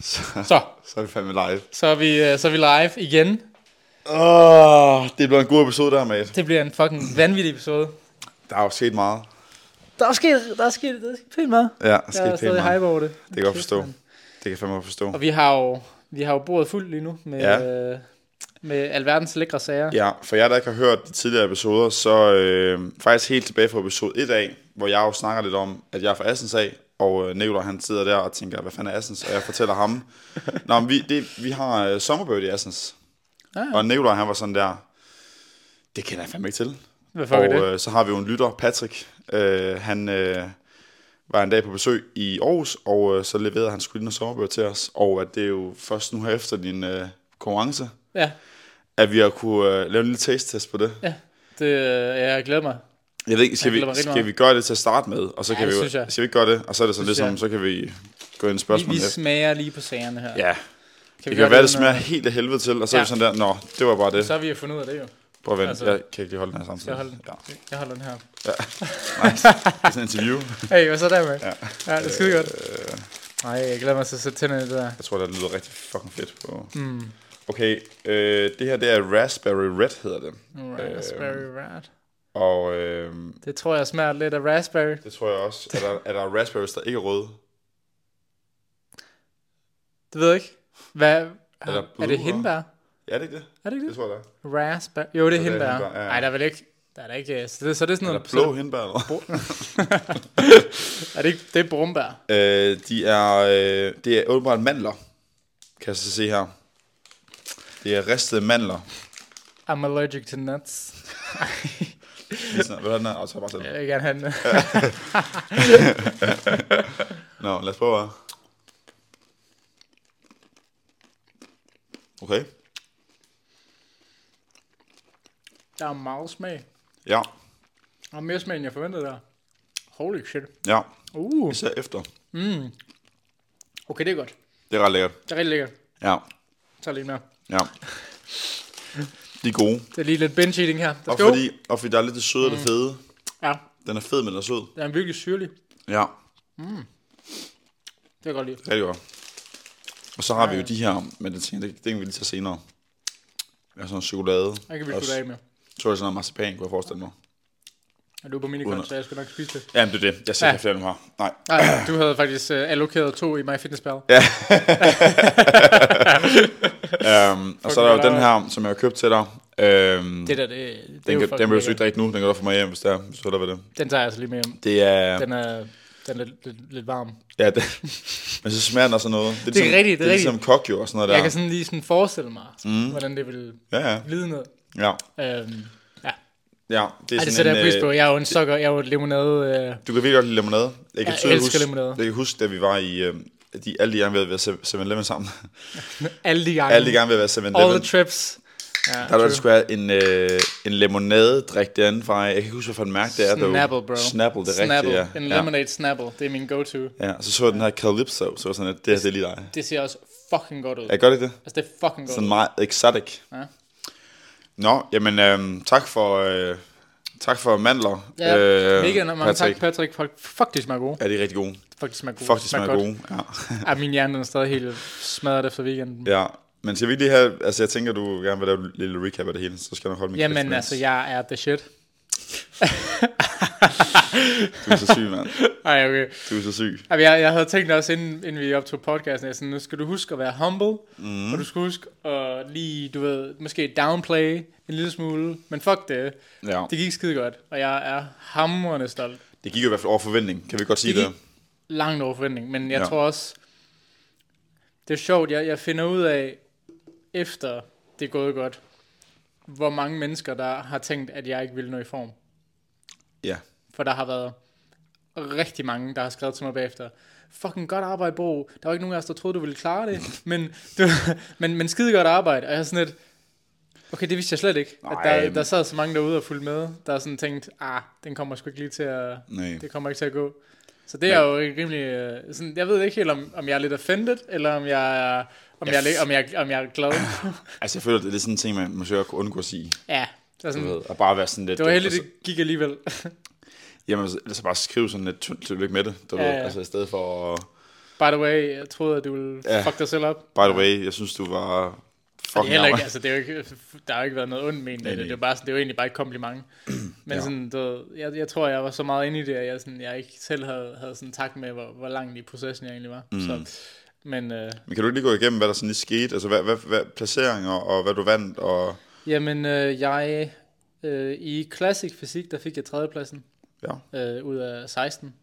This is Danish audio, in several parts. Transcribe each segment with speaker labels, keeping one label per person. Speaker 1: Så,
Speaker 2: Så,
Speaker 1: så er vi fandme live.
Speaker 2: så er vi, øh, så er vi live igen.
Speaker 1: Åh, det blev en god episode der, mate.
Speaker 2: Det bliver en fucking vanvittig episode.
Speaker 1: Der er jo sket meget.
Speaker 2: Der er sket, der er sket, der er sket pænt meget.
Speaker 1: Ja, der er
Speaker 2: Jeg er
Speaker 1: sket pænt
Speaker 2: stadig
Speaker 1: meget.
Speaker 2: hype over det.
Speaker 1: Det kan jeg godt forstå. Det kan jeg fandme godt forstå.
Speaker 2: Og vi har jo, vi har jo bordet fuldt lige nu med,
Speaker 1: Ja.
Speaker 2: ja. med alverdens lækre sager.
Speaker 1: Ja, for jer, der ikke har hørt de tidligere episoder, så øh, faktisk helt tilbage fra episode 1 af, hvor jeg jo snakker lidt om, at jeg er fra Assens af, og øh, Nicolaj han sidder der og tænker, hvad fanden er Assens? Og jeg fortæller ham, Nå, men vi, det, vi har øh, sommerbøde i Assens.
Speaker 2: Ah.
Speaker 1: Og Nicolaj han var sådan der, det kender jeg fandme ikke til.
Speaker 2: Hvad fuck
Speaker 1: og
Speaker 2: er det?
Speaker 1: Øh, så har vi jo en lytter, Patrick. Øh, han øh, var en dag på besøg i Aarhus, og øh, så leverede han sgu lige noget sommerbøger til os. Og at det er jo først nu her efter din øh, konkurrence,
Speaker 2: Ja,
Speaker 1: at vi har kunne øh, lave en lille taste-test på det.
Speaker 2: ja. Det, øh, jeg glæder mig.
Speaker 1: Jeg ved ikke, skal,
Speaker 2: Jeg glæder
Speaker 1: vi,
Speaker 2: mig rigtig
Speaker 1: skal
Speaker 2: meget.
Speaker 1: vi gøre det til at starte med, og så
Speaker 2: Ja,
Speaker 1: kan
Speaker 2: det
Speaker 1: vi jo,
Speaker 2: synes jeg.
Speaker 1: skal vi ikke gøre det, og så er det sådan lidt
Speaker 2: synes
Speaker 1: som,
Speaker 2: jeg.
Speaker 1: så kan vi gå ind i
Speaker 2: Vi,
Speaker 1: spørgsmål.
Speaker 2: vi
Speaker 1: efter.
Speaker 2: smager lige på sagerne her.
Speaker 1: Ja,
Speaker 2: kan
Speaker 1: det kan være, det
Speaker 2: uden
Speaker 1: smager
Speaker 2: at-
Speaker 1: helt af helvede til, og så er
Speaker 2: Ja.
Speaker 1: vi sådan der, nå, det var bare
Speaker 2: øh? Så
Speaker 1: det.
Speaker 2: har vi jo fundet ud af det jo.
Speaker 1: Prøv at vente,
Speaker 2: altså-
Speaker 1: jeg kan ikke lige holde den her samtidig.
Speaker 2: Jeg holder den,
Speaker 1: Ja,
Speaker 2: jeg holder den her.
Speaker 1: det er sådan en interview.
Speaker 2: Hey, hvad så der, med?
Speaker 1: Ja.
Speaker 2: Ja, ja det er skide godt. Nej, jeg glæder mig til at sætte tænderne i det der.
Speaker 1: Jeg tror, det lyder rigtig fucking fedt på. Mm. Okay, øh, det her det er Raspberry Red, hedder det.
Speaker 2: Raspberry rat.
Speaker 1: Og øh,
Speaker 2: Det tror jeg smager lidt af raspberry.
Speaker 1: det tror jeg også. Er der, er der raspberries, der ikke er røde?
Speaker 2: Det ved jeg ikke. Hvad? Er,
Speaker 1: der
Speaker 2: er
Speaker 1: blue,
Speaker 2: det hindbær?
Speaker 1: Ja, er det ikke det?
Speaker 2: Er det ikke
Speaker 1: Det
Speaker 2: det?
Speaker 1: tror jeg, der er.
Speaker 2: Raspberry. Jo, det er
Speaker 1: er
Speaker 2: hindbær.
Speaker 1: hindbær, ja, ja.
Speaker 2: Nej, der er vel ikke... Der er der ikke... øh, Så det, så er det sådan
Speaker 1: Er
Speaker 2: noget...
Speaker 1: der blå hindbær eller hvad?
Speaker 2: så- Er det ikke... Det er brumbær.
Speaker 1: Øh, de er, øh, det er åbenbart mandler, kan jeg så se her. Det er ristede mandler.
Speaker 2: I'm allergic to nuts.
Speaker 1: Det er sådan- Hvad er den her? Oh, så bare selv.
Speaker 2: Jeg vil gerne have den.
Speaker 1: Nå, lad os prøve her. Okay.
Speaker 2: Der er meget smag.
Speaker 1: Ja,
Speaker 2: Og mere smag, end jeg forventede der. Holy shit.
Speaker 1: ja.
Speaker 2: Uh.
Speaker 1: Især efter.
Speaker 2: Okay, det er godt.
Speaker 1: Det er ret lækkert.
Speaker 2: Det er rigtig lækkert.
Speaker 1: Ja,
Speaker 2: Jeg tager lige mere.
Speaker 1: ja. De er gode.
Speaker 2: Det er lige lidt binge eating her. Der
Speaker 1: Og
Speaker 2: skal jo. Mm.
Speaker 1: fordi, og fordi der er lidt det søde og det fede.
Speaker 2: Ja,
Speaker 1: Den er fed, men den er sød.
Speaker 2: den er virkelig syrlig. Det
Speaker 1: Ja,
Speaker 2: kan jeg godt lide.
Speaker 1: rigtig godt. Og så har vi jo de her, men det tænker jeg, det, det kan vi lige tage senere. Ja, sådan en chokolade.
Speaker 2: Den kan vi
Speaker 1: Også-
Speaker 2: slutte af med.
Speaker 1: Så er det sådan noget marcipan, kunne jeg forestille mig.
Speaker 2: Og du er på minikon, så jeg skal nok spise det.
Speaker 1: Jamen, det er det. Jeg ser
Speaker 2: Ja.
Speaker 1: ja. flere nu her. Nej.
Speaker 2: Nej, du havde faktisk øh, allokeret to i MyFitnessPal.
Speaker 1: Um, og så er der jo
Speaker 2: hvor er
Speaker 1: den her, som jeg har købt til dig. Um,
Speaker 2: Det der, det, det er
Speaker 1: den, kan, den
Speaker 2: jo fucking
Speaker 1: vil du
Speaker 2: lækkert.
Speaker 1: ikke drikke nu. Den kan du få mig hjem, hvis det er. Hvis du hellere vil det.
Speaker 2: Den tager jeg altså lige med hjem.
Speaker 1: Det er...
Speaker 2: Den er, den er lidt, lidt, lidt varm.
Speaker 1: Ja, det, men så smager den også noget. Det er,
Speaker 2: rigtigt, det er
Speaker 1: det er ligesom kok jo og sådan noget der.
Speaker 2: Jeg kan sådan lige sådan forestille mig, mm. hvordan det vil
Speaker 1: Ja, ja.
Speaker 2: glide ned.
Speaker 1: Ja,
Speaker 2: Øhm, ja,
Speaker 1: ja. Det er
Speaker 2: Ej, det
Speaker 1: sådan
Speaker 2: sætter jeg pris
Speaker 1: øh,
Speaker 2: på. Jeg er jo en sokker, jeg er jo et limonade. Øh,
Speaker 1: Du kan virkelig godt lide limonade. Jeg, kan
Speaker 2: Jeg
Speaker 1: tydeligt huske,
Speaker 2: elsker limonade.
Speaker 1: Jeg kan huske, da vi var i... Øh, de, alle de gange, vi havde været 7-Eleven sammen.
Speaker 2: alle de gange.
Speaker 1: alle de gange, vi havde været
Speaker 2: All
Speaker 1: 7-Eleven.
Speaker 2: the trips. Ja,
Speaker 1: Der er
Speaker 2: true.
Speaker 1: der skulle have en, øh, en limonade-drik derinde fra... Jeg kan ikke huske, hvad for en mærke det er. dog.
Speaker 2: Snapple, bro.
Speaker 1: Snapple, det er
Speaker 2: Snapple.
Speaker 1: rigtigt, ja.
Speaker 2: En
Speaker 1: ja.
Speaker 2: lemonade snapple. Det er min go-to.
Speaker 1: Ja, så så jeg den her Calypso, så var jeg sådan, at det her, det er lige dig.
Speaker 2: Det ser også fucking godt ud.
Speaker 1: Er godt ikke det?
Speaker 2: Altså, det er fucking godt
Speaker 1: Sådan
Speaker 2: ud.
Speaker 1: meget exotic.
Speaker 2: Ja.
Speaker 1: Nå, jamen øhm, tak for, øh, tak for mandler,
Speaker 2: Ja, øh, mega mange tak,
Speaker 1: Patrick.
Speaker 2: Patrick. Fuck, fuck, de smager gode.
Speaker 1: Ja, de er rigtig gode.
Speaker 2: Fuck, de smager gode.
Speaker 1: Fuck, de smager
Speaker 2: godt.
Speaker 1: gode. Ja.
Speaker 2: Ej, min hjerne den er stadig helt smadret efter weekenden.
Speaker 1: ja. Men skal vi lige have, altså jeg tænker, du gerne vil lave en lille recap af det hele, så skal jeg nok holde min kæft,
Speaker 2: Jamen,
Speaker 1: mens
Speaker 2: altså, jeg er the shit.
Speaker 1: Du er så syg, mand.
Speaker 2: Ej, okay.
Speaker 1: Du er så syg.
Speaker 2: Jamen, jeg, jeg havde tænkt også, inden, inden vi optog podcasten, jeg sådan, nu skal du huske at være humble, mm. og du skal huske at lige, du ved, måske downplay en lille smule, men fuck det.
Speaker 1: Ja.
Speaker 2: Det gik skide godt, og jeg er hamrende stolt.
Speaker 1: Det gik jo i hvert fald over forventning, kan vi godt sige
Speaker 2: Det
Speaker 1: det.
Speaker 2: gik- Langt over forventning, men jeg
Speaker 1: Ja.
Speaker 2: ja. tror også, det er sjovt, jeg, jeg finder ud af, efter det er gået godt, hvor mange mennesker, der har tænkt, at jeg ikke ville nå i form.
Speaker 1: Ja.
Speaker 2: For der har været rigtig mange, der har skrevet til mig bagefter. Fucking godt arbejde, Bo. Der var ikke nogen af os, der troede, du ville klare det. Men, du, men, men skide godt arbejde. Og jeg er sådan lidt, okay, det vidste jeg slet ikke. At
Speaker 1: Nej,
Speaker 2: der,
Speaker 1: men-
Speaker 2: der sad så mange derude og fulgte med, der har sådan tænkt, ah, den kommer sgu ikke lige til at,
Speaker 1: Nej.
Speaker 2: det kommer ikke til at gå. Så det er jo ikke rimelig, øh, sådan, jeg ved ikke helt, om, om jeg er lidt offended, eller om jeg er, om jeg, er lidt- om jeg, om jeg er glad.
Speaker 1: Altså jeg føler, det er lidt sådan en ting, man måske godt kunne undgå at sige.
Speaker 2: ja, det, er
Speaker 1: Du
Speaker 2: sådan,
Speaker 1: ved, og bare være sådan lidt...
Speaker 2: Mm. det var heldigt,
Speaker 1: altså,
Speaker 2: det gik alligevel.
Speaker 1: Jamen, altså, altså bare skrive sådan lidt tyndt tillykke med det, du
Speaker 2: Ja,
Speaker 1: ja, ved,
Speaker 2: ja.
Speaker 1: altså i stedet for at
Speaker 2: By the way, jeg troede, at du ville
Speaker 1: Ja.
Speaker 2: ja. fuck dig selv op.
Speaker 1: By the way, jeg synes, du var
Speaker 2: Og det er
Speaker 1: fucking
Speaker 2: heller
Speaker 1: nærmere.
Speaker 2: ikke, altså, det er jo ikke, der har jo ikke været noget ondt ment af det.
Speaker 1: nej.
Speaker 2: Det er, jo bare sådan, det er jo egentlig bare et kompliment. Men
Speaker 1: Ja.
Speaker 2: ja. sådan, du, ved, jeg, jeg tror, jeg var så meget inde i det, at jeg, sådan, jeg ikke selv havde, havde sådan takt med, hvor, hvor langt i processen jeg egentlig var. Mm. Så, men øh,
Speaker 1: Men kan du ikke lige gå igennem, hvad der sådan lige skete? Altså, hvad, hvad, hvad placeringer, og hvad du vandt, og...
Speaker 2: jamen, øh, jeg øh, i Classic Fysik, der fik jeg tredjepladsen
Speaker 1: Ja,
Speaker 2: øh, ud af 16.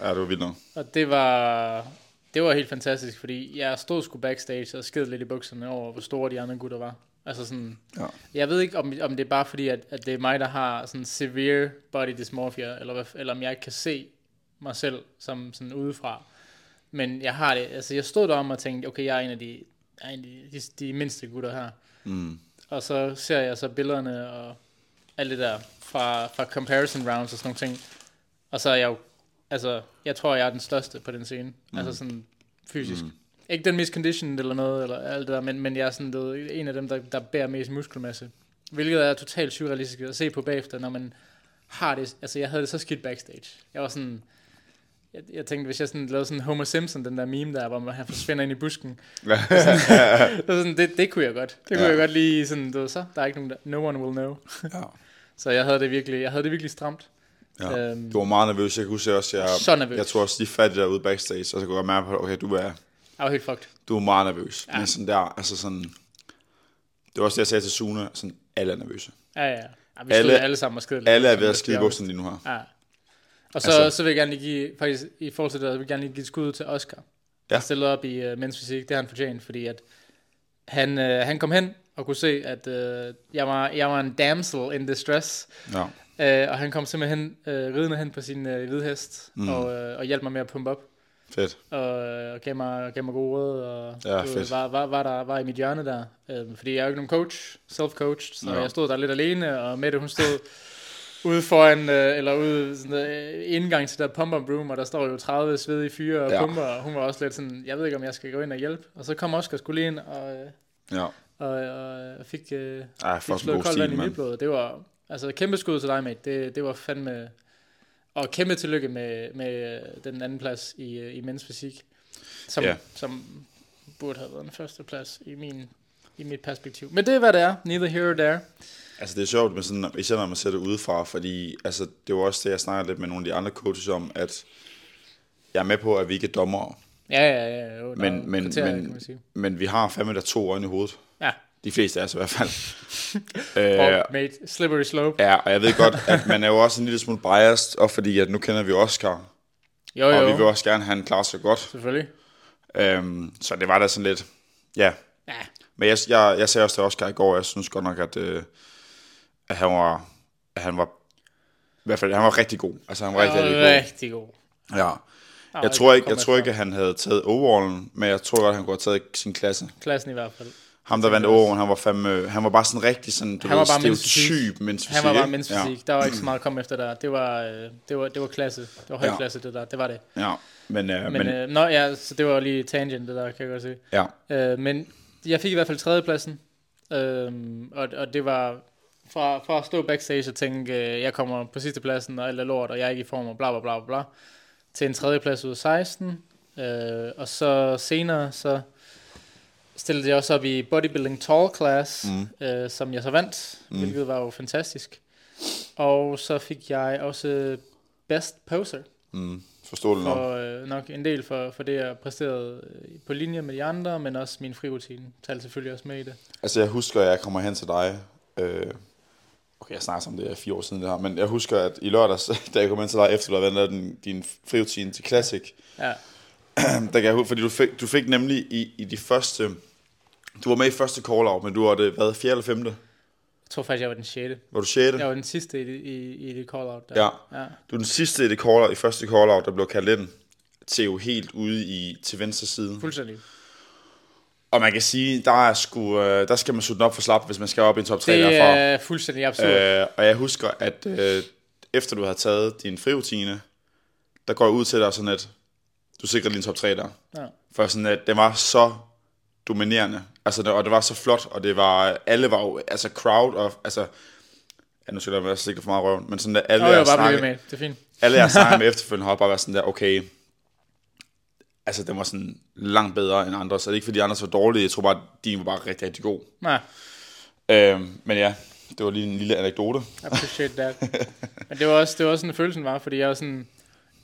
Speaker 1: ja det var vildt nok.
Speaker 2: Og det var, det var helt fantastisk, fordi jeg stod sgu backstage og sked lidt i bukserne over, hvor store de andre gutter var. Altså sådan,
Speaker 1: Ja.
Speaker 2: jeg ved ikke, om, om det er bare fordi, at, at det er mig, der har sådan severe body dysmorphia, eller, hvad, eller om jeg ikke kan se mig selv som sådan udefra. Men jeg har det, altså jeg stod derom og tænkte, okay, jeg er en af de, jeg er en af de, de, de mindste gutter her.
Speaker 1: Mm.
Speaker 2: Og så ser jeg så billederne og alt det der fra, fra comparison rounds og sådan nogle ting. Og så er jeg jo, altså, jeg tror, jeg er den største på den scene. Mm. Altså sådan fysisk. Mm. Ikke den mest conditioned eller noget, eller alt det der, men, men jeg er sådan du ved, en af dem, der, der bærer mest muskelmasse. Hvilket er totalt surrealistisk at se på bagefter, når man har det. Altså, jeg havde det så skidt backstage. Jeg var sådan... Jeg, jeg tænkte, hvis jeg sådan lavede sådan Homer Simpson, den der meme der, hvor han forsvinder ind i busken, så sådan, det, det kunne jeg godt. Det kunne
Speaker 1: Ja.
Speaker 2: ja. jeg godt lige sådan, du ved, så der er ikke nogen der, no one will know.
Speaker 1: ja.
Speaker 2: Så jeg havde det virkelig, jeg havde det virkelig stramt.
Speaker 1: ja.
Speaker 2: Øhm,
Speaker 1: Du var meget nervøs. Jeg kan huske også, jeg,
Speaker 2: Så nervøs.
Speaker 1: jeg tror også, de fat i derude backstage, og så kunne jeg godt mærke på, okay, du er,
Speaker 2: Jeg var helt fucked.
Speaker 1: du er meget nervøs. Ja. Men sådan der, altså sådan... Det var også det, jeg sagde til Sune, sådan, alle er nervøse.
Speaker 2: Ja, ja. ja vi
Speaker 1: Alle-
Speaker 2: alle, alle sammen og skede lidt.
Speaker 1: Alle er ved
Speaker 2: Sådan
Speaker 1: at
Speaker 2: lidt,
Speaker 1: skide i
Speaker 2: ja.
Speaker 1: bukserne lige nu her.
Speaker 2: Ja. Og så,
Speaker 1: Altså-
Speaker 2: altså. så vil jeg gerne lige give, faktisk i forhold til det, jeg vil jeg gerne lige give et skud ud til Oscar.
Speaker 1: Ja.
Speaker 2: Ja. Stillet op i uh, Mens Fysik, det har han fortjent, fordi at han, uh, han kom hen og kunne se, at uh, jeg, var, jeg var en damsel in distress.
Speaker 1: Ja.
Speaker 2: Uh, og han kom simpelthen uh, ridende hen på sin uh, hvide hest mm. og, uh, og hjalp mig med at pumpe op.
Speaker 1: Fedt.
Speaker 2: og, og gav, mig, gav mig gode råd, og
Speaker 1: Ja,
Speaker 2: du ved,
Speaker 1: fedt.
Speaker 2: var, var, var, der, var i mit hjørne der. Øhm, fordi jeg er jo ikke nogen coach, self-coached, så
Speaker 1: Ja.
Speaker 2: ja. jeg stod der lidt alene, og Mette hun stod ude foran, øh, eller ude sådan, øh, indgang til der pump up room, og der står jo 30 svedige fyre og
Speaker 1: Ja.
Speaker 2: ja. pumper, og hun var også lidt sådan, jeg ved ikke, om jeg skal gå ind og hjælpe. Og så kom Oscar skulle lige ind, og, øh,
Speaker 1: Ja.
Speaker 2: og, og, og fik, øh,
Speaker 1: Ej,
Speaker 2: fik
Speaker 1: Ah, fucking
Speaker 2: slået
Speaker 1: god
Speaker 2: koldt vand i
Speaker 1: stil, mand.
Speaker 2: midtblodet. Det var altså et kæmpe skud til dig, mate. Det, det var fandme... Og kæmpe tillykke med, med den anden plads i, øh, i mens fysik, som,
Speaker 1: Ja.
Speaker 2: yeah. som burde have været en første plads i, min, i mit perspektiv. Men det er, hvad det er. Neither here nor there.
Speaker 1: Altså det er sjovt, men sådan, især når man ser det udefra, fordi altså, det var også det, jeg snakkede lidt med nogle af de andre coaches om, at jeg er med på, at vi ikke er dommere,
Speaker 2: Ja, ja, ja. Jo, der
Speaker 1: Men-
Speaker 2: er jo
Speaker 1: men-
Speaker 2: kriterier,
Speaker 1: men-
Speaker 2: kan man sige.
Speaker 1: men vi har fandme der to øjne i hovedet.
Speaker 2: Ja,
Speaker 1: De fleste af os i hvert fald.
Speaker 2: og
Speaker 1: øh,
Speaker 2: mate, slippery slope.
Speaker 1: ja, og jeg ved godt, at man er jo også en lille smule biased, og fordi at nu kender vi Oscar,
Speaker 2: Jo,
Speaker 1: og vi
Speaker 2: jo,
Speaker 1: vil også gerne have, at han klarer sig godt.
Speaker 2: selvfølgelig.
Speaker 1: Øhm, så det var da sådan lidt, ja.
Speaker 2: Ja,
Speaker 1: Men jeg, jeg, jeg sagde også til Oscar i går, jeg synes godt nok, at, øh, at han var, at han var i hvert fald, han var rigtig god. Altså, han var rigtig, rigtig god.
Speaker 2: rigtig god.
Speaker 1: Ja.
Speaker 2: Der var
Speaker 1: Jeg tror ikke,
Speaker 2: kommet
Speaker 1: jeg tror ikke,
Speaker 2: fra
Speaker 1: at han havde taget overallen, men jeg tror godt, at han kunne have taget sin klasse.
Speaker 2: Klassen i hvert fald.
Speaker 1: Ham, der vandt overallen, han var fandme, han var bare sådan rigtig sådan, du
Speaker 2: Han var
Speaker 1: ved,
Speaker 2: bare
Speaker 1: stereotyp mens
Speaker 2: Han var bare mens fysik. Ja. Der var ikke så meget at komme efter der. Det var, øh, det var, det var klasse. Det var
Speaker 1: Ja.
Speaker 2: højklasse, det der. Det var det.
Speaker 1: Ja, ja. Men, øh,
Speaker 2: Men,
Speaker 1: men,
Speaker 2: men øh, nå, ja, så det var lige tangent, det der, kan jeg godt se.
Speaker 1: ja.
Speaker 2: Øh, men jeg fik i hvert fald tredjepladsen, øh, og, og det var fra, fra at stå backstage og tænke, øh, jeg kommer på sidste pladsen, og alt er lort, og jeg er ikke i form, og bla bla bla bla, bla til en tredjeplads ud af 16, øh, og så senere, så stillede jeg også op i bodybuilding tall class, mm. øh, som jeg så vandt, mm. hvilket var jo fantastisk. Og så fik jeg også best poser,
Speaker 1: Mm, forstår du nok?
Speaker 2: for øh, nok en del for, for det, jeg præsterede øh, på linje med de andre, men også min frirutine talte selvfølgelig også med i det.
Speaker 1: Altså, jeg husker, at jeg kommer hen til dig. Øh, okay, jeg snakker om det er fire år siden det her, men jeg husker, at i lørdags, da jeg kom hen til dig efter, at du havde været din, din frirutine til Classic,
Speaker 2: Ja,
Speaker 1: der kan jeg huske, fordi du fik, du fik nemlig i, i de første, du var med i første call-out, men du var det, hvad, fjerde eller femte?
Speaker 2: jeg tror faktisk, jeg var den sjette.
Speaker 1: Var du sjette?
Speaker 2: Jeg var den sidste i, det- i, i det call-out der.
Speaker 1: Ja.
Speaker 2: ja.
Speaker 1: Du er den sidste i det caller, i første call-out, der blev kaldt ind til jo helt ude i, til venstre side.
Speaker 2: Fuldstændig.
Speaker 1: Og man kan sige, der, er sgu, øh, der skal man sutte den op for slap, hvis man skal op i en top 3
Speaker 2: Det
Speaker 1: derfra.
Speaker 2: er fuldstændig absurd. Øh,
Speaker 1: Øh, og jeg husker, at øh, efter du havde taget din frirutine, der går jeg ud til dig sådan, at du sikrede din top 3 der.
Speaker 2: ja.
Speaker 1: For sådan, at det var så dominerende, altså, det, og det var så flot, og det var, alle var jo, altså crowd, og altså, ja, nu skal jeg lade være at slikke for meget i røven, men sådan, at alle
Speaker 2: Og jeg
Speaker 1: jeg
Speaker 2: var bare
Speaker 1: snakkede-
Speaker 2: blive ved med. Det er fint.
Speaker 1: alle jeg snakker med efterfølgende har bare været sådan der, okay, altså den var sådan langt bedre end andre, så det er ikke fordi de andre var dårlige, jeg tror bare, at din var bare rigtig, rigtig god.
Speaker 2: Nej,
Speaker 1: Øhm, men ja, det var lige en lille anekdote.
Speaker 2: appreciate that. Men det var også, det var også sådan, følelsen var, fordi jeg var sådan,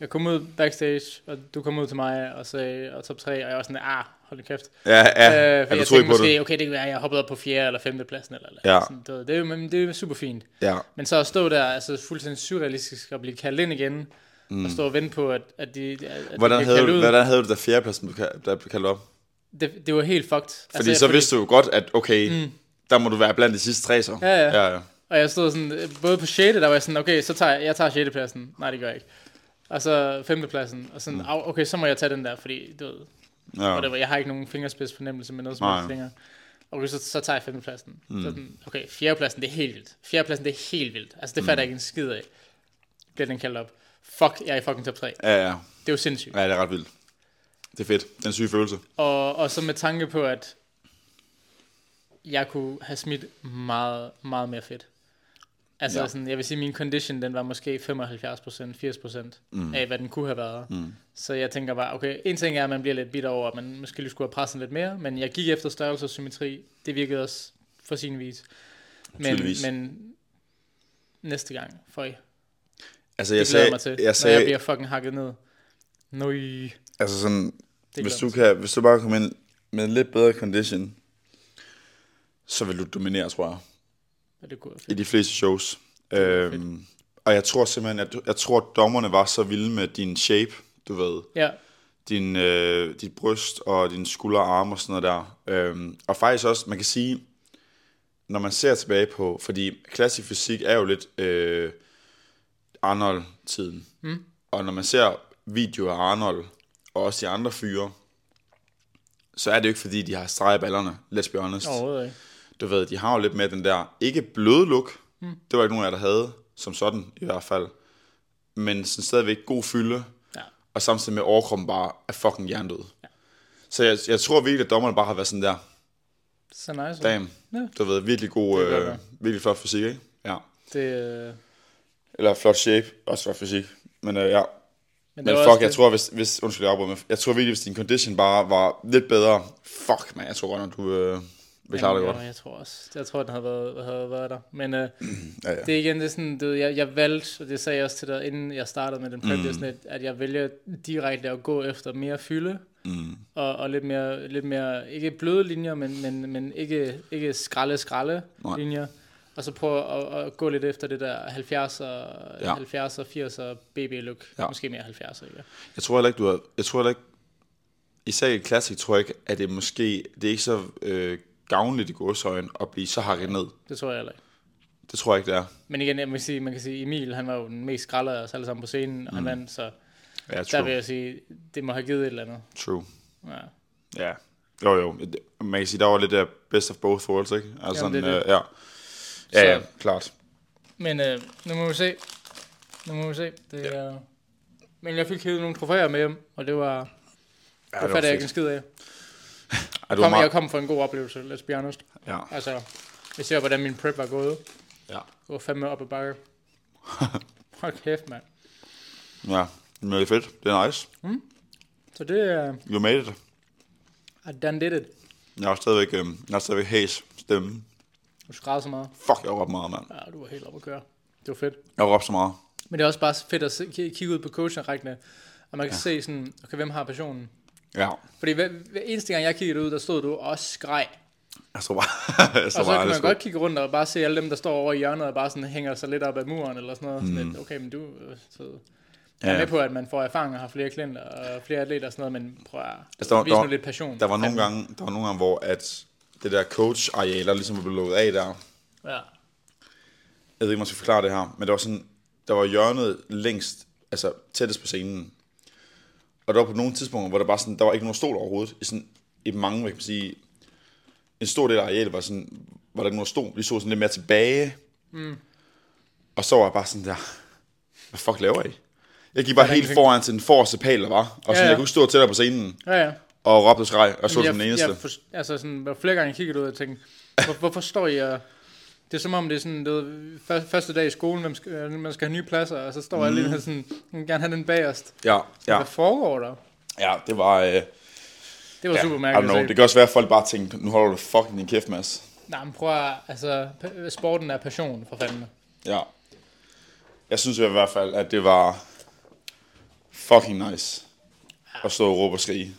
Speaker 2: jeg kom ud backstage, og du kom ud til mig og sagde, og top 3, og jeg var sådan, ah, hold nu kæft.
Speaker 1: Ja, ja,
Speaker 2: Øh,
Speaker 1: øh, ja du
Speaker 2: for jeg
Speaker 1: troede
Speaker 2: tænkte
Speaker 1: ikke på
Speaker 2: måske,
Speaker 1: det.
Speaker 2: okay, det kan være, jeg hoppede op på 4. eller 5. pladsen, eller, eller
Speaker 1: Ja.
Speaker 2: sådan, du ved, det, er jo, men det er jo super fint.
Speaker 1: Ja,
Speaker 2: Men så at stå der, altså fuldstændig surrealistisk, og blive kaldt ind igen, mm. og stå og vente på, at, at de, at- at de
Speaker 1: hvordan
Speaker 2: bliver
Speaker 1: havde,
Speaker 2: kaldt
Speaker 1: du,
Speaker 2: ud.
Speaker 1: hvordan havde du da fjerdepladsen, blev ka- der blev kaldt op?
Speaker 2: Det, det var helt fucked.
Speaker 1: Fordi altså, så
Speaker 2: fordi-
Speaker 1: vidste du jo godt, at okay, mm. der må du være blandt de sidste tre så.
Speaker 2: Ja, ja.
Speaker 1: ja, ja.
Speaker 2: Og jeg stod sådan, øh, både på 6. der var jeg sådan, okay, så tager jeg, jeg tager 6. pladsen. Nej, det gør jeg ikke. Og så 5. pladsen, og sådan, mm. okay, så må jeg tage den der, fordi du ved,
Speaker 1: ja.
Speaker 2: whatever, jeg har ikke nogen fingerspids fornemmelse med noget som
Speaker 1: Nej.
Speaker 2: helst fingre. Okay, så, så tager jeg 5. pladsen. Mm. Så sådan, okay, 4. pladsen, det er helt vildt. 4. pladsen, det er helt vildt. Altså, det
Speaker 1: Mm.
Speaker 2: fatter jeg ikke en skid af. Bliver den kaldt op. Fuck, jeg er i fucking top 3. Det
Speaker 1: Ja, ja.
Speaker 2: er jo sindssygt.
Speaker 1: Ja, det er ret vildt. Det er fedt. Den syge følelse.
Speaker 2: Og, og så med tanke på, at jeg kunne have smidt meget, meget mere fedt. Altså
Speaker 1: Ja.
Speaker 2: ja. sådan, jeg vil sige, min condition, den var måske 75%, 80% mm. af, hvad den kunne have været. Mm. Så jeg tænker bare, okay, en ting er, at man bliver lidt bitter over, at man måske lige skulle have presset lidt mere, men jeg gik efter størrelse og symmetri, det virkede også for sin vis. Men,
Speaker 1: Tydeligvis.
Speaker 2: men næste gang, for jeg,
Speaker 1: Altså, jeg
Speaker 2: jeg glæder
Speaker 1: sagde,
Speaker 2: mig til,
Speaker 1: jeg
Speaker 2: når jeg
Speaker 1: sagde,
Speaker 2: bliver fucking hakket ned. Nøj, det
Speaker 1: altså sådan, hvis
Speaker 2: glæder
Speaker 1: du,
Speaker 2: mig til.
Speaker 1: kan, hvis du bare kommer ind med en lidt bedre condition, så vil du dominere, tror jeg,
Speaker 2: Ja, det kunne være
Speaker 1: i
Speaker 2: fedt.
Speaker 1: de fleste shows. Øhm, og jeg tror simpelthen, at, du- jeg tror, at dommerne var så vilde med din shape, du ved.
Speaker 2: Ja,
Speaker 1: din, øh, dit bryst og dine skuldre og arme og sådan noget der. Øhm, og faktisk også, man kan sige, når man ser tilbage på, fordi klassisk fysik er jo lidt øh, Arnold-tiden. Mm. Og når man ser videoer af Arnold og også de andre fyre, så er det jo ikke fordi, de har streget ballerne, let's be honest.
Speaker 2: overhovedet ikke.
Speaker 1: Du ved, de har jo lidt mere den der, ikke bløde look, mm. det var ikke nogen af jer, der havde, som sådan i hvert fald, men sådan stadigvæk god fylde,
Speaker 2: Ja.
Speaker 1: og samtidig med at overkroppen bare er fucking hjernedød. Ja. Så jeg, jeg tror virkelig, at dommerne bare har været sådan der,
Speaker 2: Så nice.
Speaker 1: damn,
Speaker 2: Ja.
Speaker 1: ja. du ved, virkelig god,
Speaker 2: Det kan godt
Speaker 1: øh,
Speaker 2: være.
Speaker 1: virkelig flot fysik, ikke? Ja.
Speaker 2: Det, øh,
Speaker 1: Eller flot shape, også flot fysik, men øh, ja.
Speaker 2: men det
Speaker 1: Men
Speaker 2: var
Speaker 1: fuck,
Speaker 2: også
Speaker 1: jeg
Speaker 2: det.
Speaker 1: tror, hvis, hvis undskyld, jeg afbryder, men jeg tror virkelig, hvis din condition bare var lidt bedre, fuck, man, jeg tror godt, at du øh, vil klare det
Speaker 2: Jamen,
Speaker 1: godt.
Speaker 2: ja, Jeg tror også. Jeg tror, den havde været, havde været der. Men øh,
Speaker 1: Ja, ja.
Speaker 2: det er igen, det er sådan, du, ved, jeg, jeg valgte, og det sagde jeg også til dig, inden jeg startede med den prep, mm. sådan, at, at jeg vælger direkte at gå efter mere fylde, mm. og, og lidt, mere, lidt mere, ikke bløde linjer, men, men, men ikke, ikke skralde, skralde
Speaker 1: Nej.
Speaker 2: linjer. Og så prøve at, at gå lidt efter det der 70'er,
Speaker 1: Ja.
Speaker 2: ja. 70'er, 80'er BB-look.
Speaker 1: Ja.
Speaker 2: Ja. Måske mere 70'er, ikke?
Speaker 1: Jeg tror heller ikke, du har... Jeg tror heller ikke... Især i Classic tror jeg ikke, at det måske... Det er ikke så øh, gavnligt i godsøjen at blive så hakket ned.
Speaker 2: Det tror jeg heller ikke.
Speaker 1: Det tror jeg ikke, det er.
Speaker 2: Men igen, jeg må sige, man kan sige, Emil, han var jo den mest skralder af os alle sammen på scenen, og han vandt, så
Speaker 1: Ja,
Speaker 2: der vil
Speaker 1: true.
Speaker 2: jeg sige, det må have givet et eller andet.
Speaker 1: true.
Speaker 2: Ja.
Speaker 1: Ja. Jo, jo. Det- Man kan sige, der var lidt af best of both worlds, ikke? Altså,
Speaker 2: Jamen,
Speaker 1: Jamen,
Speaker 2: det er
Speaker 1: øh, ja. Ja, ja,
Speaker 2: Så-
Speaker 1: klart.
Speaker 2: Men øh, nu må vi se. Nu må vi se. Det ja. er... Men jeg fik hævet nogle trofæer med hjem, og det var...
Speaker 1: Ja,
Speaker 2: Ja, det fatter jeg ikke en skid af.
Speaker 1: Er du
Speaker 2: Kom,
Speaker 1: meget...
Speaker 2: jeg kom for en god oplevelse, let's be honest.
Speaker 1: Ja.
Speaker 2: Altså, vi ser, hvordan min prep var gået.
Speaker 1: Ja.
Speaker 2: Det var fandme op ad bakke. Hold kæft, mand.
Speaker 1: Ja. Men det er fedt. Det er nice.
Speaker 2: Så det er...
Speaker 1: You made it.
Speaker 2: Uh, I done did it.
Speaker 1: Jeg har stadigvæk, øh, jeg har stadigvæk hæs stemme.
Speaker 2: Du skrædde så meget.
Speaker 1: Fuck, jeg råbte meget, mand.
Speaker 2: Ja, du var helt op at køre. Det var fedt.
Speaker 1: Jeg råbte så meget.
Speaker 2: Men det er også bare fedt at se, ki- kigge ud på coachingrækkene, og man kan ja. se sådan, okay, hvem har passionen?
Speaker 1: Ja.
Speaker 2: Fordi hver, hver eneste gang jeg kiggede ud, der stod du og skreg.
Speaker 1: Jeg så bare... jeg så
Speaker 2: Og så
Speaker 1: bare,
Speaker 2: kan
Speaker 1: det
Speaker 2: man
Speaker 1: sgu-
Speaker 2: godt kigge rundt og bare se alle dem, der står over i hjørnet og bare sådan hænger sig lidt op ad muren eller sådan noget. Mm. Sådan lidt, okay, men du... øh, Så... Jeg er
Speaker 1: Ja.
Speaker 2: med på, at man får erfaring og har flere klienter og flere atleter og sådan noget, men prøv at
Speaker 1: Altså, der var-
Speaker 2: vise
Speaker 1: der
Speaker 2: nu
Speaker 1: var-
Speaker 2: lidt passion.
Speaker 1: Der var nogle gange, der var nogle gange hvor at det der coach-areal, der ligesom blev lukket af der. Jeg
Speaker 2: Ja.
Speaker 1: ved ikke, om jeg skal forklare det her, men det var sådan, der var hjørnet længst, altså tættest på scenen. Og der var på nogle tidspunkter, hvor der bare sådan, der var ikke nogen stol overhovedet. I sådan, i mange, hvad kan man sige, en stor del af arealet var sådan, var der ikke nogen stol. Vi så sådan lidt mere tilbage. Mm. Og så var jeg bare sådan der, hvad fuck laver I? Jeg gik bare
Speaker 2: der
Speaker 1: helt
Speaker 2: ingenting?
Speaker 1: foran til den forreste pal, der var. Og sådan,
Speaker 2: Ja,
Speaker 1: ja,
Speaker 2: ja.
Speaker 1: jeg kunne ikke stå tættere på scenen.
Speaker 2: Ja, ja.
Speaker 1: Og råbte og skreg, og så som den
Speaker 2: jeg,
Speaker 1: eneste.
Speaker 2: Jeg for, altså sådan, hvor flere gange jeg kiggede ud og tænkte, hvor, hvorfor står jeg... Det er som om, det er sådan, du ved, før- første dag i skolen, hvem skal, "Mm, øh, man skal have nye pladser, og så står mm. jeg lige sådan, jeg vil gerne have den bagerst.
Speaker 1: Ja,
Speaker 2: Ja.
Speaker 1: ja.
Speaker 2: Hvad foregår der?
Speaker 1: Ja, det var... Øh,
Speaker 2: Det var
Speaker 1: ja,
Speaker 2: ja, super
Speaker 1: I don't
Speaker 2: mærkeligt.
Speaker 1: know.
Speaker 2: at se.
Speaker 1: Det kan også være, at folk bare tænkte, nu holder du fucking din kæft, Mads.
Speaker 2: Nej, men prøv at, altså, p- sporten er passion for fanden.
Speaker 1: Ja. Jeg synes i hvert fald, at det var fucking nice at stå og råbe og skrige.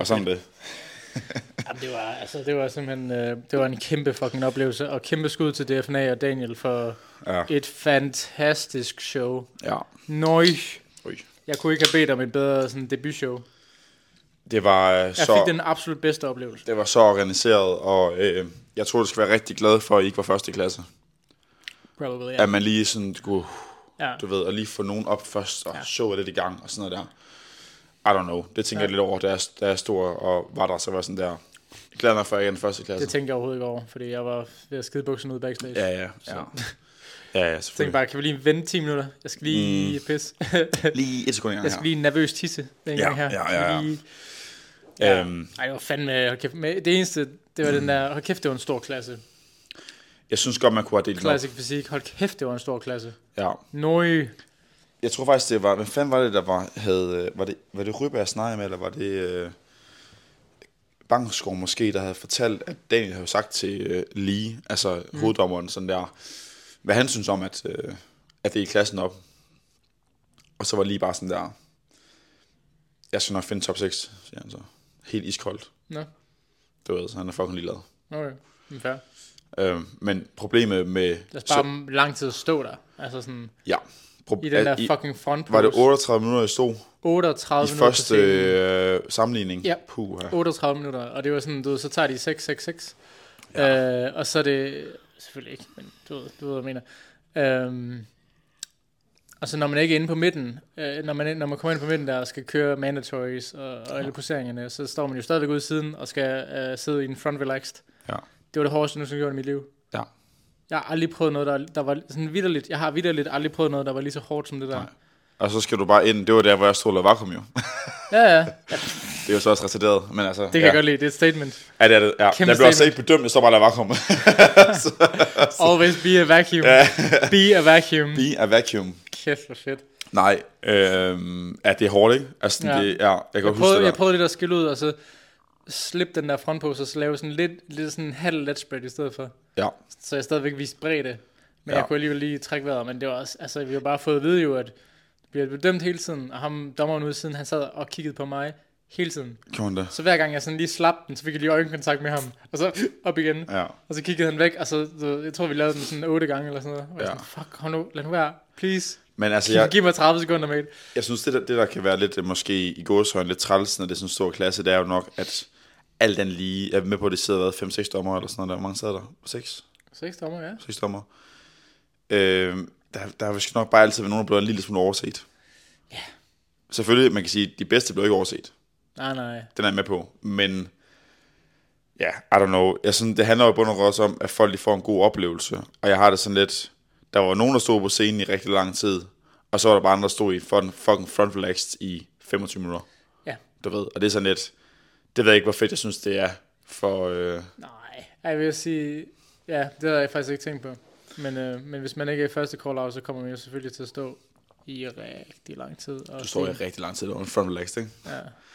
Speaker 1: Og sådan det.
Speaker 2: Jamen, det var, altså, det var simpelthen, øh, det var en kæmpe fucking oplevelse, og kæmpe skud til DFNA og Daniel for
Speaker 1: Ja.
Speaker 2: et fantastisk show.
Speaker 1: Ja.
Speaker 2: Nøj,
Speaker 1: Ui.
Speaker 2: jeg kunne ikke have bedt om et bedre sådan, debutshow.
Speaker 1: Det var øh,
Speaker 2: Jeg fik
Speaker 1: så...
Speaker 2: den absolut bedste oplevelse.
Speaker 1: Det var så organiseret, og øh, jeg tror, du skal være rigtig glad for, at I ikke var første klasse.
Speaker 2: Probably,
Speaker 1: Ja.
Speaker 2: ja.
Speaker 1: At man lige sådan kunne,
Speaker 2: ja.
Speaker 1: du ved, at lige få nogen op først, og ja. så lidt i gang, og sådan noget der. I don't know. Det tænker ja. jeg lidt over, da jeg, da jeg stod og var der, så var jeg sådan der. Jeg glæder mig for, at jeg ikke er den første klasse.
Speaker 2: Det tænkte jeg overhovedet ikke over, fordi jeg var ved at skide bukserne ud backstage.
Speaker 1: altså- Ja, ja, ja. Ja, ja,
Speaker 2: Jeg tænkte
Speaker 1: selvfølgelig.
Speaker 2: bare, kan vi lige vente 10 minutter? Jeg skal lige mm. pisse.
Speaker 1: Lige et sekund engang
Speaker 2: jeg skal
Speaker 1: her.
Speaker 2: lige nervøst tisse. Den
Speaker 1: Ja,
Speaker 2: gang her.
Speaker 1: ja, ja, ja.
Speaker 2: Lige...
Speaker 1: Ja. Øhm, Mm.
Speaker 2: Ej, det var fandme... Hold kæft, med, det eneste, det var den der... Hold kæft, det var en stor klasse.
Speaker 1: jeg synes godt, man kunne have delt den op.
Speaker 2: Classic fysik. Hold kæft, det var en stor klasse.
Speaker 1: Ja.
Speaker 2: Nøj.
Speaker 1: Jeg tror faktisk, det var... Hvem fanden var det, der var, havde... øh, Var det, var det Ryberg, jeg snakkede med, eller var det... Øh, Bangskov måske, der havde fortalt, at Daniel havde sagt til øh, Lee, altså mm. hoveddommeren, sådan der, hvad han synes om, at, øh, at det er i klassen op. Og så var Lee bare sådan der, jeg skal nok finde top 6, siger han så. Helt iskoldt.
Speaker 2: Nå,
Speaker 1: Du ved, så han er fucking ligeglad.
Speaker 2: okay. Men fair.
Speaker 1: Øh, men problemet med...
Speaker 2: Der sparer dem lang tid at stå der. Altså sådan...
Speaker 1: ja. Pro-
Speaker 2: I den der
Speaker 1: at-
Speaker 2: fucking front
Speaker 1: Var det 38 minutter, jeg stod
Speaker 2: 38
Speaker 1: i
Speaker 2: minutter på
Speaker 1: første
Speaker 2: scenen.
Speaker 1: øh, sammenligning?
Speaker 2: Ja.
Speaker 1: Puh,
Speaker 2: 38 minutter, og det var sådan, du ved, så tager de 666, ja. øh, og så er det, selvfølgelig ikke, men du ved, du ved hvad jeg mener. Øhm, og så når man ikke er inde på midten, øh, når, man, når man kommer ind på midten der og skal køre mandatories og, og alle poseringerne, så står man jo stadigvæk ude i siden og skal øh, sidde i en front relaxed.
Speaker 1: Ja.
Speaker 2: Det var det hårdeste, jeg nogensinde gjorde i mit liv.
Speaker 1: Ja.
Speaker 2: Jeg har aldrig prøvet noget, der, der var sådan vidderligt. Jeg har vidderligt aldrig prøvet noget, der var lige så hårdt som det der.
Speaker 1: Nej. Og så skal du bare ind. Det var der, hvor jeg stod og lavede vakuum jo.
Speaker 2: Ja, ja.
Speaker 1: Det er jo så også retarderet, men altså...
Speaker 2: Det kan
Speaker 1: ja.
Speaker 2: jeg godt lide. Det er et statement.
Speaker 1: Ja, det er det. Ja.
Speaker 2: Kæmpe
Speaker 1: jeg blev også
Speaker 2: statement.
Speaker 1: ikke bedømt, jeg står bare og lavede vakuum.
Speaker 2: Always be a vacuum. be a vacuum.
Speaker 1: Be a vacuum.
Speaker 2: Kæft, hvor fedt.
Speaker 1: Nej, øhm, ja, det er hårdt, ikke? Altså, sådan,
Speaker 2: Ja.
Speaker 1: det, ja, jeg kan
Speaker 2: Jeg
Speaker 1: godt huske
Speaker 2: prøvede,
Speaker 1: det
Speaker 2: jeg
Speaker 1: der.
Speaker 2: prøvede lidt at skille ud, og så slippe den der frontpose, og så lave sådan lidt, lidt sådan en halv let spread i stedet for.
Speaker 1: Ja,
Speaker 2: Så jeg stadigvæk viste bredde. Men
Speaker 1: Ja.
Speaker 2: ja. jeg kunne alligevel lige trække vejret, men det var også, altså vi har bare fået at vide jo, at vi bliver bedømt hele tiden, og ham dommeren ude siden, han sad og kiggede på mig hele tiden.
Speaker 1: kan man det?
Speaker 2: Så hver gang jeg sådan lige slap den, så fik jeg lige øjenkontakt med ham, og så op igen. Ja.
Speaker 1: Ja.
Speaker 2: Og så kiggede han væk, og så, så, jeg tror vi lavede den sådan otte gange eller sådan noget. Og jeg
Speaker 1: Ja.
Speaker 2: ja. sådan, fuck, hold nu, lad nu være, please.
Speaker 1: Men altså,
Speaker 2: Ja.
Speaker 1: jeg,
Speaker 2: Giv mig 30 sekunder, mate.
Speaker 1: jeg synes, det der, det der kan være lidt, øh, måske i gåshøjne, lidt træls, når det er sådan en stor klasse, det er jo nok, at alt den lige... Jeg er med på, at det sidder, hvad, 5-6 dommer eller sådan noget der. Hvor mange sidder der? 6?
Speaker 2: 6 dommer, ja.
Speaker 1: sidste sommer. Øh, der, der er vist nok bare altid været nogen, der bliver en lille smule overset.
Speaker 2: Ja.
Speaker 1: Selvfølgelig, man kan sige, at de bedste blev ikke overset.
Speaker 2: Nej, nej.
Speaker 1: Den er jeg med på. Men ja, I don't know. Jeg synes, det handler jo i bund og grund også om, at folk de får en god oplevelse. Og jeg har det sådan lidt... Der var nogen, der stod på scenen i rigtig lang tid. Og så var der bare andre, der stod i fucking fucking front relaxed i 25 minutter.
Speaker 2: Ja.
Speaker 1: Du ved. Og det er sådan lidt... Det ved jeg ikke, hvor fedt jeg synes, det er for... Øh,
Speaker 2: Nej, jeg vil sige, ja, det har jeg faktisk ikke tænkt på. Men, øh, men hvis man ikke er i første call-out, så kommer man jo selvfølgelig til at stå i rigtig lang tid. Og
Speaker 1: du står i rigtig lang tid, det var en front relaxed, ikke?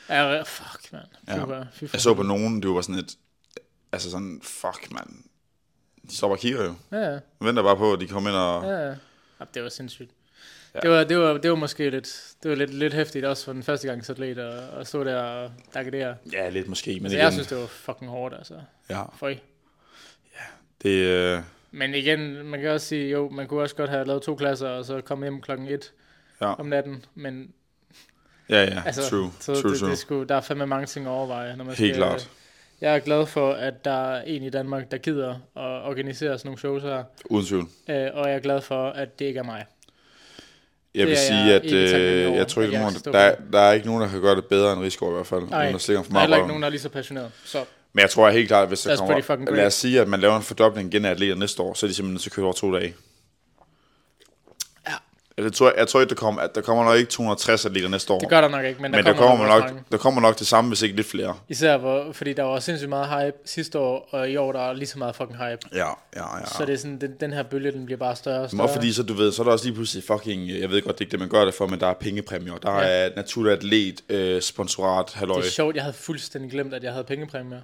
Speaker 2: Ja. ja, re- fuck, mand. Fy,
Speaker 1: Ja.
Speaker 2: ja. fy, fy.
Speaker 1: Jeg så på nogen, det var sådan et... Altså sådan, fuck, mand. De står bare og kigger jo.
Speaker 2: Ja, ja,
Speaker 1: Man venter bare på, at de kommer ind og...
Speaker 2: ja. ja. Ja, det var sindssygt.
Speaker 1: Ja.
Speaker 2: Ja. Det, var, det, var, det var måske lidt, det var lidt, lidt hæftigt også for den første gang atlet at, at stå der og dagadere.
Speaker 1: Ja, lidt måske, men
Speaker 2: Altså,
Speaker 1: igen.
Speaker 2: jeg synes, det var fucking hårdt, altså.
Speaker 1: Ja,
Speaker 2: Føj.
Speaker 1: det... Øh,
Speaker 2: Men igen, man kan også sige, jo, man kunne også godt have lavet to klasser, og så komme hjem klokken et
Speaker 1: Ja.
Speaker 2: om natten. Men
Speaker 1: ja, ja,
Speaker 2: Altså,
Speaker 1: true,
Speaker 2: så
Speaker 1: true,
Speaker 2: det,
Speaker 1: true.
Speaker 2: Det skulle, der er fandme mange ting at overveje. Når man
Speaker 1: Helt
Speaker 2: skal,
Speaker 1: klart.
Speaker 2: Jeg er glad for, at der er en i Danmark, der gider at organisere sådan nogle shows her.
Speaker 1: Uden tvivl.
Speaker 2: Øh, og jeg er glad for, at det ikke er mig.
Speaker 1: Jeg vil
Speaker 2: er
Speaker 1: sige,
Speaker 2: jeg
Speaker 1: at
Speaker 2: ikke taknemmelig
Speaker 1: øh,
Speaker 2: over,
Speaker 1: jeg tror ikke,
Speaker 2: at jeg
Speaker 1: nogen,
Speaker 2: kan stå
Speaker 1: der, er-
Speaker 2: for.
Speaker 1: der er ikke nogen, der kan gøre det bedre end Rigsgaard i hvert fald.
Speaker 2: Nej,
Speaker 1: uden at stikke ham for
Speaker 2: Der er
Speaker 1: meget
Speaker 2: heller ikke
Speaker 1: røven.
Speaker 2: nogen, der er lige så passioneret. Så
Speaker 1: Men jeg tror helt klart, at hvis der
Speaker 2: That's pretty
Speaker 1: kommer...
Speaker 2: fucking great.
Speaker 1: Lad os sige, at man laver en fordobling igen af atleter næste år, så er de simpelthen nødt til at køre over to dage.
Speaker 2: ja,
Speaker 1: Jeg tror, jeg tror ikke, der kommer, at der kommer nok ikke 260 atleter næste år.
Speaker 2: Det gør der nok ikke, men,
Speaker 1: men der kommer,
Speaker 2: nok,
Speaker 1: nok,
Speaker 2: også mange.
Speaker 1: der kommer nok det samme, hvis ikke lidt flere.
Speaker 2: Især hvor, fordi der var sindssygt meget hype sidste år, og i år der er lige så meget fucking hype.
Speaker 1: Ja, ja, ja.
Speaker 2: Så det er sådan, den, den her bølge, den bliver bare større og
Speaker 1: Men
Speaker 2: større.
Speaker 1: Ah. også fordi, så, du ved, så er der også lige pludselig fucking, øh, jeg ved godt, det er ikke det, man gør det for, men der er pengepræmier, der
Speaker 2: Ja.
Speaker 1: ja. er naturatlet, øh, sponsorat, halløj.
Speaker 2: det er
Speaker 1: Det,
Speaker 2: sjovt, jeg havde fuldstændig glemt, at jeg havde pengepræmier.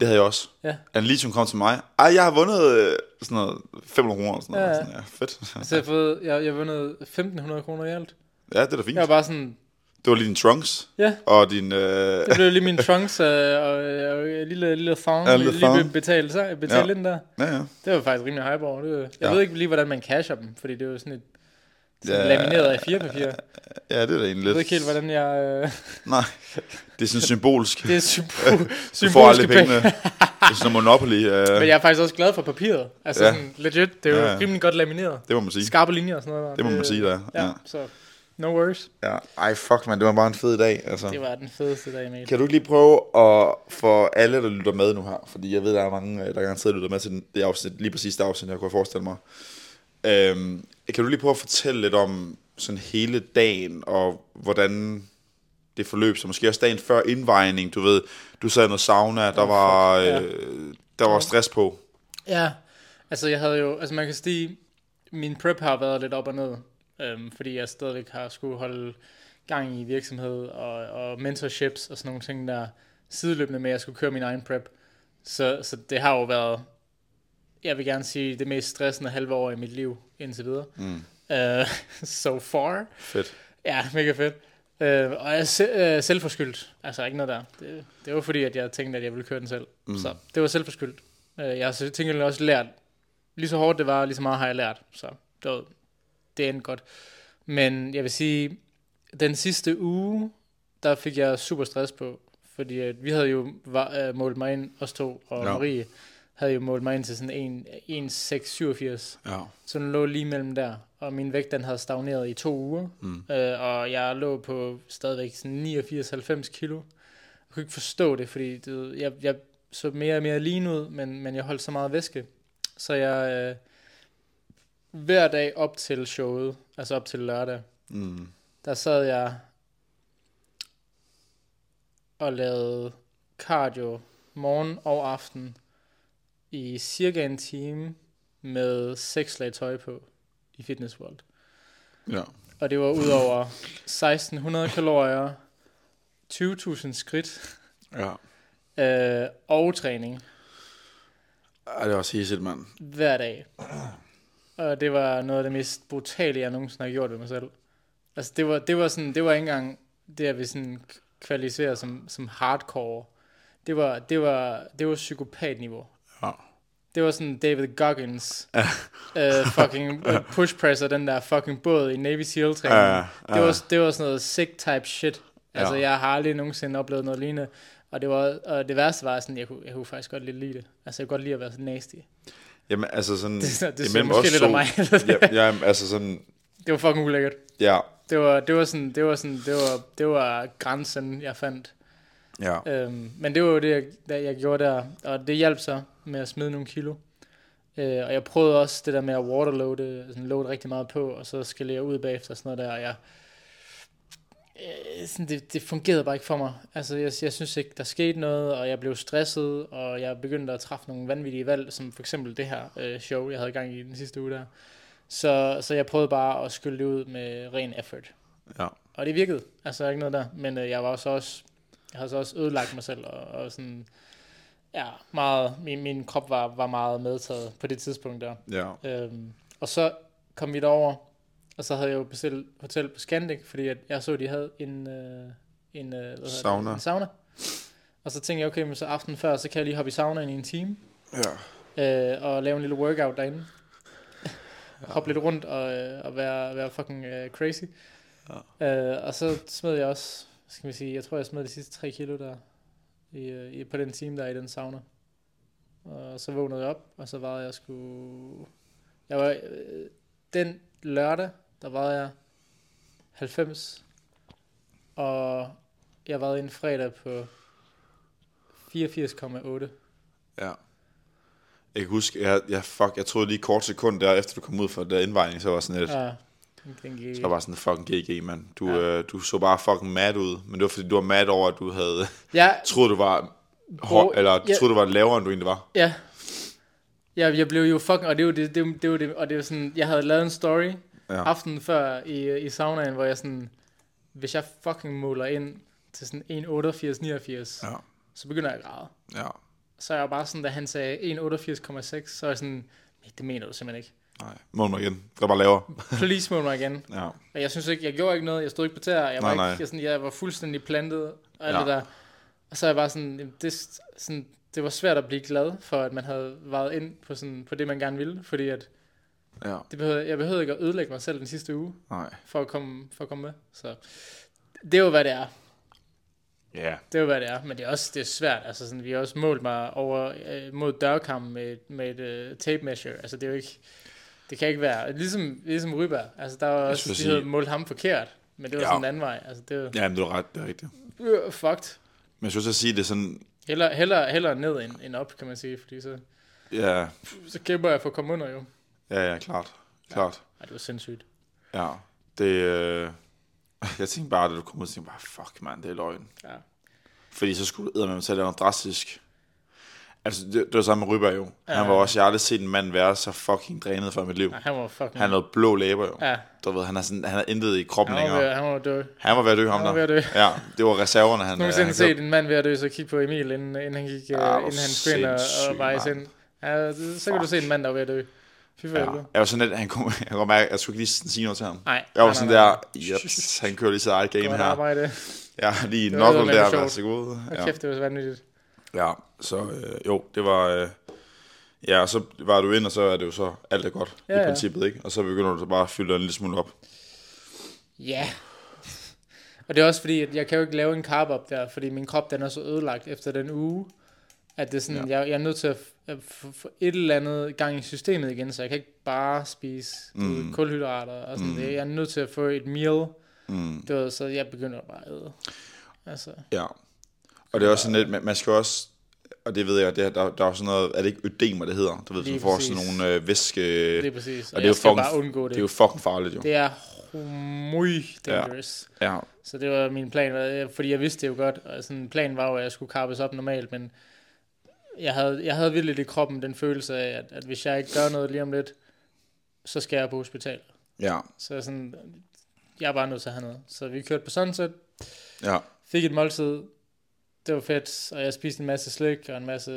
Speaker 1: det havde jeg også.
Speaker 2: Ja.
Speaker 1: Analytium kom til mig. Ej, jeg har vundet øh, sådan noget 500 kroner. og Sådan noget.
Speaker 2: Ja,
Speaker 1: Ja.
Speaker 2: ja.
Speaker 1: Sådan, ja, fedt.
Speaker 2: Så Altså, jeg har fået, jeg, jeg har vundet 1.500 kroner i alt.
Speaker 1: Ja, det er da fint.
Speaker 2: Jeg var bare sådan,
Speaker 1: Det var lige din trunks
Speaker 2: ja,
Speaker 1: og din... Øh,
Speaker 2: det blev lige min trunks øh, og, og, og lille, lille thong,
Speaker 1: Ja,
Speaker 2: ja,
Speaker 1: lille
Speaker 2: lille lige
Speaker 1: thong.
Speaker 2: blev betalt, så, betalt
Speaker 1: Ja.
Speaker 2: ja. ind der.
Speaker 1: ja, ja.
Speaker 2: Det var faktisk rimelig hype over. Det var, jeg
Speaker 1: Ja.
Speaker 2: ja. ved ikke lige, hvordan man casher dem, fordi det er jo sådan et sådan
Speaker 1: Ja.
Speaker 2: ja. lamineret af fire papir.
Speaker 1: ja, det er da egentlig lidt...
Speaker 2: Jeg ved ikke helt, hvordan jeg... Øh,
Speaker 1: Nej, det er sådan symbolsk.
Speaker 2: det er symbo-
Speaker 1: Du får
Speaker 2: symboliske
Speaker 1: aldrig
Speaker 2: penge.
Speaker 1: pengene. Det er sådan noget Monopoly. Øh,
Speaker 2: Men jeg er faktisk også glad for papiret. Altså
Speaker 1: Ja.
Speaker 2: ja. sådan, legit, det er jo
Speaker 1: Ja, ja.
Speaker 2: ja. rimelig godt lamineret.
Speaker 1: Det må man sige.
Speaker 2: Skarpe linjer og sådan noget. Der.
Speaker 1: Det må man sige, der. er.
Speaker 2: Ja,
Speaker 1: Ja.
Speaker 2: så no worries.
Speaker 1: ja. Ej, fuck, man. Det var bare en fed dag. Altså.
Speaker 2: Det var den fedeste dag, Emil.
Speaker 1: Kan du ikke lige prøve at få alle, der lytter med nu her, fordi jeg ved, der er mange, øh, der garanteret lytter med til den- det afsnit, lige præcis det afsnit, jeg kunne forestille mig. Øhm, kan du lige prøve at fortælle lidt om sådan hele dagen, og hvordan det forløb, så måske også dagen før indvejning, du ved, du sad i noget sauna, der var,
Speaker 2: fuck, ja.
Speaker 1: øh, der var stress på.
Speaker 2: Ja, altså jeg havde jo, altså man kan sige, min prep har været lidt op og ned, øhm, fordi jeg stadigvæk har skulle holde gang i virksomhed og, og mentorships og sådan nogle ting der, sideløbende med, at jeg skulle køre min egen prep. Så, så det har jo været, jeg vil gerne sige, det mest stressende halve år i mit liv indtil videre.
Speaker 1: Mm.
Speaker 2: Uh, so far.
Speaker 1: Fedt.
Speaker 2: Ja, mega fedt. Øh, og jeg er se, øh, selvforskyldt. Altså ikke noget der. Det, det var fordi, at jeg tænkte, at jeg ville køre den selv. Mm. Så det var selvforskyldt. Øh, jeg har så- tænkt, at jeg også lært. Lige så hårdt det var, lige så meget har jeg lært. Så det, var, det endte godt. Men jeg vil sige, den sidste uge, der fik jeg super stress på. Fordi at vi havde jo var, øh, målt mig ind, os to og
Speaker 1: Ja.
Speaker 2: ja. Marie, havde jo målt mig ind til sådan en, 1,687.
Speaker 1: Ja.
Speaker 2: Så den lå lige mellem der, og min vægt den havde stagneret i to uger,
Speaker 1: Mm.
Speaker 2: øh, og jeg lå på stadigvæk sådan 89-90 kilo. Jeg kunne ikke forstå det, fordi du ved, jeg, jeg så mere og mere lean ud, men, men jeg holdt så meget væske. Så jeg øh, hver dag op til showet, altså op til lørdag,
Speaker 1: Mm.
Speaker 2: der sad jeg og lavede cardio morgen og aften i cirka en time med seks slag tøj på i Fitness World.
Speaker 1: Ja.
Speaker 2: Og det var ud over 1600 kalorier, 20.000 skridt
Speaker 1: Ja.
Speaker 2: øh, og træning
Speaker 1: Ej, det er også hisset, mand.
Speaker 2: hver dag. Og det var noget af det mest brutale, jeg nogensinde har gjort ved mig selv. Altså, det var, det var, sådan, det var ikke engang det, jeg vil sådan kvalificere som, som hardcore. Det var, det var, det var psykopatniveau.
Speaker 1: Ja.
Speaker 2: Det var sådan David Goggins øh, fucking øh, push presser, den der fucking båd i Navy SEAL træning.
Speaker 1: Ja, ja.
Speaker 2: Det, var, det var sådan noget sick type shit. Altså,
Speaker 1: Ja.
Speaker 2: jeg har aldrig nogensinde oplevet noget lignende. Og det, var, og det værste var sådan, jeg kunne, jeg kunne faktisk godt lidt lide det. Altså, jeg kunne godt lide at være sådan nasty.
Speaker 1: Jamen, altså sådan...
Speaker 2: Det, det, det siger
Speaker 1: imellem
Speaker 2: måske
Speaker 1: os
Speaker 2: lidt
Speaker 1: to-
Speaker 2: om mig.
Speaker 1: ja, ja, altså sådan...
Speaker 2: det var fucking ulækkert.
Speaker 1: Ja,
Speaker 2: Det var, det var sådan, det var sådan, det var, det var grænsen, jeg fandt.
Speaker 1: ja.
Speaker 2: Øhm, men det var jo det, jeg, det, jeg gjorde der, og det hjalp så med at smide nogle kilo. Øh, og jeg prøvede også det der med at waterloade, sådan load rigtig meget på, og så skalere ud bagefter og sådan noget der, og jeg, øh, sådan, det, det fungerede bare ikke for mig. Altså, jeg, jeg synes ikke, der skete noget, og jeg blev stresset, og jeg begyndte at træffe nogle vanvittige valg, som for eksempel det her øh, show, jeg havde gang i den sidste uge der. Så, så jeg prøvede bare at skylle det ud med ren effort.
Speaker 1: Ja.
Speaker 2: Og det virkede. Altså, ikke noget der. Men øh, jeg var så også, jeg havde så også ødelagt mig selv, og, og sådan, ja, meget, min, min krop var, var meget medtaget på det tidspunkt der.
Speaker 1: Ja.
Speaker 2: Øhm, og så kom vi derover, og så havde jeg jo bestilt hotel på Scandic, fordi at jeg så, at de havde en, øh, en, øh, hvad hedder det?
Speaker 1: Sauna.
Speaker 2: en sauna. Og så tænkte jeg, okay, men så aften før, så kan jeg lige hoppe i saunaen i en time,
Speaker 1: Ja.
Speaker 2: øh, og lave en lille workout derinde. Hoppe lidt rundt og, øh, og være, være fucking øh, crazy. Ja. Øh, og så smed jeg også, hvad skal vi sige, jeg tror, jeg smed de sidste 3 kilo der i, øh, i, på den time der i den sauna. Og så vågnede jeg op, og så var jeg sgu... Jeg var, øh, den lørdag, der var jeg 90, og jeg var en fredag på 84,8.
Speaker 1: Ja. Jeg kan huske, jeg, jeg, fuck, jeg troede lige et kort sekund der, efter du kom ud fra der indvejning, så var jeg sådan lidt, ja.
Speaker 2: Ja. Den gik
Speaker 1: Så var
Speaker 2: ikke.
Speaker 1: jeg bare sådan, fucking GG, mand. Du, ja. øh, du så bare fucking mad ud. Men det var fordi, du var mad over, at du havde
Speaker 2: Ja,
Speaker 1: troet, du var,
Speaker 2: Hvor-
Speaker 1: hår, eller
Speaker 2: ja.
Speaker 1: ja. troede, du var lavere, end du egentlig var.
Speaker 2: ja. Ja, jeg blev jo fucking, og det var det, det, var- det, var det og det var sådan, jeg havde lavet en story ja.
Speaker 1: Ja.
Speaker 2: aftenen før i, i saunaen, hvor jeg sådan, hvis jeg fucking måler ind til sådan 1,88-89, ja.
Speaker 1: Ja,
Speaker 2: så begynder jeg at græde.
Speaker 1: ja.
Speaker 2: Så er jeg bare sådan, da han sagde 1,88,6, så er jeg sådan, "Nej, det mener du simpelthen ikke.
Speaker 1: Nej, mål mig igen. Du er bare lavere.
Speaker 2: Please mål mig igen.
Speaker 1: Ja.
Speaker 2: Og jeg synes ikke, jeg gjorde ikke noget, jeg stod ikke på tæer, jeg
Speaker 1: Nej,
Speaker 2: var, ikke,
Speaker 1: nej.
Speaker 2: Jeg, sådan, jeg var fuldstændig plantet og alt
Speaker 1: Ja.
Speaker 2: ja. det der. Og så er jeg bare sådan, jamen, det, s- sådan, det var svært at blive glad for, at man havde vejet ind på, sådan, på det, man gerne ville, fordi at
Speaker 1: ja.
Speaker 2: det behøvede, jeg behøvede ikke at ødelægge mig selv den sidste uge,
Speaker 1: Nej.
Speaker 2: for at komme, for at komme med. Så det er jo, hvad det er.
Speaker 1: Ja.
Speaker 2: Det er jo, hvad det er, men det er også det er svært. Altså, sådan, vi har også målt mig over, øh, mod dørkammen med, med et øh, tape measure. Altså, det er jo ikke... Det kan ikke være... Ligesom, ligesom Ryberg. Altså, der var også...
Speaker 1: skulle
Speaker 2: De havde
Speaker 1: sige-
Speaker 2: målt ham forkert, men det var
Speaker 1: Ja.
Speaker 2: ja. sådan en anden vej. Altså, det var
Speaker 1: Ja, men du er ret, det er rigtigt.
Speaker 2: øh, fucked.
Speaker 1: Men jeg synes at sige, det er sådan,
Speaker 2: Heller, heller, heller ned end, end op, kan man sige, fordi så,
Speaker 1: ja,
Speaker 2: så kæmper jeg for at komme under jo.
Speaker 1: ja, ja, klart, klart.
Speaker 2: Ej, det var sindssygt.
Speaker 1: Ja, det, øh, jeg tænkte bare, da du kom ud, tænkte jeg bare, fuck man, det er løgn.
Speaker 2: Ja.
Speaker 1: Fordi så skulle du med selv noget drastisk. Altså, det, det var samme med Ryberg jo. Ja. Han var
Speaker 2: Ja.
Speaker 1: også, jeg har aldrig set en mand være så fucking drænet fra mit liv.
Speaker 2: Nej, han var fucking...
Speaker 1: Han havde blå læber jo. Ja.
Speaker 2: ja,
Speaker 1: Du ved, han har, sådan, han har intet i kroppen
Speaker 2: han var,
Speaker 1: længere.
Speaker 2: ved, han var død.
Speaker 1: Han var ved at dø, ham
Speaker 2: Han
Speaker 1: der.
Speaker 2: var ved at dø.
Speaker 1: Ja, det var reserverne, han... øh,
Speaker 2: Nogensinde
Speaker 1: han
Speaker 2: set en mand ved at dø, så kigge på Emil, inden, øh, inden han gik, ja,
Speaker 1: hvor
Speaker 2: inden han skulle ind og, og
Speaker 1: sindssygt,
Speaker 2: vejes
Speaker 1: mand.
Speaker 2: ind. Ja, så, så kan du se en mand, der er ved at dø. Fy for
Speaker 1: Ja.
Speaker 2: helvede.
Speaker 1: Jeg var sådan lidt, han kunne, jeg kunne mærke, jeg skulle ikke lige sige noget til ham.
Speaker 2: Nej.
Speaker 1: Jeg var
Speaker 2: nej,
Speaker 1: sådan
Speaker 2: nej,
Speaker 1: der,
Speaker 2: nej.
Speaker 1: jeps, han kører lige sit eget game
Speaker 2: Godt
Speaker 1: her.
Speaker 2: arbejde.
Speaker 1: Ja, lige
Speaker 2: Det var
Speaker 1: knuckle
Speaker 2: eddermame
Speaker 1: der, vær
Speaker 2: sjovt.
Speaker 1: så god.
Speaker 2: Og
Speaker 1: Ja.
Speaker 2: kæft, det var så vanvittigt.
Speaker 1: ja, så øh, jo, det var... Øh, ja, og så var du ind, og så er det jo så alt er godt
Speaker 2: Ja,
Speaker 1: ja, i
Speaker 2: ja.
Speaker 1: princippet, ikke? Og så begynder du så bare at fylde en lille smule op.
Speaker 2: Ja. Og det er også fordi, at jeg kan jo ikke lave en carb op der, fordi min krop den er så ødelagt efter den uge, at det er sådan, ja. jeg, jeg er nødt til at f- at f- få et eller andet gang i systemet igen, så jeg kan ikke bare spise mm. kulhydrater og sådan mm. det. Jeg er nødt til at få et meal,
Speaker 1: Mm,
Speaker 2: det var, så jeg begynder bare at æde. Altså,
Speaker 1: ja. Og det er også sådan lidt, man, man skal jo også... Og det ved jeg, det, er- der, der er jo sådan noget... Er det ikke ødemer, det hedder? Du ved,
Speaker 2: Lige
Speaker 1: du får
Speaker 2: præcis.
Speaker 1: sådan nogle øh, væske...
Speaker 2: det er
Speaker 1: Det,
Speaker 2: præcis. Og,
Speaker 1: og
Speaker 2: og
Speaker 1: det er jo
Speaker 2: jeg skal
Speaker 1: fucking-
Speaker 2: bare undgå det.
Speaker 1: det er jo fucking farligt, jo.
Speaker 2: Det er muy dangerous. Ja.
Speaker 1: Ja,
Speaker 2: Så det var min plan, øh, fordi jeg vidste det jo godt. Og sådan, planen var jo, at jeg skulle karpes op normalt, men jeg havde, jeg havde vildt i kroppen den følelse af, at, at hvis jeg ikke gør noget lige om lidt, så skal jeg på hospital.
Speaker 1: ja,
Speaker 2: Så sådan, jeg er bare nødt til at have noget. Så vi kørte på Sunset,
Speaker 1: ja.
Speaker 2: fik et måltid, det var fedt, og jeg spiste en masse slik og en masse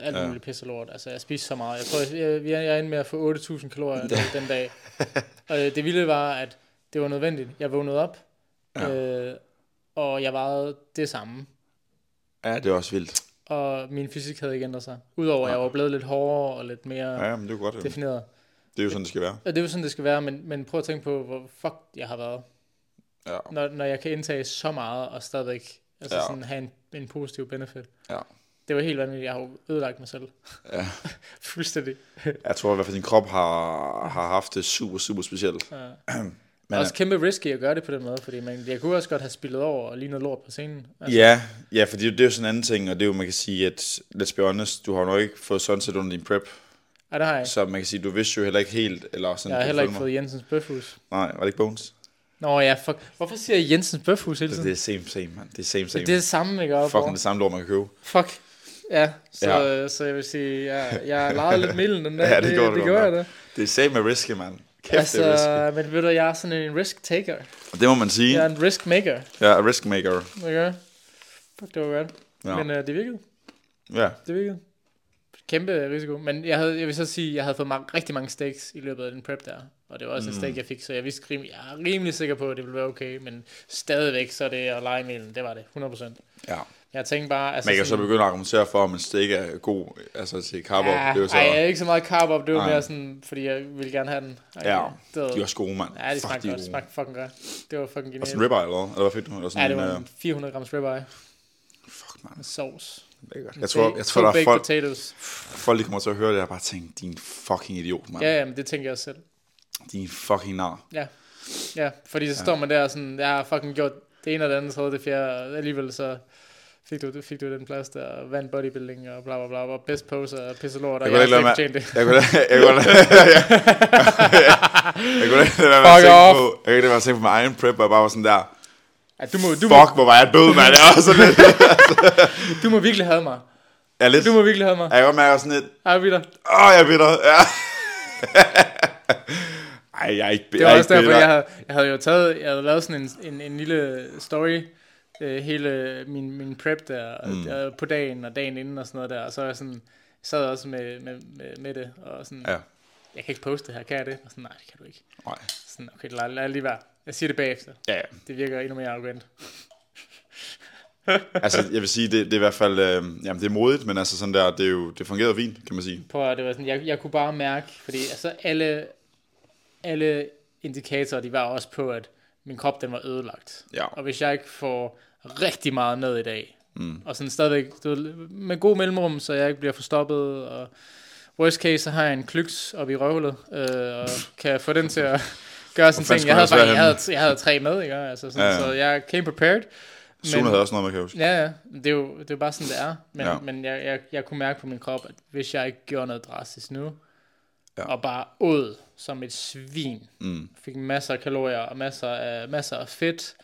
Speaker 2: alt
Speaker 1: Ja.
Speaker 2: muligt pisse lort. Altså, jeg spiste så meget. Jeg tror, jeg, jeg, jeg endte med at få 8.000 kalorier ja. den dag. Og øh, det vilde var, at det var nødvendigt. Jeg vågnede op, ja. øh, og jeg vejede det samme.
Speaker 1: Ja, det er også vildt.
Speaker 2: Og min fysik havde ikke ændret sig. Udover, at jeg var blevet lidt hårdere og lidt mere
Speaker 1: Ja,
Speaker 2: ja.
Speaker 1: ja men det er jo godt. jo.
Speaker 2: defineret.
Speaker 1: Det er jo sådan, det skal være.
Speaker 2: Og det er jo sådan, det skal være, men, men prøv at tænke på, hvor fuck jeg har været.
Speaker 1: Ja,
Speaker 2: Når, når jeg kan indtage så meget, og stadigvæk altså ja.
Speaker 1: Ja.
Speaker 2: sådan, have en, en positiv benefit.
Speaker 1: ja.
Speaker 2: Det var helt vanvittigt. Jeg har jo ødelagt mig selv.
Speaker 1: Ja.
Speaker 2: Fuldstændig.
Speaker 1: Jeg tror i hvert fald, din krop har, har haft det super, super specielt.
Speaker 2: Ja. Men,
Speaker 1: Men,
Speaker 2: også kæmpe risky at gøre det på den måde, fordi man, jeg kunne også godt have spillet over og lignet lort på scenen. Altså,
Speaker 1: Ja, ja, for det, er jo- det er jo sådan en anden ting, og det er jo, man kan sige, at let's be honest, du har jo nok ikke fået sunset under din prep,
Speaker 2: Ej, det har jeg ikke.
Speaker 1: så man kan sige, du vidste jo heller ikke helt, eller sådan.
Speaker 2: Jeg har
Speaker 1: kan du
Speaker 2: heller ikke
Speaker 1: følge
Speaker 2: fået Jensens Bøfhus.
Speaker 1: mig? Nej, var det ikke Bones?
Speaker 2: Nå ja, fuck. Hvorfor siger jeg Jensens Bøfhus hele
Speaker 1: Det,
Speaker 2: tiden?
Speaker 1: det er same, same, man. Det er same, same.
Speaker 2: Det, det er det samme, ikke? Op,
Speaker 1: Fucking det samme lort, man kan købe.
Speaker 2: Fuck. Ja, så, ja.
Speaker 1: Ja.
Speaker 2: så jeg vil sige, jeg, jeg legede lidt milden den dag.
Speaker 1: Ja, det gjorde du
Speaker 2: det
Speaker 1: godt
Speaker 2: gjorde jeg
Speaker 1: nok.
Speaker 2: da.
Speaker 1: Det er same med risky, man. Kæft, altså... det er risky.
Speaker 2: Altså, men ved du, jeg er sådan en risk taker.
Speaker 1: Det må man sige.
Speaker 2: Jeg
Speaker 1: Ja,
Speaker 2: er en risk maker.
Speaker 1: ja risk maker.
Speaker 2: Okay? Fuck, det var godt.
Speaker 1: Ja.
Speaker 2: Men øh, det virkede.
Speaker 1: ja.
Speaker 2: Det virkede. Kæmpe risiko. Men jeg, havde, jeg vil så sige, at jeg havde fået ma- rigtig mange steaks i løbet af den prep der. Og det var også mm. en steak, jeg fik, så jeg, vidste, rimelig, jeg er rimelig sikker på, at det ville være okay. Men stadigvæk, så er det at lege melen. Det var det, 100%.
Speaker 1: ja.
Speaker 2: Jeg tænkte bare... Altså
Speaker 1: Man kan så
Speaker 2: sådan-
Speaker 1: begynde at argumentere for, om en steak er god altså til carb
Speaker 2: Ja,
Speaker 1: ja, det er jo så...
Speaker 2: "Ah, ej, jeg er ikke så meget carb op, det var
Speaker 1: Nej.
Speaker 2: mere sådan, fordi jeg ville gerne have den. Okay,
Speaker 1: Ja,
Speaker 2: det var,
Speaker 1: de er også gode, mand.
Speaker 2: ja, det
Speaker 1: Fuck,
Speaker 2: smagte
Speaker 1: de er
Speaker 2: godt, det
Speaker 1: gode.
Speaker 2: smagte fucking godt. Det var fucking
Speaker 1: Og
Speaker 2: genialt.
Speaker 1: sådan en ribeye, eller hvad? Eller hvad fik du? Eller sådan
Speaker 2: Ja, det var
Speaker 1: en,
Speaker 2: en 400 grams ribeye
Speaker 1: øh, fuck, man.
Speaker 2: med sovs.
Speaker 1: Lækkert. Jeg tror, jeg tror
Speaker 2: To
Speaker 1: der er
Speaker 2: baked
Speaker 1: folk,
Speaker 2: potatoes.
Speaker 1: folk der kommer til at høre det, og bare tænker, din fucking idiot, mand.
Speaker 2: Ja, ja, men det tænker jeg også selv.
Speaker 1: Din fucking nar.
Speaker 2: Ja, ja fordi så står man der og sådan, jeg har fucking gjort det ene og det andet, tredje, det fjerde, og alligevel så fik du, fik du den plads der, og vandt bodybuilding, og bla bla bla, og best poser, og pisse lort, og
Speaker 1: Jeg
Speaker 2: jeg,
Speaker 1: kunne
Speaker 2: jeg
Speaker 1: ikke lade
Speaker 2: ikke
Speaker 1: være Jeg kunne
Speaker 2: fortjent det.
Speaker 1: da- jeg kunne da- jeg- jeg kunne da ikke lade være med at
Speaker 2: Fuck
Speaker 1: tænke
Speaker 2: off.
Speaker 1: på, jeg kunne ikke lade være med at tænke på min egen prep, hvor jeg bare var sådan der,
Speaker 2: Ja, du, må, du, må,
Speaker 1: fuck, hvor var jeg død, mand. Jeg var sådan lidt,
Speaker 2: du må virkelig have mig.
Speaker 1: jeg er lidt,
Speaker 2: Du må virkelig have mig.
Speaker 1: jeg kan godt mærke, jeg var sådan lidt,
Speaker 2: Ej, Peter.
Speaker 1: åh, jeg er bitter. Ja. Ej, jeg er ikke,
Speaker 2: Det
Speaker 1: jeg
Speaker 2: var
Speaker 1: er
Speaker 2: også
Speaker 1: ikke bitter.
Speaker 2: derfor, jeg havde, jeg havde jo taget, jeg havde lavet sådan en, en, en lille story, øh, hele min, min prep der, mm. øh, på dagen og dagen inden og sådan noget der, og så var jeg sådan, sad også med, med, med, med det, og sådan,
Speaker 1: Ja,
Speaker 2: jeg kan ikke poste det her, kan jeg det? Og sådan, nej, det kan du ikke.
Speaker 1: nej.
Speaker 2: Sådan, okay, lad, lad lige være. Jeg siger det bagefter.
Speaker 1: Ja, ja.
Speaker 2: Det virker endnu mere arrogant.
Speaker 1: altså, jeg vil sige, det, det er i hvert fald, øh, jamen, det er modigt, men altså sådan der, det, er jo, det fungerede fint, kan man sige.
Speaker 2: Prøv at, høre, det var sådan, jeg, jeg kunne bare mærke, fordi altså alle, alle indikatorer, de var også på, at min krop, den var ødelagt.
Speaker 1: Ja.
Speaker 2: Og hvis jeg ikke får rigtig meget ned i dag, mm. og sådan stadigvæk du ved, med god mellemrum, så jeg ikke bliver forstoppet, og worst case, så har jeg en klyks op i røvlet, øh, og kan få den til at gøre sådan
Speaker 1: fanden skulle
Speaker 2: en ting. Jeg havde,
Speaker 1: ellers være
Speaker 2: faktisk, jeg, havde, jeg havde tre med, ikke? Altså sådan,
Speaker 1: Ja,
Speaker 2: ja,
Speaker 1: ja.
Speaker 2: ja. så jeg came prepared.
Speaker 1: Sune havde også noget, man kan huske.
Speaker 2: Ja, ja. Det er jo, det er jo bare sådan, det er. Men,
Speaker 1: Ja.
Speaker 2: ja. men jeg, jeg, jeg kunne mærke på min krop, at hvis jeg ikke gjorde noget drastisk nu,
Speaker 1: Ja.
Speaker 2: ja. og bare åd som et svin,
Speaker 1: Mm.
Speaker 2: fik masser af kalorier og masser af, masser af fedt,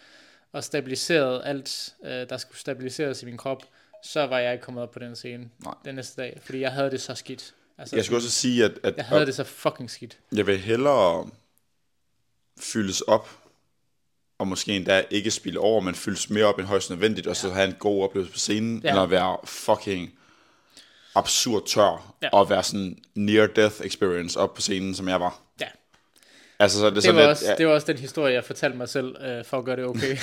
Speaker 2: og stabiliserede alt, øh, der skulle stabiliseres i min krop, så var jeg ikke kommet op på den scene
Speaker 1: Nej.
Speaker 2: den næste dag, fordi jeg havde det så skidt. Altså,
Speaker 1: Jeg Altså, skulle også sige, at, at
Speaker 2: jeg havde det så fucking skidt.
Speaker 1: Jeg vil hellere fyldes op, og måske endda ikke spille over, men fyldes mere op end højst nødvendigt, og så have en god oplevelse på scenen, ja.
Speaker 2: Ja.
Speaker 1: end at være fucking absurd tør, ja.
Speaker 2: Ja.
Speaker 1: og være sådan near death experience op på scenen, som jeg var.
Speaker 2: Ja.
Speaker 1: Altså, så er det,
Speaker 2: Det
Speaker 1: sådan
Speaker 2: var,
Speaker 1: lidt,
Speaker 2: også,
Speaker 1: ja,
Speaker 2: det var også den historie, jeg fortalte mig selv, øh, for at gøre det okay.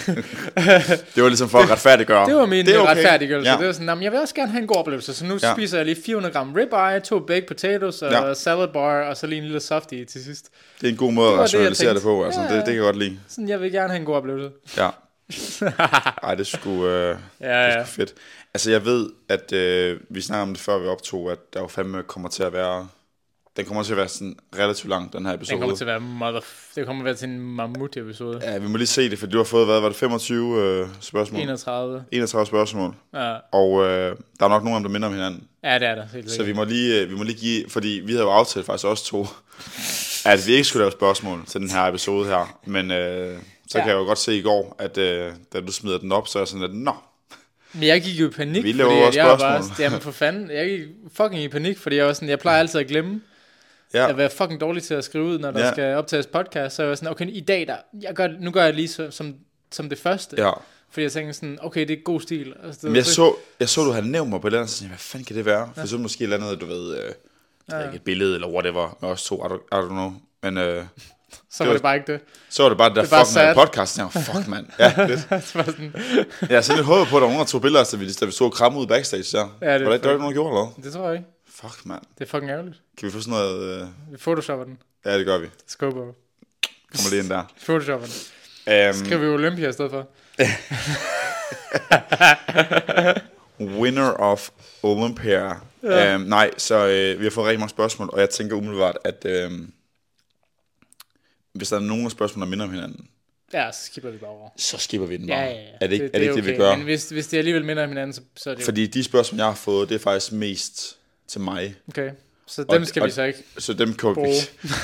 Speaker 1: det var ligesom for at retfærdiggøre.
Speaker 2: Det var min
Speaker 1: er
Speaker 2: det okay. retfærdiggørelse.
Speaker 1: Ja.
Speaker 2: Ja. Det var sådan, "Nå, men jeg vil også gerne have en god oplevelse, så nu
Speaker 1: Ja.
Speaker 2: ja. spiser jeg lige 400 gram ribeye, to baked potatoes og
Speaker 1: Ja.
Speaker 2: ja. salad bar, og så lige en lille softie til sidst.
Speaker 1: det er en god måde at
Speaker 2: var det, jeg
Speaker 1: rationalisere det, det
Speaker 2: tænkte.
Speaker 1: på, altså,
Speaker 2: Ja,
Speaker 1: ja.
Speaker 2: ja.
Speaker 1: det, det kan jeg godt lide.
Speaker 2: Sådan, jeg vil gerne have en god oplevelse.
Speaker 1: Ja. Ej, det skulle... Øh...
Speaker 2: Ja,
Speaker 1: Det er
Speaker 2: ja.
Speaker 1: sgu fedt. Altså, jeg ved, at øh, vi snakkede om det, før vi optog, at der jo fandme kommer til at være... Den kommer til at være sådan relativt lang, den her episode.
Speaker 2: Den kommer til at være mother... Det kommer til at være til en mammut-episode.
Speaker 1: Ja, vi må lige se det, for du har fået, hvad var det, 25 øh, spørgsmål?
Speaker 2: 31.
Speaker 1: 31 spørgsmål.
Speaker 2: Ja,
Speaker 1: Og øh, der er nok nogen af dem, der minder om hinanden.
Speaker 2: ja det er der. Helt
Speaker 1: Så
Speaker 2: sikkert.
Speaker 1: vi må lige, øh, vi må lige give... Fordi vi havde jo aftalt faktisk også to, at vi ikke skulle lave spørgsmål til den her episode her. Men øh, så ja.
Speaker 2: Ja.
Speaker 1: kan jeg jo godt se i går, at øh, da du smider den op, så er jeg sådan lidt, nå,
Speaker 2: Men jeg gik jo i panik,
Speaker 1: Vi
Speaker 2: vi
Speaker 1: laver
Speaker 2: fordi at
Speaker 1: også
Speaker 2: jeg var
Speaker 1: spørgsmål.
Speaker 2: bare... Jamen for fanden, jeg gik fucking i panik, fordi jeg var sådan, jeg plejer altid at glemme.
Speaker 1: Ja.
Speaker 2: Ja. Jeg er fucking dårlig til at skrive ud, når der
Speaker 1: Ja.
Speaker 2: ja. skal optages podcast, så jeg var sådan, okay, i dag, der, jeg gør, nu gør jeg lige så, som, som det første.
Speaker 1: ja.
Speaker 2: Fordi jeg tænkte sådan, okay, det er god stil. Altså,
Speaker 1: Men jeg så, jeg så, du havde nævnt mig på et eller andet, så tænkte jeg, hvad fanden kan det være? For så måske et eller andet, du ved, øh, ja. ikke et billede eller whatever, med os to, I don't, I don't know. Men øh, det
Speaker 2: så var
Speaker 1: var-
Speaker 2: det bare ikke det.
Speaker 1: så var det bare det der
Speaker 2: Det er bare
Speaker 1: fucking sad.
Speaker 2: sad.
Speaker 1: podcast, jeg var, fuck mand. Ja, lidt.
Speaker 2: det var sådan,
Speaker 1: Jeg har sådan lidt håbet på, at der var nogen, der tog billeder, så vi, da vi stod og kramme ud backstage der. Ja,
Speaker 2: er
Speaker 1: det var der ikke der var
Speaker 2: fucking-
Speaker 1: ikke nogen, der gjorde noget.
Speaker 2: det tror jeg ikke.
Speaker 1: Fuck mand.
Speaker 2: Det er fucking ærgerligt.
Speaker 1: Kan vi få sådan noget... Øh...
Speaker 2: Vi photoshopper den.
Speaker 1: Ja, det gør vi.
Speaker 2: Skubber. over.
Speaker 1: Kommer lige ind der.
Speaker 2: Photoshopper den.
Speaker 1: Um,
Speaker 2: Skriver vi Olympia i stedet for.
Speaker 1: winner of Olympia. Ja. Um, nej, så øh, vi har fået rigtig mange spørgsmål, og jeg tænker umiddelbart, at øh, hvis der er nogen af spørgsmålene, der minder om hinanden,
Speaker 2: Ja, så skipper vi bare over.
Speaker 1: så skipper vi den
Speaker 2: Ja,
Speaker 1: bare.
Speaker 2: ja, ja.
Speaker 1: Er det ikke det, er det, ikke det vi
Speaker 2: okay.
Speaker 1: gør?
Speaker 2: Men hvis, hvis det alligevel minder om hinanden, så, så er det
Speaker 1: Fordi de spørgsmål, jeg har fået, det er faktisk mest til mig.
Speaker 2: okay. Så dem
Speaker 1: Og-
Speaker 2: skal
Speaker 1: og-
Speaker 2: vi så ikke.
Speaker 1: Så dem kan vi
Speaker 2: Bruge.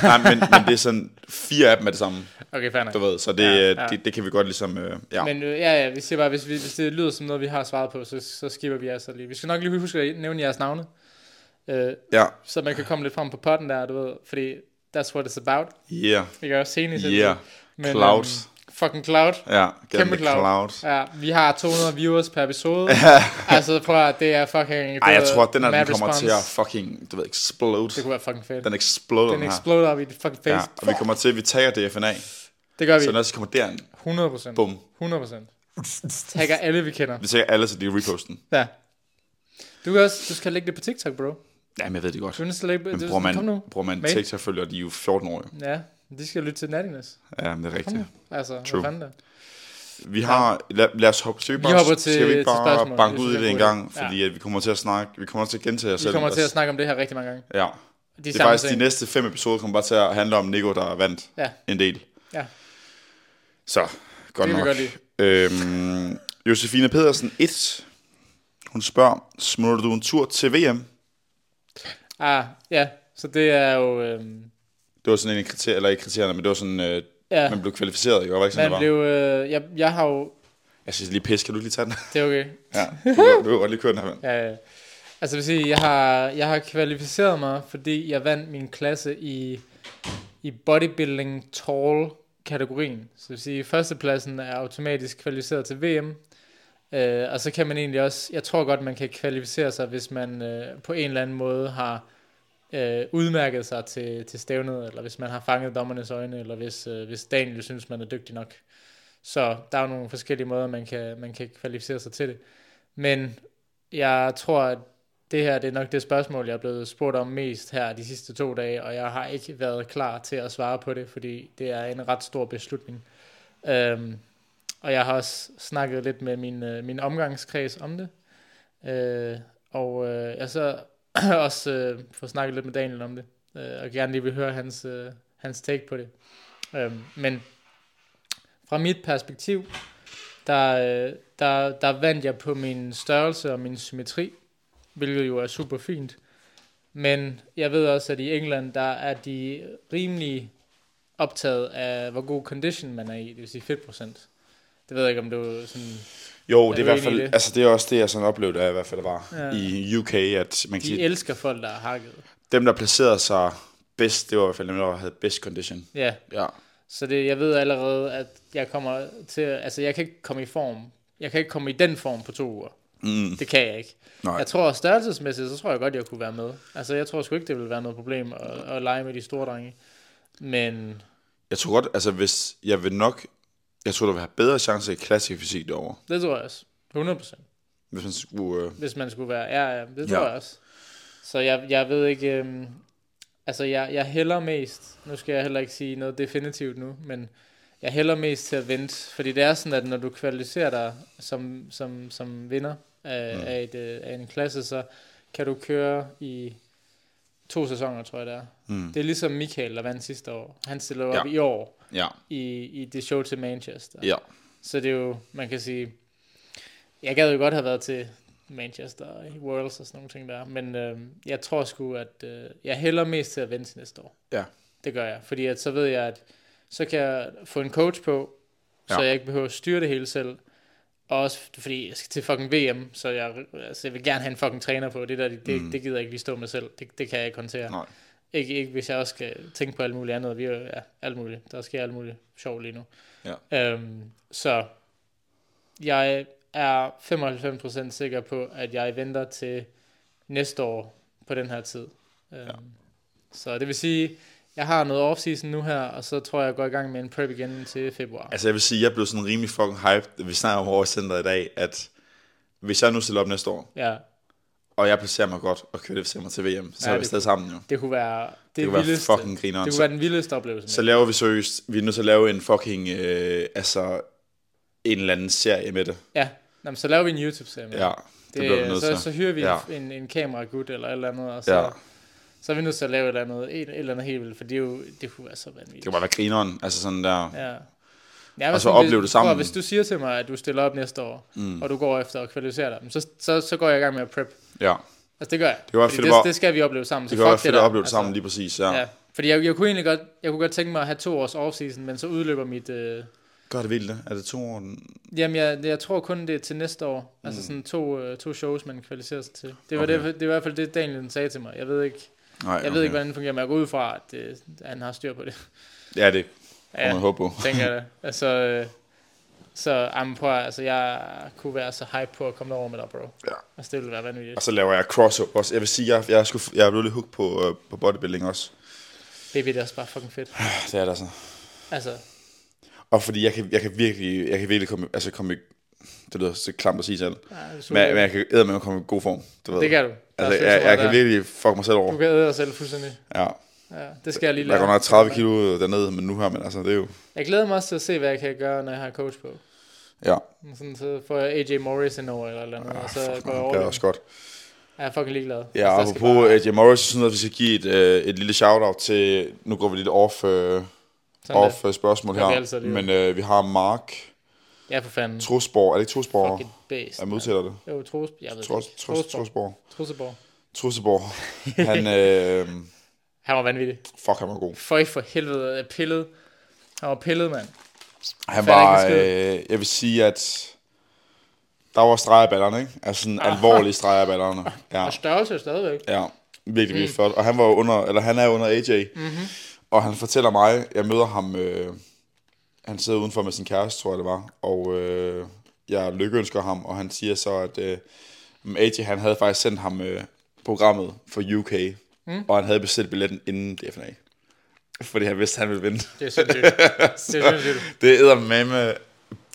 Speaker 1: Nej, men, men det er sådan, fire af dem er det samme,
Speaker 2: Okay, fair nok.
Speaker 1: du ved. Så det,
Speaker 2: Ja,
Speaker 1: ja,
Speaker 2: ja.
Speaker 1: det, det kan vi godt ligesom, øh, ja. Men,
Speaker 2: Men øh, ja, ja, vi siger bare, hvis, vi, hvis det lyder som noget, vi har svaret på, så, så skipper vi altså lige. Vi skal nok lige huske at nævne jeres navne, øh,
Speaker 1: ja.
Speaker 2: så man kan komme lidt frem på potten der, du ved, fordi that's what it's about.
Speaker 1: Yeah,
Speaker 2: Vi kan også senere
Speaker 1: yeah, Cloud.
Speaker 2: øhm, fucking Cloud.
Speaker 1: ja. Kæmpe
Speaker 2: Kæmpe
Speaker 1: cloud.
Speaker 2: cloud.
Speaker 1: cloud.
Speaker 2: Ja, vi har 200 viewers per episode. altså, prøv at det er fucking...
Speaker 1: Ej, jeg tror, at den her,
Speaker 2: mad
Speaker 1: den kommer
Speaker 2: response.
Speaker 1: til at fucking, du ved, explode.
Speaker 2: Det kunne være fucking fedt.
Speaker 1: Den exploder, den,
Speaker 2: Den
Speaker 1: her.
Speaker 2: exploder op i dit fucking
Speaker 1: Ja,
Speaker 2: face.
Speaker 1: og vi kommer til, at vi tager DFNA,
Speaker 2: Det gør vi.
Speaker 1: så når så kommer derind,
Speaker 2: 100 procent.
Speaker 1: bum.
Speaker 2: 100 procent. Tagger alle, vi kender.
Speaker 1: Vi tager alle, så de reposten.
Speaker 2: Ja. Du, kan også, du skal lægge det på TikTok, bro.
Speaker 1: Jamen, jeg ved det godt.
Speaker 2: Du er nødt til at lægge...
Speaker 1: Men
Speaker 2: du,
Speaker 1: bruger man,
Speaker 2: kom nu.
Speaker 1: bruger man
Speaker 2: Mate.
Speaker 1: TikTok-følger, de er jo 14 år.
Speaker 2: Ja, de skal lytte til Nattiness.
Speaker 1: Ja, men det er
Speaker 2: Kom
Speaker 1: rigtigt.
Speaker 2: nu. Altså,
Speaker 1: True.
Speaker 2: True. hvad fanden der?
Speaker 1: Vi har, lad, lad os hoppe, skal vi, bare,
Speaker 2: hopper til-
Speaker 1: skal vi ikke
Speaker 2: til
Speaker 1: bare
Speaker 2: spørgsmål.
Speaker 1: banke
Speaker 2: Det
Speaker 1: ud i
Speaker 2: synes jeg
Speaker 1: det
Speaker 2: er
Speaker 1: en
Speaker 2: en god
Speaker 1: gang,
Speaker 2: idé.
Speaker 1: fordi at vi kommer til at snakke, vi kommer til at gentage os
Speaker 2: Vi
Speaker 1: selv.
Speaker 2: kommer til
Speaker 1: Der-
Speaker 2: at snakke om det her rigtig mange gange.
Speaker 1: Ja,
Speaker 2: De
Speaker 1: det er
Speaker 2: samme
Speaker 1: faktisk de
Speaker 2: ting.
Speaker 1: næste fem episoder kommer bare til at handle om Nico, der vandt
Speaker 2: Ja.
Speaker 1: en del.
Speaker 2: Ja.
Speaker 1: Så, godt
Speaker 2: Det kan vi
Speaker 1: nok.
Speaker 2: godt lide.
Speaker 1: øhm, Josefine Pedersen 1 Hun spørger, smutter du en tur til VM?
Speaker 2: Ah, ja. Så det er jo... Øhm,
Speaker 1: Det var sådan en af kriterier, eller ikke kriterierne, men det var sådan, øh,
Speaker 2: ja,
Speaker 1: man blev kvalificeret, ikke? Var det ikke sådan,
Speaker 2: man
Speaker 1: det var?
Speaker 2: blev... Øh, jeg, jeg har jo...
Speaker 1: Jeg synes lige pis, kan du lige tage den?
Speaker 2: Det er okay.
Speaker 1: ja, du kan- du kan godt lige køre den her, mand.
Speaker 2: Ja, ja. altså jeg vil sige, jeg har, jeg har kvalificeret mig, fordi jeg vandt min klasse i, i bodybuilding tall kategorien. Så det vil sige, førstepladsen er automatisk kvalificeret til VM. Øh, og så kan man egentlig også, jeg tror godt, man kan kvalificere sig, hvis man øh, på en eller anden måde har øh, udmærket sig til, til stævnet, eller hvis man har fanget dommernes øjne, eller hvis, øh, hvis Daniel synes, man er dygtig nok. Så der er jo nogle forskellige måder, man kan, man kan kvalificere sig til det. Men jeg tror, at det her det er nok det spørgsmål, jeg er blevet spurgt om mest her de sidste to dage, og jeg har ikke været klar til at svare på det, fordi det er en ret stor beslutning. Øhm, og jeg har også snakket lidt med min, øh, min omgangskreds om det. Øh, og øh, jeg har så også øh, fået snakket lidt med Daniel om det, øh, og gerne lige vil høre hans, øh, hans take på det. Øhm, men fra mit perspektiv, der, øh, der, der vandt jeg på min størrelse og min symmetri, hvilket jo er super fint. Men jeg ved også, at i England, der er de rimelig optaget af, hvor god condition man er i, det vil sige fedtprocent. Det ved jeg ikke, om du sådan...
Speaker 1: Jo,
Speaker 2: Er
Speaker 1: det er i
Speaker 2: du
Speaker 1: hvert
Speaker 2: enig i
Speaker 1: fald,
Speaker 2: det?
Speaker 1: altså det er også det, jeg sådan oplevede, da jeg i hvert fald var
Speaker 2: Ja.
Speaker 1: ja. i UK, at man kan
Speaker 2: De
Speaker 1: sige,
Speaker 2: elsker folk, der er hakket.
Speaker 1: dem, der placerede sig bedst, det var i hvert fald dem, der havde best condition.
Speaker 2: Ja,
Speaker 1: Ja.
Speaker 2: så det, jeg ved allerede, at jeg kommer til... Altså, jeg kan ikke komme i form. Jeg kan ikke komme i den form på to uger.
Speaker 1: Mm.
Speaker 2: Det kan jeg ikke.
Speaker 1: Nej.
Speaker 2: Jeg tror størrelsesmæssigt, så tror jeg godt, jeg kunne være med. Altså, jeg tror sgu ikke, det ville være noget problem at, at lege med de store drenge. Men
Speaker 1: Jeg tror godt, altså hvis jeg vil nok, jeg tror, der vil have bedre chance i klassisk fysik derovre,
Speaker 2: det tror jeg også. 100%.
Speaker 1: hvis man skulle... Øh,
Speaker 2: Hvis man skulle være... Ja, ja det tror
Speaker 1: Ja.
Speaker 2: jeg også. Så jeg, jeg ved ikke... Øhm, altså, jeg, jeg hælder mest... Nu skal jeg heller ikke sige noget definitivt nu, men jeg hælder mest til at vente. Fordi det er sådan, at når du kvalificerer dig som, som, som vinder af, mm. af, et, øh, af en klasse, så kan du køre i to sæsoner, tror jeg det er.
Speaker 1: mm,
Speaker 2: Det er ligesom Michael, der vandt sidste år. Han stiller op
Speaker 1: Ja.
Speaker 2: ja. i år
Speaker 1: ja,
Speaker 2: i, i det show til Manchester.
Speaker 1: ja.
Speaker 2: Så det er jo, man kan sige, jeg gad jo godt have været til Manchester og i Worlds og sådan nogle ting der, men øh, jeg tror sgu, at øh, jeg hælder mest til at vente til næste år.
Speaker 1: Ja.
Speaker 2: Det gør jeg, fordi at, så ved jeg, at så kan jeg få en coach på, så
Speaker 1: Ja.
Speaker 2: jeg ikke behøver at styre det hele selv. Og også fordi jeg skal til fucking VM, så jeg, altså jeg vil gerne have en fucking træner på. Det der, det, det,
Speaker 1: Mm.
Speaker 2: det gider jeg ikke lige stå med selv. Det, det kan jeg ikke håndtere.
Speaker 1: Nej.
Speaker 2: Ikke, ikke hvis jeg også skal tænke på alt muligt andet. Vi er jo- ja, alt muligt. Der sker alt muligt sjovt lige nu. Ja. Øhm, så jeg er 95% sikker på, at jeg venter til næste år på den her tid. Øhm, ja. Så det vil sige, jeg har noget off-season nu her, og så tror jeg, jeg går i gang med en prep igen til februar.
Speaker 1: Altså jeg vil sige, jeg blev sådan rimelig fucking hyped, vi snakker om overcenteret i dag, at hvis jeg nu stiller op næste år,
Speaker 2: Ja,
Speaker 1: og jeg placerer mig godt og kvalificerer mig til VM, så
Speaker 2: Ja,
Speaker 1: er vi
Speaker 2: det-
Speaker 1: stadig sammen jo.
Speaker 2: det kunne være det,
Speaker 1: Det kunne være
Speaker 2: vildeste.
Speaker 1: fucking
Speaker 2: det
Speaker 1: grineren.
Speaker 2: kunne
Speaker 1: Så,
Speaker 2: være den vildeste oplevelse.
Speaker 1: så laver vi seriøst, vi er nødt til at lave en fucking, øh, altså en eller anden serie med det.
Speaker 2: Ja, Nå, men så laver vi en YouTube-serie. med.
Speaker 1: Ja, det, det bliver vi nødt
Speaker 2: så,
Speaker 1: til.
Speaker 2: så hyrer vi
Speaker 1: Ja.
Speaker 2: ja. en, en kameragud eller et eller andet, og så,
Speaker 1: Ja.
Speaker 2: ja. så er vi nødt til at lave et eller andet, et, et eller andet helt vildt, for det, er jo, det kunne være så vanvittigt.
Speaker 1: Det kan bare være grineren, altså sådan der. Ja.
Speaker 2: Ja. Ja,
Speaker 1: Og så
Speaker 2: hvis-
Speaker 1: opleve det
Speaker 2: hvis-
Speaker 1: sammen.
Speaker 2: prøv at- Hvis du siger til mig, at du stiller op næste år, mm. og du går efter at kvalificere dig, så, så, så går jeg i gang med at prep.
Speaker 1: ja.
Speaker 2: Altså det gør jeg.
Speaker 1: kunne være
Speaker 2: Fordi
Speaker 1: fedt
Speaker 2: det,
Speaker 1: at bare-
Speaker 2: det, skal vi opleve sammen.
Speaker 1: Det kan
Speaker 2: Så fuck
Speaker 1: være fedt
Speaker 2: der.
Speaker 1: at opleve det
Speaker 2: Altså,
Speaker 1: sammen lige præcis, ja.
Speaker 2: Ja.
Speaker 1: ja.
Speaker 2: Fordi jeg, jeg kunne egentlig godt, jeg kunne godt tænke mig at have to års offseason, men så udløber mit... Øh,
Speaker 1: Gør det vildt, det. er det to år? den-
Speaker 2: Jamen, jeg, jeg tror kun, det er til næste år. Mm. Altså sådan to, øh, to shows, man kvalificerer sig til. Det var,
Speaker 1: Okay.
Speaker 2: okay. det, det var i hvert fald det, Daniel sagde til mig. Jeg ved ikke,
Speaker 1: Nej,
Speaker 2: jeg ved ikke hvordan det fungerer, men jeg går ud fra, at øh, han har styr på det.
Speaker 1: Ja, det må man
Speaker 2: Ja,
Speaker 1: håbe på.
Speaker 2: tænker jeg da. Altså, øh, så jamen, prøv, at- altså, jeg kunne være så hype på at komme over med dig, bro.
Speaker 1: Ja.
Speaker 2: Altså, det ville være vanvittigt.
Speaker 1: Og så laver jeg crossover også. Jeg vil sige, jeg, jeg, er, sgu, jeg er blevet lidt hooked på, øh, på bodybuilding også.
Speaker 2: Baby, det er også bare fucking fedt.
Speaker 1: Det er der så.
Speaker 2: Altså,
Speaker 1: Og fordi jeg kan, jeg kan virkelig, jeg kan virkelig komme, altså komme i, det lyder så klamt at sige selv,
Speaker 2: ja, det, er
Speaker 1: men,
Speaker 2: super.
Speaker 1: men jeg kan æde med at komme i god form, du ved.
Speaker 2: det kan du. Der er
Speaker 1: Altså,
Speaker 2: så
Speaker 1: jeg,
Speaker 2: meget
Speaker 1: jeg kan
Speaker 2: der.
Speaker 1: virkelig fuck mig selv over.
Speaker 2: Du kan æde dig selv fuldstændig.
Speaker 1: Ja.
Speaker 2: Ja, det skal jeg lige
Speaker 1: Jeg går
Speaker 2: lære.
Speaker 1: nok 30 kilo dernede, men nu her, men altså, det er jo...
Speaker 2: Jeg glæder mig også til at se, hvad jeg kan gøre, når jeg har coach på.
Speaker 1: Ja, Ah,
Speaker 2: Sådan, så får jeg AJ Morris ind over eller et eller andet, og så går jeg
Speaker 1: det er
Speaker 2: over.
Speaker 1: også godt.
Speaker 2: Jeg er fucking ligeglad.
Speaker 1: Ja, og
Speaker 2: Altså, der skal bare-
Speaker 1: apropos AJ Morris, så synes jeg, at vi skal give et, øh, et lille shout-out til... Nu går vi lidt off, øh,
Speaker 2: sådan der.
Speaker 1: off øh, spørgsmål
Speaker 2: Gør vi
Speaker 1: her,
Speaker 2: altid alligevel.
Speaker 1: men øh, vi har Mark
Speaker 2: Ja, for fanden.
Speaker 1: Trusborg, er det ikke Trusborg?
Speaker 2: Fucking bæst.
Speaker 1: Jeg modtaler det.
Speaker 2: Jo, Trus... Jeg ved
Speaker 1: Trus,
Speaker 2: det ikke.
Speaker 1: trus,
Speaker 2: Trus,
Speaker 1: Trusborg.
Speaker 2: Trusseborg.
Speaker 1: Trusseborg. Han, øh,
Speaker 2: Han var vanvittig.
Speaker 1: fuck, han var god.
Speaker 2: Føj for helvede, jeg pillede. Han var pillet, mand.
Speaker 1: Han
Speaker 2: Fatter
Speaker 1: var,
Speaker 2: ikke en
Speaker 1: øh, jeg vil sige, at der var streger i ballerne, ikke? Altså sådan alvorlige streger i ballerne. Ja,
Speaker 2: Ah. Og størrelse stadigvæk.
Speaker 1: ja. Virkelig, virkelig flot. Og han var jo under, eller han er under AJ. Mm-hmm. Og han fortæller mig, jeg møder ham, øh, han sidder udenfor med sin kæreste, tror jeg det var. Og øh, jeg lykkeønsker ham, og han siger så, at øh, AJ han havde faktisk sendt ham øh, programmet for UK. Mm. Og han havde bestilt billetten inden DFNA. Fordi han vidste, at han ville vinde.
Speaker 2: Det er sindssygt. det er sindssygt.
Speaker 1: Det er med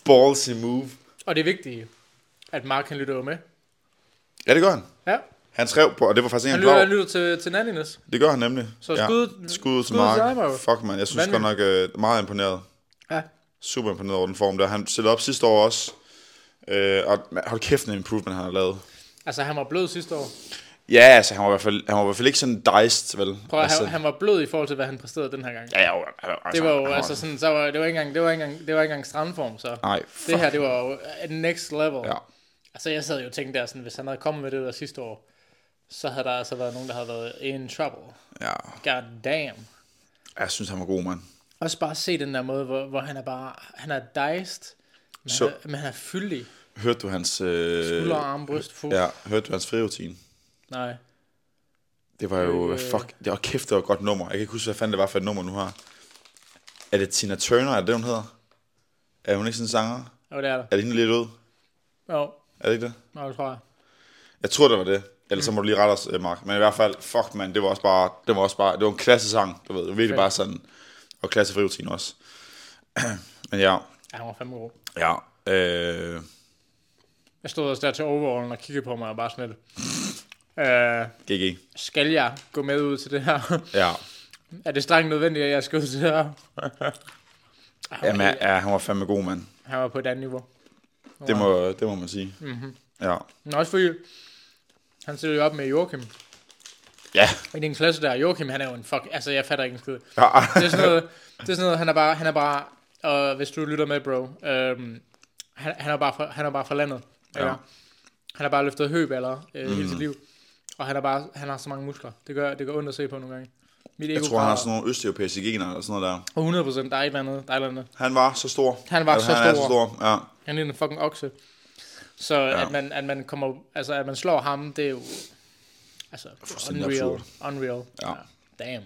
Speaker 1: ballsy move.
Speaker 2: Og det vigtige, at Mark han lytter jo med.
Speaker 1: Ja, det gør han.
Speaker 2: Ja,
Speaker 1: Han skrev på, og det var faktisk ikke
Speaker 2: han
Speaker 1: en
Speaker 2: lytter,
Speaker 1: blog.
Speaker 2: han lytter til, til Nannines.
Speaker 1: Det gør han nemlig.
Speaker 2: Så skud-
Speaker 1: skud til
Speaker 2: skud til dig,
Speaker 1: Mark.
Speaker 2: Mark.
Speaker 1: Fuck, man. Jeg synes godt nok øh, meget imponeret.
Speaker 2: Ja.
Speaker 1: Super imponeret over den form der. Han stillede op sidste år også. Øh, og man, hold kæft, en improvement, han har lavet.
Speaker 2: Altså, han var blød sidste år.
Speaker 1: Ja, altså, han var i hvert fald, han var i hvert fald ikke sådan diced, vel?
Speaker 2: Prøv at
Speaker 1: altså,
Speaker 2: han, han var blød i forhold til, hvad han præsterede den her gang.
Speaker 1: Ja, jo, altså,
Speaker 2: Det var jo
Speaker 1: han
Speaker 2: altså sådan, så var, det var ikke engang, det var ikke engang, det var ikke engang strandform, så
Speaker 1: Nej, Ah, fuck.
Speaker 2: det her, det var jo øh, next level.
Speaker 1: Ja.
Speaker 2: Altså jeg sad jo og tænkte der sådan, hvis han havde kommet med det der sidste år, så havde der altså været nogen, der havde været in trouble.
Speaker 1: Ja,
Speaker 2: God damn.
Speaker 1: jeg synes, han var god, mand.
Speaker 2: Også bare se den der måde, hvor, hvor han er bare, han er diced, men,
Speaker 1: Så-
Speaker 2: han, er, men han er fyldig.
Speaker 1: Hørte du hans... Øh,
Speaker 2: Skulder, arm, bryst, fod.
Speaker 1: Ja, hørte du hans frirutin?
Speaker 2: Nej.
Speaker 1: Det var jo, øh. fuck, det var kæft, det var et godt nummer. Jeg kan ikke huske, hvad fanden det var for et nummer nu her. Er det Tina Turner, er det det, hun hedder? Er hun ikke sådan en sanger?
Speaker 2: Jo, det er der.
Speaker 1: Er det hende lidt ud?
Speaker 2: Jo,
Speaker 1: Er det ikke det?
Speaker 2: jo, det tror jeg. Jeg
Speaker 1: Jeg tror, det var det. Ellers så
Speaker 2: Mm.
Speaker 1: må du lige rette os, øh, Mark. Men i hvert fald, fuck man, det var også bare, det var også bare, det var en klasse sang, du ved. Virkelig bare sådan, og klasse frirutin også. Men ja,
Speaker 2: Ja, han var fandme god.
Speaker 1: ja. Øh,
Speaker 2: Jeg stod også der til overallen og kiggede på mig og bare sådan lidt, øh,
Speaker 1: GG.
Speaker 2: skal jeg gå med ud til det her?
Speaker 1: Ja.
Speaker 2: Er det strengt nødvendigt, at jeg skal ud til det her?
Speaker 1: Jamen, ja, han var fandme god, mand.
Speaker 2: Han var på et andet niveau.
Speaker 1: Det må, det må man sige. Mm-hmm.
Speaker 2: Mhm.
Speaker 1: Ja.
Speaker 2: Men også fordi, han stillede jo op med Joachim.
Speaker 1: Ja.
Speaker 2: I den klasse der, Joachim, han er jo en fuck... Altså, jeg fatter ikke en skid. Det
Speaker 1: ja.
Speaker 2: er sådan noget, det er sådan noget han er bare... Han er bare og hvis du lytter med, bro, øhm, han, han, er bare fra, han er bare fra landet.
Speaker 1: Ja.
Speaker 2: Ja. Eller? Han har bare løftet høballer øh, mm. hele sit liv. Og han, er bare, han har så mange muskler. Det gør, det gør ondt at se på nogle gange. Mit
Speaker 1: Jeg tror, han har sådan nogle østeuropæiske gener eller sådan noget der.
Speaker 2: nogle... 100%, der er et eller andet. Der er et eller andet.
Speaker 1: Han var så stor.
Speaker 2: Han var så
Speaker 1: han Er
Speaker 2: stor.
Speaker 1: så stor. Ja.
Speaker 2: Han er en fucking okse. Så ja. at, man, at, man kommer, altså, at man slår ham, det er jo... Altså, unreal.
Speaker 1: absurd.
Speaker 2: Unreal.
Speaker 1: Ja.
Speaker 2: Damn.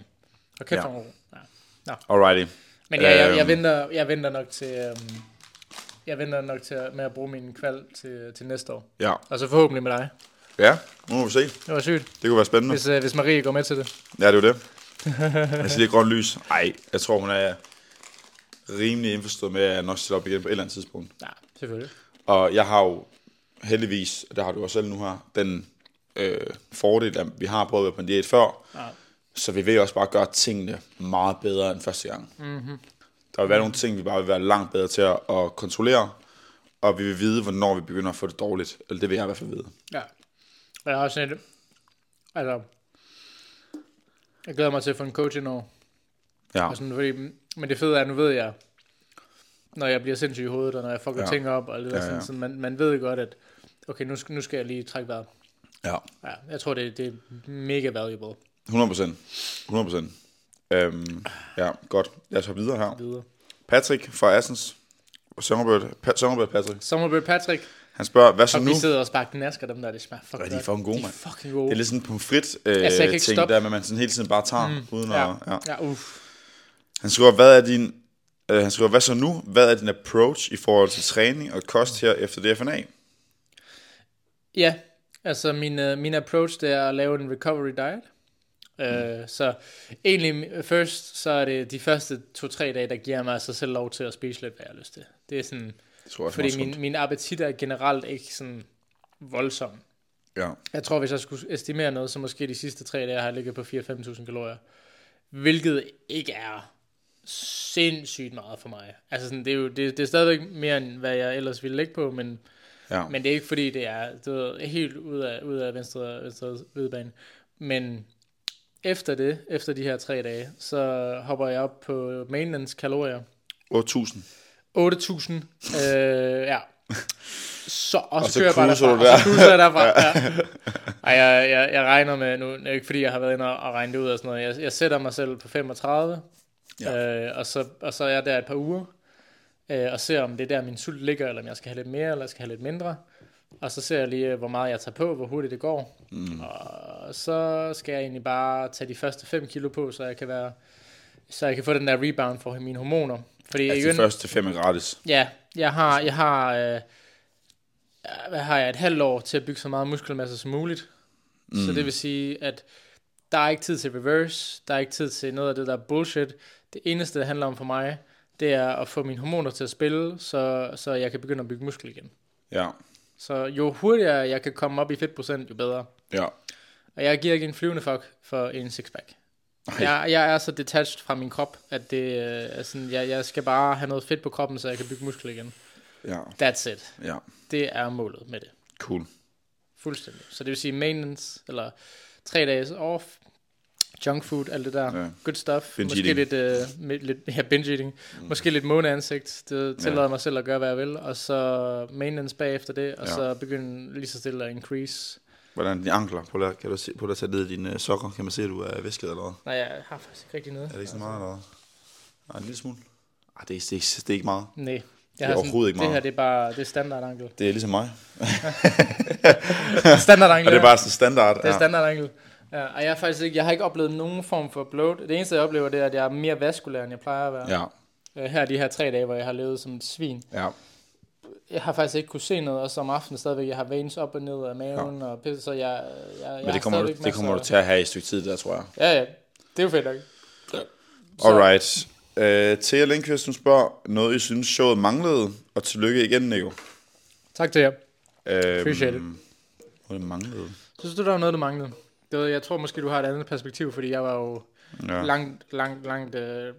Speaker 2: Og kæft,
Speaker 1: Ja.
Speaker 2: ja. ja.
Speaker 1: Alrighty.
Speaker 2: Men ja, jeg, jeg,
Speaker 1: Øhm.
Speaker 2: venter, jeg venter nok til... Øhm, jeg venter nok til, at- med at bruge min kval til, til næste år.
Speaker 1: Ja.
Speaker 2: Og så forhåbentlig med dig.
Speaker 1: Ja, nu må vi se.
Speaker 2: Det var sygt,
Speaker 1: Det kunne være spændende.
Speaker 2: hvis, øh, hvis Marie går med til det.
Speaker 1: Ja, det er jo det. Jeg siger grønt lys. Ej, jeg tror, hun er rimelig indforstået med, at jeg nok stiller op igen på et eller andet tidspunkt.
Speaker 2: Ja, selvfølgelig.
Speaker 1: Og jeg har jo heldigvis, og det har du også selv nu her, den øh, fordel, at vi har prøvet at være på en diæt før,
Speaker 2: Ja.
Speaker 1: så vi ved også bare gøre tingene meget bedre end første gang. Mm-hmm. Der vil være nogle ting, vi bare vil være langt bedre til at, at kontrollere, og vi vil vide, hvornår vi begynder at få det dårligt. Eller det vil jeg i hvert fald vide.
Speaker 2: Ja. Og jeg har også sådan et... Altså... Jeg glæder mig til at få en coach ind over.
Speaker 1: Ja,
Speaker 2: Og sådan, fordi, men det fede er, nu ved jeg, når jeg bliver sindssyg i hovedet, og når jeg fucker
Speaker 1: Ja.
Speaker 2: ja. ting op, og det der,
Speaker 1: Ja,
Speaker 2: ja, ja.
Speaker 1: ja.
Speaker 2: Sådan, sådan, man, man ved godt, at okay, nu, skal- nu skal jeg lige trække vejret.
Speaker 1: ja.
Speaker 2: Ja, jeg tror, det, det er mega valuable
Speaker 1: 100 procent. 100 procent. Øhm, ja, godt. Lad os hoppe videre her.
Speaker 2: videre.
Speaker 1: Patrick fra Assens. Sønderbød, pa- Sønderbød Patrick.
Speaker 2: Sommerbøl Patrick,
Speaker 1: Han spørger, hvad så
Speaker 2: og
Speaker 1: nu?
Speaker 2: vi sidder og bare gnasker dem der, det smager fucking
Speaker 1: Ja, de er
Speaker 2: godt.
Speaker 1: fucking gode,
Speaker 2: de er
Speaker 1: mand.
Speaker 2: fucking gode.
Speaker 1: Det er lidt sådan en pomfrit øh,
Speaker 2: Altså, jeg kan
Speaker 1: altså,
Speaker 2: ikke
Speaker 1: ting,
Speaker 2: stoppe.
Speaker 1: der med, at man sådan hele tiden bare tager mm, uden
Speaker 2: ja.
Speaker 1: at... Ja.
Speaker 2: ja, uff.
Speaker 1: Han skriver, hvad er din... Øh, han skriver, hvad så nu? Hvad er din approach i forhold til træning og kost her efter DFNA?
Speaker 2: Ja, altså min, øh, min approach, det er at lave en recovery diet. Mm. Så egentlig først, så er det de første to-tre dage, der giver mig sig selv lov til at spise lidt, hvad jeg har lyst til. Det er sådan,
Speaker 1: Det tror jeg
Speaker 2: Fordi
Speaker 1: faktisk
Speaker 2: min, min appetit er generelt ikke sådan voldsom.
Speaker 1: Ja.
Speaker 2: Jeg tror, hvis jeg skulle estimere noget, så måske de sidste tre dage har jeg ligget på 4-5.000 kalorier. Hvilket ikke er sindssygt meget for mig. Altså sådan, det er jo det, det er stadigvæk mere, end hvad jeg ellers ville lægge på, men,
Speaker 1: ja. Men,
Speaker 2: men det er ikke fordi, det er du ved, helt ud af, ud af venstre, venstre vedbane. Men efter det, efter de her tre dage, så hopper jeg op på maintenance kalorier.
Speaker 1: 8.000.
Speaker 2: 8.000. Øh, ja. Så, og, og så,
Speaker 1: så
Speaker 2: kører jeg
Speaker 1: cruiser
Speaker 2: bare derfra,
Speaker 1: du
Speaker 2: og så
Speaker 1: der.
Speaker 2: cruiser jeg derfra. ja. Ej, jeg, jeg, jeg regner med, nu er det ikke fordi, jeg har været inde og, og regnet det ud og sådan noget. Jeg, jeg sætter mig selv på 35, ja. øh, og, så, og så er jeg der et par uger, øh, og ser om det er der, min sult ligger, eller om jeg skal have lidt mere, eller jeg skal have lidt mindre. Og så ser jeg lige, øh, hvor meget jeg tager på, hvor hurtigt det går. Mm. Og så skal jeg egentlig bare tage de første 5 kilo på, så jeg kan være så jeg kan få den der rebound for mine hormoner. Fordi
Speaker 1: Altså, de første fem er gratis.
Speaker 2: Ja, jeg har, jeg har, øh, hvad har jeg, et halvt år til at bygge så meget muskelmasse som muligt. Mm. Så det vil sige, at der er ikke tid til reverse, der er ikke tid til noget af det der bullshit. Det eneste, det handler om for mig, det er at få mine hormoner til at spille, så, så jeg kan begynde at bygge muskel igen.
Speaker 1: Ja,
Speaker 2: Så jo hurtigere jeg kan komme op i fedtprocent, jo bedre.
Speaker 1: ja.
Speaker 2: Og jeg giver ikke en flyvende fuck for en sixpack. Jeg, jeg er så detached fra min krop, at det, øh, er sådan, jeg, jeg skal bare have noget fedt på kroppen, så jeg kan bygge muskel igen.
Speaker 1: Ja,
Speaker 2: That's it.
Speaker 1: ja.
Speaker 2: Det er målet med det.
Speaker 1: Cool.
Speaker 2: Fuldstændig. Så det vil sige maintenance, eller tre dages off, junk food, alt det der.
Speaker 1: Ja.
Speaker 2: Ja. Good stuff.
Speaker 1: Binge
Speaker 2: Måske
Speaker 1: eating.
Speaker 2: lidt, øh, med, lidt ja, binge eating. Mm. Måske lidt måneansigt. Det tillader ja. mig selv at gøre, hvad jeg vil. Og så maintenance bagefter det, og
Speaker 1: Ja.
Speaker 2: ja. så begynde lige så stille at increase.
Speaker 1: Hvordan er dine ankler? Prøv lige, at- kan du se, prøv lige at tage ned i dine øh, sokker. Kan man se, at du er væsket eller hvad?
Speaker 2: Nej, jeg har faktisk ikke rigtig noget.
Speaker 1: Er det ikke så meget, eller hvad? Nej, en lille smule. Ej, det er, det er, ikke- det er ikke meget.
Speaker 2: Nej. Jeg
Speaker 1: er
Speaker 2: har
Speaker 1: overhovedet ikke
Speaker 2: Det her,
Speaker 1: meget.
Speaker 2: det er bare det er standardankel.
Speaker 1: Det er ligesom mig.
Speaker 2: Standardankel.
Speaker 1: Og det
Speaker 2: ja.
Speaker 1: er bare sådan standard.
Speaker 2: Det er standardankel. Ja, og jeg, har faktisk ikke, jeg har ikke oplevet nogen form for bloat. Det eneste, jeg oplever, det er, at jeg er mere vaskulær, end jeg plejer at være.
Speaker 1: Ja,
Speaker 2: Øh, her de her tre dage, hvor jeg har levet som et svin.
Speaker 1: ja.
Speaker 2: Jeg har faktisk ikke kunne se noget, og som aften stadigvæk, jeg har veins op og ned af maven, ja. og pisse, så jeg, jeg, jeg
Speaker 1: Men
Speaker 2: har
Speaker 1: det kommer, du,
Speaker 2: stadigvæk
Speaker 1: det kommer du
Speaker 2: masser
Speaker 1: til at have i et stykke tid der, tror jeg.
Speaker 2: af- Ja, ja. Det er jo fedt nok. Så-
Speaker 1: Alright. Øh, Thea Lindqvist, hun spørger noget, I synes showet manglede, og tillykke igen, Nico.
Speaker 2: Tak til jer.
Speaker 1: Øhm,
Speaker 2: Appreciate it.
Speaker 1: Hvor det manglede.
Speaker 2: Synes du, der var noget, der manglede? Det ved, jeg- jeg tror måske, du har et andet perspektiv, fordi jeg var jo ja.
Speaker 1: Ja.
Speaker 2: langt, langt, langt øh,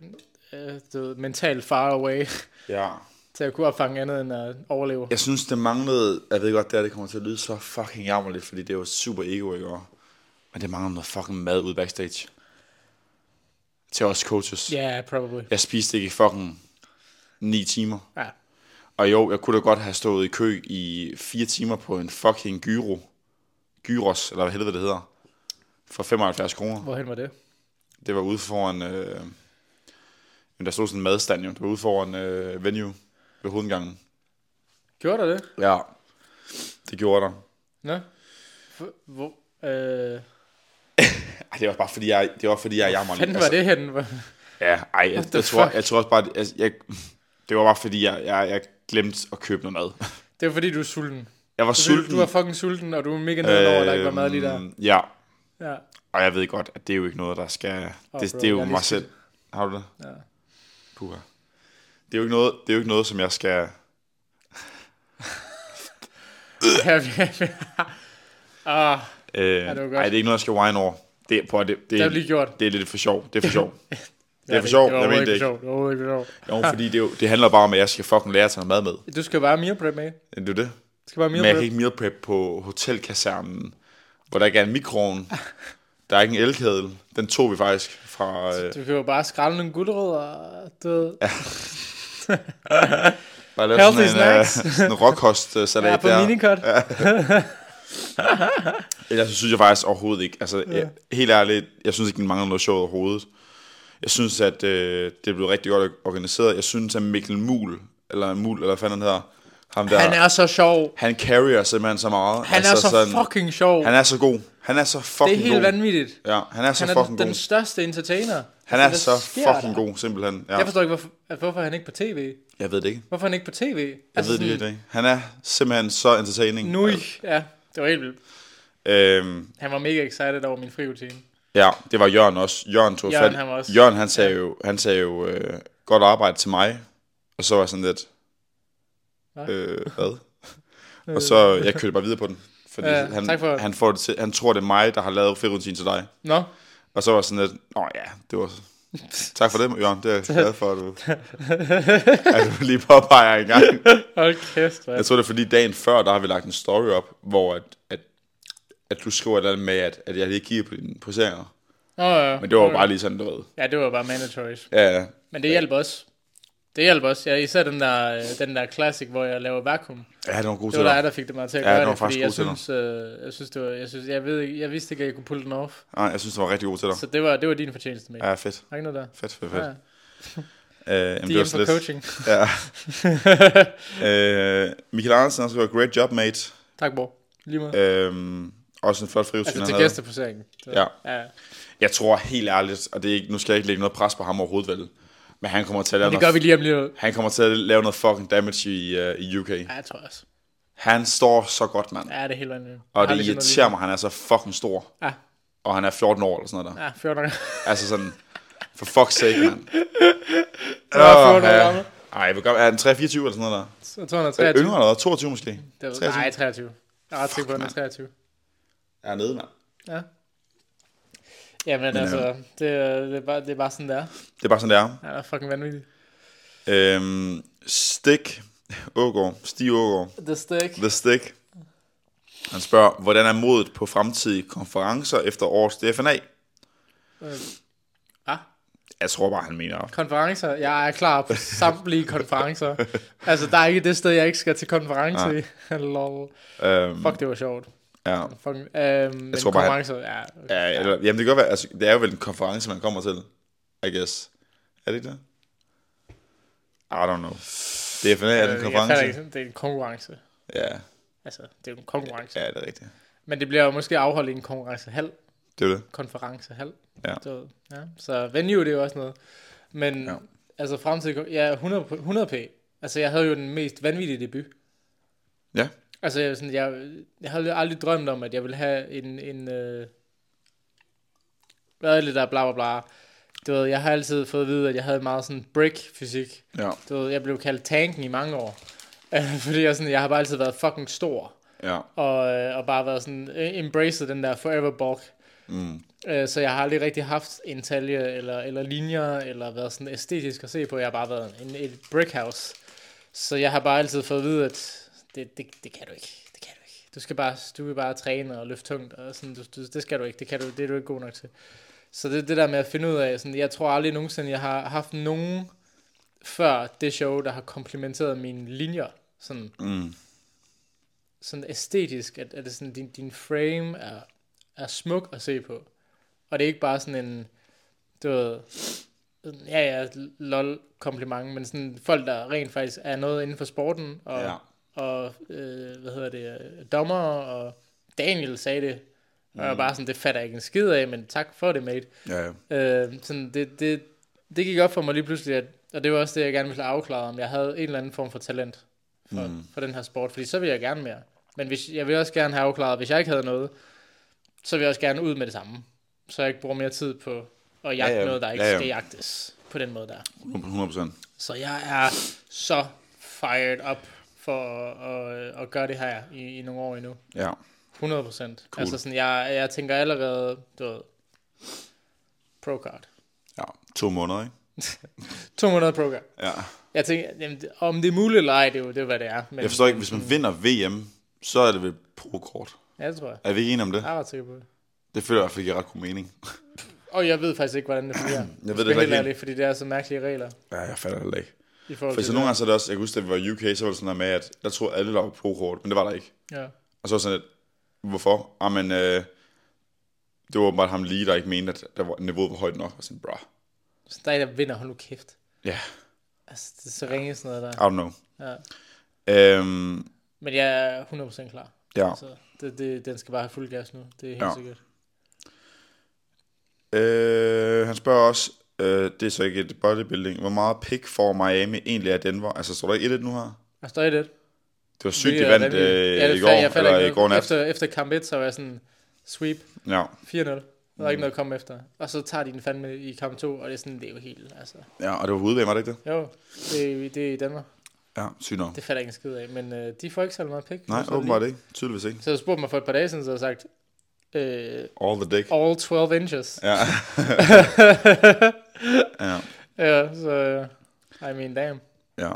Speaker 2: øh, du ved, mentalt far away
Speaker 1: ja.
Speaker 2: til at kunne opfange andet end at overleve.
Speaker 1: Jeg synes, det manglede, jeg ved godt, det, her, det kommer til at lyde så fucking jammerligt, fordi det er jo super ego, ikke? Og- Men det mangler noget fucking mad ude backstage. Til os coaches.
Speaker 2: Ja, yeah, probably.
Speaker 1: Jeg spiste ikke i fucking 9 timer.
Speaker 2: Ja.
Speaker 1: Og jo, jeg kunne da godt have stået i kø i 4 timer på en fucking gyro. Gyros, eller hvad helvede det hedder. For 75 kroner.
Speaker 2: Hvorhen var det?
Speaker 1: Det var ude foran... Øh, jamen, der stod sådan en madstand, jo. Det var ude foran øh, venue ved hovedgangen.
Speaker 2: Gjorde der det?
Speaker 1: Ja. Det gjorde der.
Speaker 2: Nå? F- Hvor, øh,
Speaker 1: Ej, det var bare fordi, jeg, det var fordi, jeg jammer
Speaker 2: fanden var det henne? Hvor-
Speaker 1: Ja, ej, jeg, jeg, tror, jeg tror også bare, jeg, jeg, det var bare fordi, jeg, jeg, jeg glemte at købe noget mad.
Speaker 2: Det er fordi, du er sulten.
Speaker 1: Jeg var
Speaker 2: Du-
Speaker 1: sulten.
Speaker 2: Du var fucking sulten, og du er mega nede over, at der ikke var mad lige der.
Speaker 1: Øhm, Ja,
Speaker 2: Ja.
Speaker 1: og jeg ved godt, at det er jo ikke noget, der skal...
Speaker 2: Åh,
Speaker 1: det,
Speaker 2: bro,
Speaker 1: det er
Speaker 2: jeg
Speaker 1: jo
Speaker 2: er lige
Speaker 1: mig
Speaker 2: skidt.
Speaker 1: selv. Har du det?
Speaker 2: Ja.
Speaker 1: Puha. Det er jo ikke noget, det er jo ikke noget som jeg skal...
Speaker 2: ja, ja, ja. Ah,
Speaker 1: Øh,
Speaker 2: det var godt.
Speaker 1: ej, det er ikke noget, jeg skal whine over. Det, er- prøv, at- det, det,
Speaker 2: det har vi lige gjort.
Speaker 1: det er lidt for sjov. Det er for sjov.
Speaker 2: Ja,
Speaker 1: for sjov.
Speaker 2: Det var
Speaker 1: Jeg mener
Speaker 2: overhovedet
Speaker 1: det ikke.
Speaker 2: ikke for sjov. Det var overhovedet ikke for sjov.
Speaker 1: Jo, fordi det, er jo, det handler bare om, at jeg skal fucking lære at tage noget mad med.
Speaker 2: Du skal bare mere prep, mate.
Speaker 1: Det er jo det.
Speaker 2: Du skal bare mere
Speaker 1: Men jeg kan
Speaker 2: prep.
Speaker 1: ikke meal prep på hotelkasernen, hvor der ikke er en mikroovn. Der er ikke en elkedel. Den tog vi faktisk fra... Øh,
Speaker 2: Du kan jo bare skrælle nogle gulerødder. Du ved.
Speaker 1: bare lave
Speaker 2: Healthy
Speaker 1: sådan en, øh,
Speaker 2: snacks.
Speaker 1: sådan en råkostsalat
Speaker 2: Ja, på
Speaker 1: der.
Speaker 2: minicut. Ja.
Speaker 1: Ellers så synes jeg faktisk overhovedet ikke. Altså, jeg, helt ærligt, jeg synes ikke, den mangler noget sjovt overhovedet. Jeg synes, at øh, det er blevet rigtig godt organiseret. Jeg synes, at Mikkel Mul, eller Mul, eller hvad fanden han hedder, ham der,
Speaker 2: Han
Speaker 1: han, er,
Speaker 2: er så sjov.
Speaker 1: han carrier simpelthen så meget.
Speaker 2: Han er så fucking sjov.
Speaker 1: Altså Han er så god. Han er så fucking
Speaker 2: Det er helt
Speaker 1: god.
Speaker 2: vanvittigt.
Speaker 1: Ja, han er så
Speaker 2: Han er
Speaker 1: fucking
Speaker 2: den- den
Speaker 1: god.
Speaker 2: største entertainer.
Speaker 1: Han er
Speaker 2: Altså,
Speaker 1: så
Speaker 2: hvad sker
Speaker 1: fucking
Speaker 2: der?
Speaker 1: god, simpelthen. Ja.
Speaker 2: Jeg forstår ikke, hvorfor, at hvorfor er han ikke på tv.
Speaker 1: Jeg ved det ikke.
Speaker 2: Hvorfor er han ikke på tv?
Speaker 1: Jeg ved det virkelig ikke. Han er simpelthen så entertaining.
Speaker 2: Altså Nu, ja, det var helt vildt.
Speaker 1: Øhm,
Speaker 2: Han var mega excited over min friutine.
Speaker 1: ja, det var Jørgen også. Jørgen tog
Speaker 2: Jørgen,
Speaker 1: fat.
Speaker 2: han var også-
Speaker 1: Jørgen, han sagde jo, han sagde jo øh, godt arbejde til mig. Og så var jeg sådan lidt,
Speaker 2: Hva?
Speaker 1: øh, hvad? og så, jeg kørte bare videre på den. Fordi
Speaker 2: Ja,
Speaker 1: han,
Speaker 2: tak for-
Speaker 1: han, får det til, han tror, det er mig, der har lavet fedtrutin til dig.
Speaker 2: Nå,
Speaker 1: Og så var jeg sådan lidt, åh ja, det var... Tak for det, Jørgen. Det er jeg glad for, at du, at du lige påpeger en gang.
Speaker 2: hold kæft, hvad.
Speaker 1: Jeg tror, det er fordi dagen før, der har vi lagt en story op, hvor at, at, at du skriver et eller andet med, at, at jeg lige kigger på dine poseringer.
Speaker 2: Nå, ja.
Speaker 1: Men det var jo bare lige sådan, du ved.
Speaker 2: Ja, det var bare mandatories.
Speaker 1: Ja, ja.
Speaker 2: Men det hjalp også. Det hjælper også. Ja, især den der, øh, den der classic, hvor jeg laver vakuum.
Speaker 1: Ja, det var en god
Speaker 2: Det var dig,
Speaker 1: tæller.
Speaker 2: der fik det mig til at
Speaker 1: Ja,
Speaker 2: gøre
Speaker 1: den var
Speaker 2: det, fordi jeg
Speaker 1: faktisk god
Speaker 2: synes, øh, jeg synes, det var, jeg synes, jeg ved ikke, jeg vidste ikke, at jeg kunne pulle den off.
Speaker 1: Nej, jeg synes, det var rigtig god tæller.
Speaker 2: Så det var, det var din fortjeneste, med. Ja.
Speaker 1: Ja, fedt.
Speaker 2: Har ikke noget der?
Speaker 1: Fedt, fedt, fedt.
Speaker 2: Ja,
Speaker 1: Øh, jamen,
Speaker 2: DM
Speaker 1: var så
Speaker 2: for coaching.
Speaker 1: Ja. øh, Michael Andersen har skrevet, great job, mate.
Speaker 2: tak, Borg. Lige meget.
Speaker 1: Øh, også en flot frivsyn,
Speaker 2: altså til gæsteplaceringen. Så-
Speaker 1: Ja.
Speaker 2: ja.
Speaker 1: Jeg tror helt ærligt, og det er ikke, nu skal jeg ikke lægge noget pres på ham overhovedet, vel? Men han kommer til at lave,
Speaker 2: Men det gør
Speaker 1: noget,
Speaker 2: vi lige om lidt.
Speaker 1: han kommer til at lave noget fucking damage i, uh, i UK.
Speaker 2: Ja, jeg tror jeg også.
Speaker 1: Han står så godt, mand.
Speaker 2: Ja, det er helt vanvittigt.
Speaker 1: Og det irriterer mig, han er så fucking stor.
Speaker 2: Ja,
Speaker 1: Og han er 14 år eller sådan noget der.
Speaker 2: ja, 14 år.
Speaker 1: Altså sådan, for fuck's sake, mand.
Speaker 2: er 14 år
Speaker 1: Åh, ja. Øh,
Speaker 2: gammel.
Speaker 1: Ej, hvor gammel er han? 3-24 eller sådan noget der?
Speaker 2: Jeg tror, han er
Speaker 1: Er
Speaker 2: 23.
Speaker 1: yngre eller hvad? 22 måske?
Speaker 2: Det er,
Speaker 1: 23.
Speaker 2: nej, 23. Jeg er ret sikker på, at han er 23.
Speaker 1: Jeg er nede, mand.
Speaker 2: Ja. Jamen altså,
Speaker 1: øh.
Speaker 2: det, er- det, er bare, det er bare sådan, der. er.
Speaker 1: Det er bare sådan, det er.
Speaker 2: Han er fucking vanvittig.
Speaker 1: Øhm, Stik Ågaard, Stig Ågaard,
Speaker 2: The Stick.
Speaker 1: The Stick. Han spørger, hvordan er modet på fremtidige konferencer efter årets DFNA?
Speaker 2: Øh, ah,
Speaker 1: Jeg tror bare, han mener.
Speaker 2: konferencer. Jeg er klar på samtlige konferencer. Altså, der er ikke det sted, jeg ikke skal til konference i.
Speaker 1: Ah.
Speaker 2: Lol.
Speaker 1: Øhm,
Speaker 2: Fuck, det var sjovt.
Speaker 1: ja.
Speaker 2: Fuck, øhm, men
Speaker 1: Ah. tror bare, han-
Speaker 2: konferencer, ja. Okay.
Speaker 1: Ja, eller, jamen det kan godt være, altså, det er jo vel en konference, man kommer til, I guess. Er det ikke det? I don't know. DFNA er det en
Speaker 2: Øh, jeg fatter
Speaker 1: konference?
Speaker 2: ikke, det er en konkurrence.
Speaker 1: Ja,
Speaker 2: Altså, det er jo en konkurrence.
Speaker 1: ja, det er rigtigt.
Speaker 2: Men det bliver jo måske afholdt i en konferencehal.
Speaker 1: Det er jo det.
Speaker 2: Konferencehal.
Speaker 1: Ja.
Speaker 2: Så, ja. så venue, det er jo også noget. Men
Speaker 1: Ja.
Speaker 2: ja. altså fremtidig, ja, 100, 100 p. Altså, jeg havde jo den mest vanvittige debut.
Speaker 1: Ja,
Speaker 2: Altså, jeg, var sådan, jeg, jeg havde aldrig drømt om, at jeg ville have en... en øh, hvad er det der, bla bla bla. Du ved, jeg har altid fået at vide, at jeg havde meget sådan brick-fysik.
Speaker 1: ja,
Speaker 2: Du ved, jeg blev kaldt tanken i mange år. Øh, Fordi jeg, sådan, jeg har bare altid været fucking stor.
Speaker 1: ja.
Speaker 2: og, øh, og bare været sådan, øh, embraced den der forever bulk.
Speaker 1: Mm.
Speaker 2: Øh, Så jeg har aldrig rigtig haft en talje eller, eller linjer, eller været sådan æstetisk at se på. Jeg har bare været en, et brickhouse. Så jeg har bare altid fået at vide, at det, det, det kan du ikke. Det kan du ikke. Du skal bare, du kan bare træne og løfte tungt. Og sådan, du, du, det skal du ikke. Det, kan du, det er du ikke god nok til. Så det, det der med at finde ud af, sådan, jeg tror aldrig nogensinde, jeg har haft nogen før det show, der har komplimenteret mine linjer. Sådan,
Speaker 1: Mm.
Speaker 2: sådan æstetisk, at, at det sådan, din, din frame er, er smuk at se på. Og det er ikke bare sådan en, du ved, sådan, ja ja, lol kompliment, men sådan folk, der rent faktisk er noget inden for sporten, og,
Speaker 1: Ja.
Speaker 2: ja. og øh, hvad hedder det, øh, dommer, og Daniel sagde det, og jeg var bare sådan, det fatter jeg ikke en skid af, men tak for det, mate.
Speaker 1: Ja, ja.
Speaker 2: Øh, sådan det, det, det gik op for mig lige pludselig, at, og det var også det, jeg gerne ville afklare, om jeg havde en eller anden form for talent for, mm. for den her sport, fordi så vil jeg gerne mere. Men hvis, jeg vil også gerne have afklaret, hvis jeg ikke havde noget, så vil jeg også gerne ud med det samme. Så jeg ikke bruger mere tid på at jagte ja,
Speaker 1: ja.
Speaker 2: ja. noget, der ikke
Speaker 1: Ja,
Speaker 2: ja,
Speaker 1: ja.
Speaker 2: ja. skal jagtes på den måde der.
Speaker 1: 100%.
Speaker 2: Så jeg er så fired up for at, at, at gøre det her i, i nogle år endnu.
Speaker 1: Ja.
Speaker 2: 100 procent. Cool. Altså sådan, jeg, jeg tænker allerede, du ved, pro-card.
Speaker 1: ja, to måneder, ikke?
Speaker 2: 200 program.
Speaker 1: Ja.
Speaker 2: Jeg tænker, jamen, det- om det er muligt eller ej, det er jo det, er, hvad det er. Men,
Speaker 1: Jeg forstår ikke, hvis man vinder VM, så er det vel pro-kort.
Speaker 2: Ja, det tror jeg.
Speaker 1: Er vi ikke enige om det?
Speaker 2: Jeg er ret sikker på det.
Speaker 1: Det føler jeg i hvert fald giver ret god mening.
Speaker 2: Og jeg ved faktisk ikke, hvordan det fungerer.
Speaker 1: Jeg ved det
Speaker 2: Skal
Speaker 1: heller
Speaker 2: helt
Speaker 1: ikke.
Speaker 2: ærligt, fordi det er så mærkelige regler.
Speaker 1: Ja, jeg fatter det heller ikke.
Speaker 2: I forhold
Speaker 1: For så
Speaker 2: til
Speaker 1: nogle
Speaker 2: det.
Speaker 1: gange så er det også, jeg kan huske, da vi var i UK, så var det sådan noget med, at der troede alle, der var pro-kort, men det var der ikke.
Speaker 2: Ja.
Speaker 1: Og så var det sådan lidt, hvorfor? Jamen, øh, det var åbenbart ham lige, der ikke mente, at der var, niveauet var højt nok. Og sådan, bra.
Speaker 2: Så der er en, der vinder, hold nu kæft.
Speaker 1: Ja,
Speaker 2: Altså, det er så ringe sådan noget
Speaker 1: I
Speaker 2: der.
Speaker 1: don't know.
Speaker 2: Ja.
Speaker 1: Øhm,
Speaker 2: Men jeg er 100% klar.
Speaker 1: ja.
Speaker 2: Så det, det, den skal bare have fuld gas nu. Det er helt
Speaker 1: Ja.
Speaker 2: ja. sikkert.
Speaker 1: Øh, han spørger også, øh, det er så ikke et bodybuilding, hvor meget pick får Miami egentlig af Denver? Altså, står der ikke 1 nu her?
Speaker 2: Jeg står i det.
Speaker 1: Det var sygt, de
Speaker 2: er
Speaker 1: vandt
Speaker 2: vanvittigt.
Speaker 1: øh,
Speaker 2: Ja, det
Speaker 1: i
Speaker 2: fa- jeg
Speaker 1: går,
Speaker 2: falder
Speaker 1: eller
Speaker 2: ikke
Speaker 1: i
Speaker 2: ned.
Speaker 1: går nat.
Speaker 2: Efter, efter kamp 1, så var jeg sådan, sweep, 4-0.
Speaker 1: Ja,
Speaker 2: Der er
Speaker 1: Mm.
Speaker 2: ikke noget at komme efter. Og så tager de den fandme i kamp 2, og det er sådan, det er jo helt, altså.
Speaker 1: ja, og det var på udebane, var det ikke det?
Speaker 2: Jo, det, det er i Danmark.
Speaker 1: Ja, sygt nok.
Speaker 2: Det fatter jeg ikke en skid af, men øh, de får ikke særlig meget pik.
Speaker 1: Nej,
Speaker 2: Så
Speaker 1: åbenbart ikke. Tydeligvis ikke.
Speaker 2: lige- Så jeg spurgte mig for et par dage siden, så jeg sagt, øh,
Speaker 1: All the dick.
Speaker 2: all 12 inches.
Speaker 1: Ja. ja.
Speaker 2: ja, så, øh, I mean, damn.
Speaker 1: ja.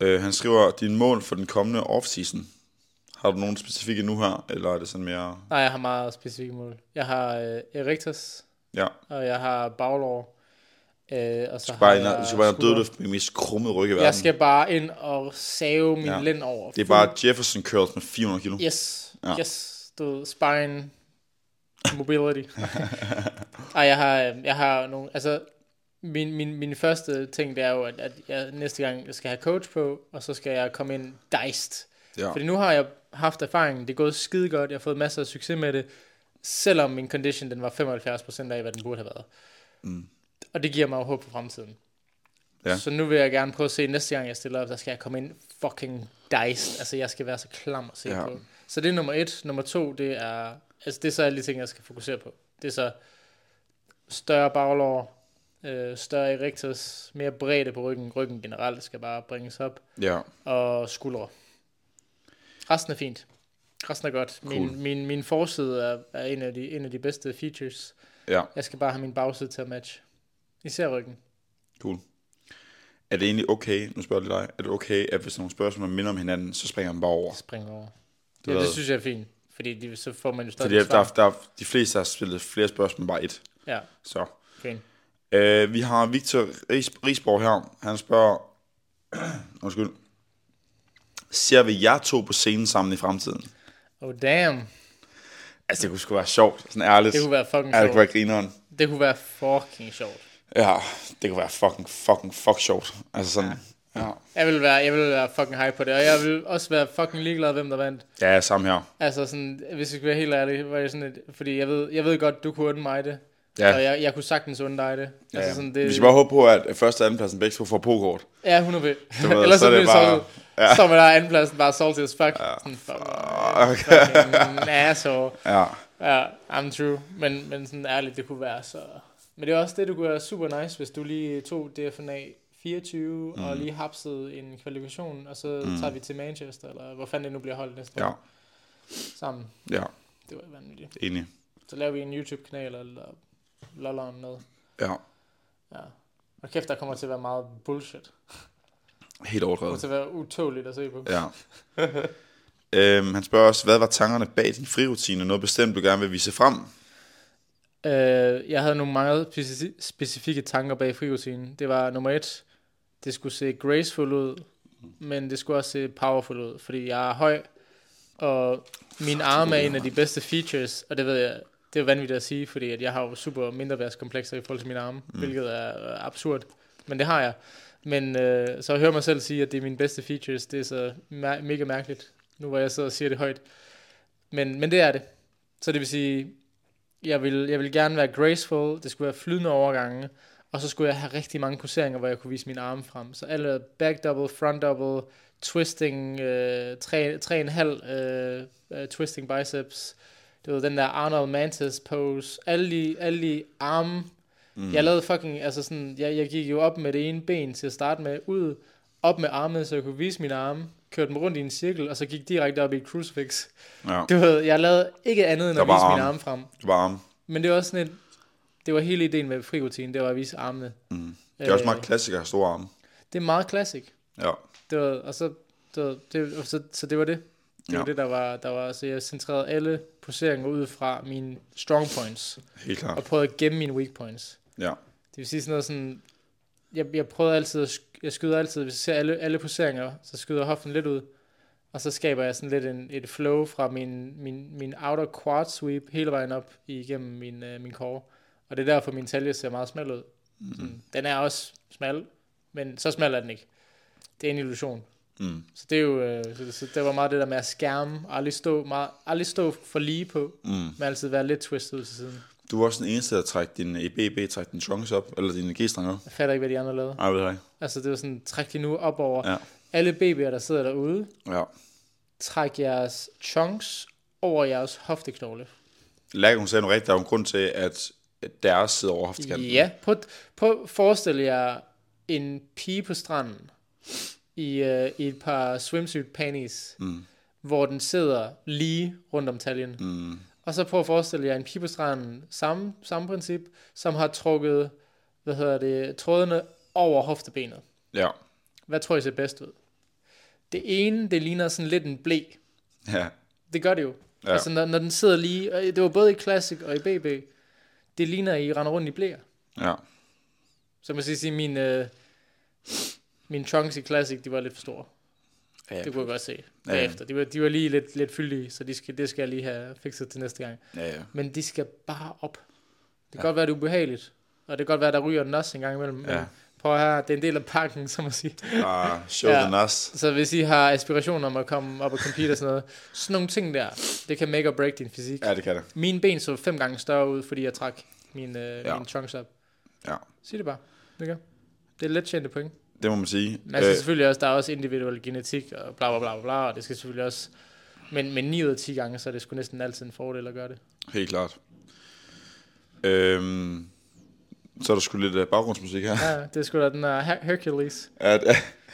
Speaker 1: Øh, han skriver, din mål for den kommende offseason. Har du nogen specifikke nu her, eller er det sådan mere...
Speaker 2: Nej, jeg har meget specifikke mål. Jeg har øh, erectus,
Speaker 1: Ja,
Speaker 2: og jeg har baglår. Øh, og
Speaker 1: Du
Speaker 2: så
Speaker 1: skal bare
Speaker 2: har
Speaker 1: ind og,
Speaker 2: jeg
Speaker 1: du skal bare ind og
Speaker 2: skulder.
Speaker 1: døde det med mest krumme ryg i verden.
Speaker 2: Jeg skal bare ind og save min
Speaker 1: Ja.
Speaker 2: ja. lænd over.
Speaker 1: Det er bare Jefferson curls med 400 kilo.
Speaker 2: Yes,
Speaker 1: Ja.
Speaker 2: ja. yes. Du ved, spine, mobility. Ej, jeg har, jeg har nogle, altså, min, min, min første ting, det er jo, at, at jeg næste gang jeg skal have coach på, og så skal jeg komme ind diced.
Speaker 1: Ja.
Speaker 2: Fordi nu har jeg haft erfaringen, det er gået skide godt, jeg har fået masser af succes med det, selvom min condition, den var 75% af, hvad den burde have været. Mm. Og det giver mig jo håb for fremtiden.
Speaker 1: Ja.
Speaker 2: Så nu vil jeg gerne prøve at se, næste gang jeg stiller op, der skal jeg komme ind fucking diced. Altså, jeg skal være så klam at se
Speaker 1: Ja.
Speaker 2: ja. på. Så det er nummer et. Nummer to, det er, altså det er så alle de ting, jeg skal fokusere på. Det er så større baglår, øh, større erectus, mere bredde på ryggen. Ryggen generelt skal bare bringes op
Speaker 1: ja.
Speaker 2: og skuldre. Resten er fint. Resten er godt. Min,
Speaker 1: Cool.
Speaker 2: min, min forside er, er en, af de, en af de bedste features.
Speaker 1: Ja,
Speaker 2: Jeg skal bare have min bagside til at matche. Især ryggen.
Speaker 1: cool. Er det egentlig okay, nu spørger jeg lige dig, er det okay, at hvis der er nogle spørgsmål, der minder om hinanden, så springer man bare over?
Speaker 2: Spring over.
Speaker 1: ved
Speaker 2: Ja, det
Speaker 1: jeg.
Speaker 2: synes jeg er fint. Fordi de, så får man jo stadig
Speaker 1: Fordi
Speaker 2: et
Speaker 1: der, der,
Speaker 2: svar.
Speaker 1: der, de fleste har stillet flere spørgsmål, bare et.
Speaker 2: Ja,
Speaker 1: Så.
Speaker 2: fint.
Speaker 1: Øh, vi har Victor Ries, Risborg her. Han spørger, undskyld, ser vi jer to på scenen sammen i fremtiden?
Speaker 2: Oh damn.
Speaker 1: Altså, det kunne sgu være sjovt, sådan ærligt.
Speaker 2: Det kunne være fucking
Speaker 1: Ja, det
Speaker 2: sjovt.
Speaker 1: kunne være grineren.
Speaker 2: Det kunne være fucking sjovt.
Speaker 1: Ja, det kunne være fucking, fucking, fuck sjovt. Altså sådan, ja.
Speaker 2: Jeg vil være, jeg vil være fucking hype på det, og jeg vil også være fucking ligeglad, hvem der vandt.
Speaker 1: Ja, samme her.
Speaker 2: Altså sådan, hvis jeg skal være helt ærlig, var jeg sådan et, fordi jeg ved, jeg ved godt, du kunne unde mig det,
Speaker 1: Ja.
Speaker 2: og jeg, jeg kunne sagtens unde dig det.
Speaker 1: Ja,
Speaker 2: Altså sådan, det,
Speaker 1: Vi skal bare håbe på, at første og andenpladsen begge to får pokort.
Speaker 2: Ja, 100 p.
Speaker 1: ved,
Speaker 2: Ellers
Speaker 1: så er
Speaker 2: så
Speaker 1: det
Speaker 2: bliver det
Speaker 1: bare-
Speaker 2: solgt. Ja. Så er man der andenpladsen bare salty as fuck. Ja, sådan, fuck. fucking asshole.
Speaker 1: Ja,
Speaker 2: Ja, I'm true. Men, men sådan ærligt, det kunne være så... Men det er også det, du kunne være super nice, hvis du lige tog DFNA 24 mm. og lige hapsede en kvalifikation, og så mm. tager vi til Manchester, eller hvor fanden det nu bliver holdt næste
Speaker 1: ja,
Speaker 2: år sammen.
Speaker 1: ja,
Speaker 2: Det var vanvittigt.
Speaker 1: enig.
Speaker 2: Så laver vi en YouTube-kanal, eller loller om noget.
Speaker 1: Ja,
Speaker 2: Ja. Og kæft, der kommer til at være meget bullshit. Det
Speaker 1: helt
Speaker 2: kommer
Speaker 1: overdrevet.
Speaker 2: til at være utåligt at se på.
Speaker 1: Ja. øhm, han spørger også, hvad var tankerne bag din frirutine? Noget bestemt, du gerne vil vise frem?
Speaker 2: Øh, jeg havde nogle meget speci- specifikke tanker bag frirutinen. Det var nummer et, det skulle se graceful ud, men det skulle også se powerful ud, fordi jeg er høj, og min arm er en af de bedste features, og det ved jeg, det er vanvittigt at sige, fordi at jeg har jo super mindreværdskomplekser i forhold til min arme, mm. hvilket er øh, absurd, men det har jeg. Men øh, så at høre mig selv sige, at det er mine bedste features, det er så mær- mega mærkeligt, nu hvor jeg sidder og siger det højt. Men, men det er det. Så det vil sige, jeg vil, jeg vil gerne være graceful, det skulle være flydende overgange, og så skulle jeg have rigtig mange kurseringer, hvor jeg kunne vise mine arme frem. Så alle back double, front double, twisting, øh, 3,5 øh, øh, twisting biceps, du ved, den der Arnold Mantis pose, alle de, alle de arme. Mm. Jeg lavede fucking, altså sådan, jeg, jeg gik jo op med det ene ben til at starte med, ud, op med armene, så jeg kunne vise mine arme, kørte dem rundt i en cirkel, og så gik direkte op i et crucifix.
Speaker 1: Ja,
Speaker 2: Du ved, jeg lavede ikke andet end
Speaker 1: Der
Speaker 2: at
Speaker 1: var
Speaker 2: vise mine
Speaker 1: arme.
Speaker 2: arme frem.
Speaker 1: du var arme.
Speaker 2: Men det var også sådan et, det var hele ideen med frirutinen, det var at vise armene. Mm.
Speaker 1: Det er også meget klassiker at have store arme.
Speaker 2: det er meget classic.
Speaker 1: Ja,
Speaker 2: Det var, og så, det var, det, og så, så det var det.
Speaker 1: Ja.
Speaker 2: Det ja. var det, der var, der var, så jeg centrerede alle poseringer ud fra mine strong points,
Speaker 1: helt
Speaker 2: og
Speaker 1: klart.
Speaker 2: prøvede at gemme mine weak points.
Speaker 1: Ja,
Speaker 2: Det vil sige sådan noget sådan, jeg, jeg prøvede altid, at sk- jeg skyder altid, hvis jeg ser alle, alle poseringer, så skyder jeg hoften lidt ud, og så skaber jeg sådan lidt en, et flow fra min, min, min outer quad sweep hele vejen op igennem min, øh, min core. Og det er derfor, min talje ser meget smal ud. Mm. Den er også smal, men så smal er den ikke. Det er en illusion.
Speaker 1: Mm.
Speaker 2: Så det er jo, øh, så, så det var meget det der med at skærme, og aldrig stå, meget, aldrig stå for lige på, mm. men altid være lidt twistet ud til siden.
Speaker 1: du var også den eneste, der trak din EBB, trak din trunks op, eller din G-strang op.
Speaker 2: Jeg fatter ikke, hvad de andre lavede.
Speaker 1: Ej, ved jeg ikke.
Speaker 2: Altså det var sådan, træk de nu op over.
Speaker 1: Ja.
Speaker 2: Ja. Alle BB'er, der sidder derude,
Speaker 1: Ja.
Speaker 2: træk jeres chunks over jeres hofteknogle.
Speaker 1: Lærke, hun sagde noget rigtigt, der er jo en grund til, at deres sidder over hoftekanten.
Speaker 2: Ja, prøv, prøv at forestille jer en pige på stranden i, øh, i et par swimsuit panties, mm. hvor den sidder lige rundt om taljen. Mm. Og så prøv at forestille jer en pige på stranden, samme, samme princip, som har trukket, hvad hedder det, trådene over hoftebenet.
Speaker 1: Ja.
Speaker 2: Hvad tror I ser bedst ud? Det ene, det ligner sådan lidt en blæ.
Speaker 1: Ja.
Speaker 2: Det gør det jo.
Speaker 1: Ja.
Speaker 2: Ja. Altså, når, når den sidder lige... og Det var både i Classic og i BB. Det ligner, at I render rundt i blæer.
Speaker 1: Ja.
Speaker 2: Så man skal sige, min, øh, min trunks i Classic, de var lidt for store.
Speaker 1: Ja,
Speaker 2: Det kunne jeg godt se
Speaker 1: Ja.
Speaker 2: bagefter. De var, de var lige lidt, lidt fyldige, så de skal, det skal jeg lige have fikset til næste gang.
Speaker 1: ja, ja.
Speaker 2: Men de skal bare op. Det kan ja. godt være, det er ubehageligt. Og det kan godt være, der ryger en os en gang imellem.
Speaker 1: Ja.
Speaker 2: Men prøv at høre, det er en del af pakken, som man siger.
Speaker 1: Bare Ah, show
Speaker 2: Ja.
Speaker 1: ja. the nest.
Speaker 2: Så hvis I har aspirationer om at komme op og compete og sådan noget, sådan nogle ting der, det kan make or break din fysik.
Speaker 1: Ja, det kan det.
Speaker 2: Mine ben så fem gange større ud, fordi jeg trak min, øh, ja.
Speaker 1: Ja.
Speaker 2: min trunks op.
Speaker 1: Ja.
Speaker 2: Sig det bare. Det gør. Det er let tjente point.
Speaker 1: Det må man sige.
Speaker 2: Men altså, øh. selvfølgelig også, der er også individuel genetik og bla bla bla bla, bla, og det skal selvfølgelig også... Men, men 9 ud af 10 gange, så er det sgu næsten altid en fordel at gøre det.
Speaker 1: Helt klart. Øhm, så er der sgu lidt øh, baggrundsmusik her.
Speaker 2: Ja, det er sgu da den der Her- Hercules.
Speaker 1: Ja, det-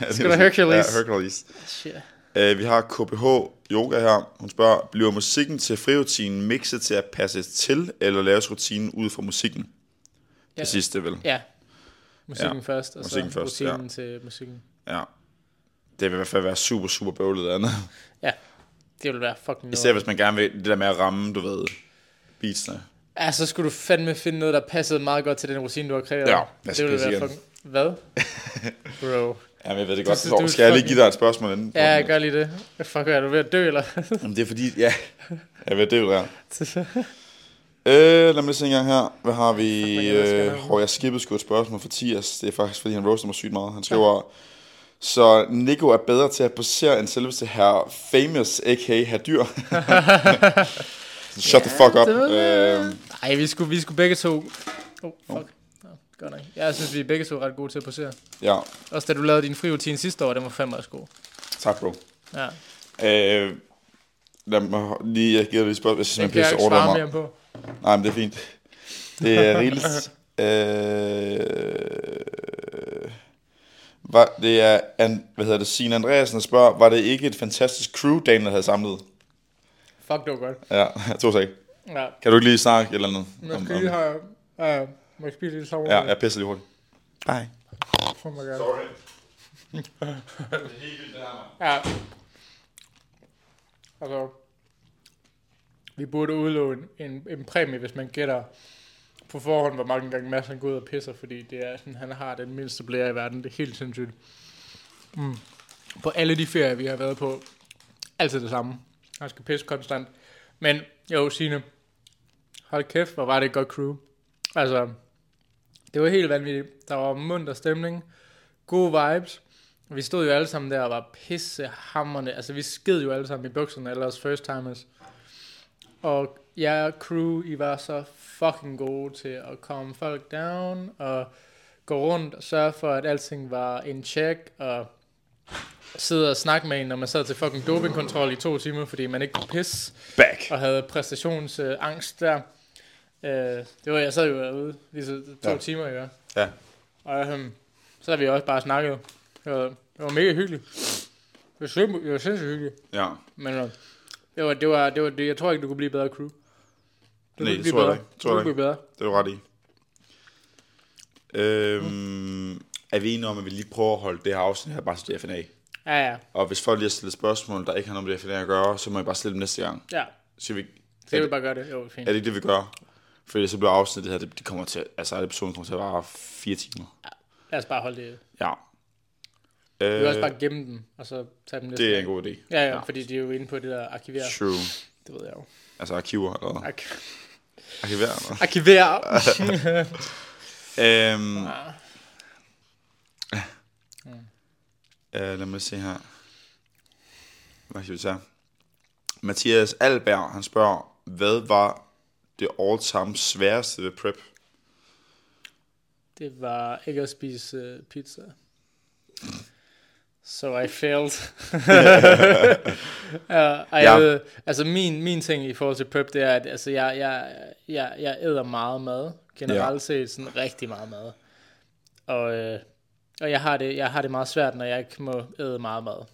Speaker 1: ja,
Speaker 2: Sgu da Hercules.
Speaker 1: Ja, Hercules.
Speaker 2: Shit.
Speaker 1: Øh, vi har KPH Yoga her. Hun spørger, bliver musikken til frirutinen mixet til at passe til, eller laves rutinen ud fra musikken?
Speaker 2: Ja.
Speaker 1: Det sidste vel.
Speaker 2: Ja. Musikken ja.
Speaker 1: Ja,
Speaker 2: først, og
Speaker 1: musikken
Speaker 2: så
Speaker 1: først,
Speaker 2: rutinen ja. til musikken.
Speaker 1: Ja. Det vil i hvert fald være super, super bøvlet andet.
Speaker 2: Ja, det ville være fucking
Speaker 1: Især
Speaker 2: noget.
Speaker 1: hvis man gerne vil det der med at ramme, du ved, beatsene.
Speaker 2: Ja, så skulle du fandme finde noget, der passede meget godt til den rutine, du har kreeret.
Speaker 1: Ja, lad os
Speaker 2: det ville
Speaker 1: spise
Speaker 2: være
Speaker 1: igen.
Speaker 2: fucking... Hvad? Bro.
Speaker 1: Ja, men jeg ved det
Speaker 2: synes,
Speaker 1: godt.
Speaker 2: du er
Speaker 1: Hvor, skal jeg lige
Speaker 2: fucking-
Speaker 1: give dig et spørgsmål inden?
Speaker 2: Ja, jeg gør lige det. Fuck, er du ved at dø, eller?
Speaker 1: Jamen, det er fordi, ja. Jeg ved det jo der. Øh, lad mig lige se en gang her. Hvad har vi?
Speaker 2: Fuck, man, jeg skal
Speaker 1: Øh,
Speaker 2: have-
Speaker 1: hov, jeg skippede sgu et spørgsmål for Thias. Det er faktisk, fordi han roaster mig sygt meget. Han skriver, ja. så Nico er bedre til at posere end selveste her famous, a.k.a. her dyr. Shut the fuck up.
Speaker 2: det ved jeg.
Speaker 1: Øh,
Speaker 2: Nej, vi skulle, vi skulle begge to... Oh, fuck. Nå, godt nok. Jeg synes, vi er begge to ret gode til at posere.
Speaker 1: ja,
Speaker 2: Også da du lavede din frirutine sidste år, den var fandme også god.
Speaker 1: tak bro.
Speaker 2: Ja,
Speaker 1: Øh, lad mig lige, jeg giver dig lige et spørgsmål. Jeg synes,
Speaker 2: det
Speaker 1: man
Speaker 2: kan jeg
Speaker 1: pisse
Speaker 2: ikke svare
Speaker 1: over mig.
Speaker 2: mere på.
Speaker 1: Nej, men det er fint. Det er rigeligt. øh, var, det er, an, hvad hedder det, Signe Andreasen, der spørger, var det ikke et fantastisk crew, Daniel havde samlet?
Speaker 2: Fuck, det var godt.
Speaker 1: Ja, to sag.
Speaker 2: Ja,
Speaker 1: Kan du ikke lige snakke et eller andet?
Speaker 2: jeg skal lige have... Uh, må jeg spise lidt sover?
Speaker 1: ja, jeg pisser lige hurtigt. Bye.
Speaker 2: Oh my god.
Speaker 1: Sorry. det er helt vildt, det her, mand.
Speaker 2: Ja. Altså, vi burde udlåne en, en præmie, hvis man gætter på forhånd, hvor mange gange Mads han går ud og pisser, fordi det er sådan, han har den mindste blære i verden. Det er helt sindssygt. Mm. På alle de ferier, vi har været på, altid det samme. Han skal pisse konstant. Men jo, Signe, hold kæft, hvor var det et godt crew. Altså, det var helt vanvittigt. Der var munter stemning, gode vibes. Vi stod jo alle sammen der og var pissehammerne. Altså, vi sked jo alle sammen i bukserne, alle os first timers. Og jeg og crew, I var så fucking gode til at komme folk down og gå rundt og sørge for, at alting var in check og sidde og snakke med en, når man sad til fucking dopingkontrol i to timer, fordi man ikke kunne pisse
Speaker 1: Back.
Speaker 2: og havde præstationsangst der. Øh, det var, jeg sad jo derude lige så to ja.
Speaker 1: Ja.
Speaker 2: timer, ikke?
Speaker 1: Ja.
Speaker 2: Og øhm, så har vi også bare snakket. Det var, det var mega hyggeligt. Det var, sind- det var sindssygt hyggeligt.
Speaker 1: Ja.
Speaker 2: Men øh, det var, det var, det var, det, jeg tror ikke, du kunne blive bedre crew. Du kunne
Speaker 1: Nej,
Speaker 2: ikke
Speaker 1: det
Speaker 2: blive
Speaker 1: tror jeg
Speaker 2: bedre.
Speaker 1: ikke.
Speaker 2: Du
Speaker 1: Tror
Speaker 2: kunne
Speaker 1: jeg
Speaker 2: ikke
Speaker 1: ikke.
Speaker 2: blive bedre.
Speaker 1: Det er du ret i. Øhm, er vi enige om, at vi lige prøver at holde det her afsnit her bare til DFNA?
Speaker 2: Ja, ja.
Speaker 1: Og hvis folk lige har stillet spørgsmål, der ikke har noget med DFNA at gøre, så må I bare stille dem næste gang.
Speaker 2: ja.
Speaker 1: Siger vi,
Speaker 2: Så jeg vil bare gøre det. Jo, fint.
Speaker 1: er det ikke det, vi gør? Fordi så bliver afsnittet her, det, det kommer til, altså episoden kommer til at vare fire timer.
Speaker 2: Lad os bare holde det.
Speaker 1: Ja.
Speaker 2: Vi kan også
Speaker 1: Øh,
Speaker 2: bare gemme dem, og så tage dem næste.
Speaker 1: det er en
Speaker 2: gang.
Speaker 1: god idé.
Speaker 2: Ja, ja, fordi de er jo inde på det der arkiver.
Speaker 1: True.
Speaker 2: Det ved jeg jo.
Speaker 1: Altså arkiver eller hvad?
Speaker 2: Ark-
Speaker 1: Arkiver eller hvad?
Speaker 2: arkiver.
Speaker 1: øhm,
Speaker 2: Ah.
Speaker 1: øh, lad mig se her. Hvad skal vi tage? Mathias Alberg, han spørger, hvad var det all-time sværeste ved prep?
Speaker 2: det var ikke at spise øh, pizza. So I failed. ja, og jeg
Speaker 1: Ja.
Speaker 2: ved, altså min, min ting i forhold til prep, det er, at altså, jeg, jeg, jeg, jeg æder meget mad. Generelt
Speaker 1: Ja.
Speaker 2: set sådan rigtig meget mad. Og, øh, og jeg, har det, jeg har det meget svært, når jeg ikke må æde meget mad.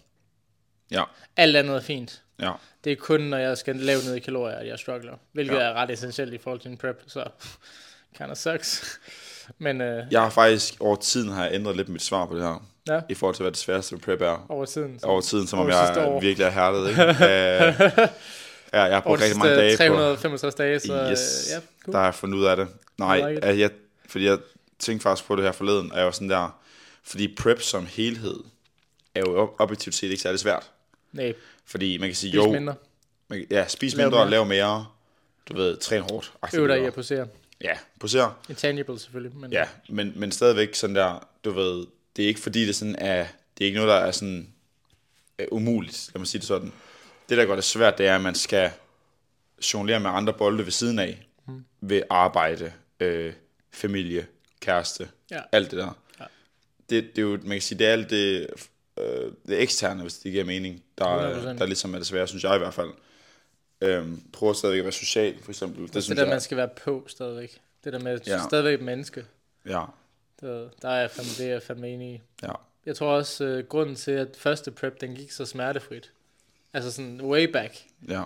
Speaker 1: Ja,
Speaker 2: Alt andet er fint.
Speaker 1: ja.
Speaker 2: Det er kun, når jeg skal lave ned i kalorier, at jeg struggler. Hvilket ja.
Speaker 1: Ja.
Speaker 2: er ret essentielt i forhold til en prep, så kind of sucks. Men øh,
Speaker 1: Jeg har faktisk over tiden har jeg ændret lidt mit svar på det her.
Speaker 2: Ja.
Speaker 1: I forhold til, hvad det sværeste ved prep er.
Speaker 2: over tiden... Så...
Speaker 1: Over tiden, som om
Speaker 2: Over sidste
Speaker 1: jeg
Speaker 2: år.
Speaker 1: virkelig er hærdet. Ikke? Øh, ja, jeg har
Speaker 2: over
Speaker 1: brugt
Speaker 2: de
Speaker 1: rigtig mange dage
Speaker 2: sidste
Speaker 1: på...
Speaker 2: 365 dage, så
Speaker 1: Yes,
Speaker 2: øh, ja,
Speaker 1: der
Speaker 2: cool.
Speaker 1: har jeg fundet ud af det.
Speaker 2: I like
Speaker 1: Nej,
Speaker 2: it.
Speaker 1: at jeg, fordi jeg tænkte faktisk på det her forleden, og jeg var sådan der, fordi prep som helhed er jo ob- objektivt set ikke særlig svært.
Speaker 2: Nej,
Speaker 1: Fordi man kan sige,
Speaker 2: jo.
Speaker 1: jo,
Speaker 2: mindre.
Speaker 1: man, kan- ja, spis
Speaker 2: Lav
Speaker 1: mindre, lav mere.
Speaker 2: mere.
Speaker 1: lav mere, du ved, træn hårdt. aktivt
Speaker 2: Øv dig i
Speaker 1: videre.
Speaker 2: at posere.
Speaker 1: Ja, poser.
Speaker 2: Intangible selvfølgelig, men
Speaker 1: Ja, men, men stadigvæk sådan der, du ved, det er ikke fordi, det sådan er, det er ikke noget, der er sådan er umuligt, lad mig sige det sådan. Det, der gør det svært, det er, at man skal jonglere med andre bolde ved siden af, mm. ved arbejde, øh, familie, kæreste,
Speaker 2: Ja.
Speaker 1: alt det der. Ja. Det, det er jo, man kan sige, det er alt det, øh, det eksterne, hvis det giver mening, der,
Speaker 2: 100%.
Speaker 1: der ligesom er det svære, synes jeg i hvert fald. Øhm, prøver stadigvæk at være social, for eksempel. Det, det
Speaker 2: det
Speaker 1: synes
Speaker 2: der,
Speaker 1: jeg.
Speaker 2: man skal være på stadigvæk. Det der med, at
Speaker 1: Ja.
Speaker 2: stadigvæk et menneske.
Speaker 1: Ja,
Speaker 2: Der, der er jeg fandme, det er jeg fandme enig i.
Speaker 1: ja.
Speaker 2: Jeg tror også, øh, grunden til, at første prep, den gik så smertefrit. Altså sådan way back.
Speaker 1: Ja,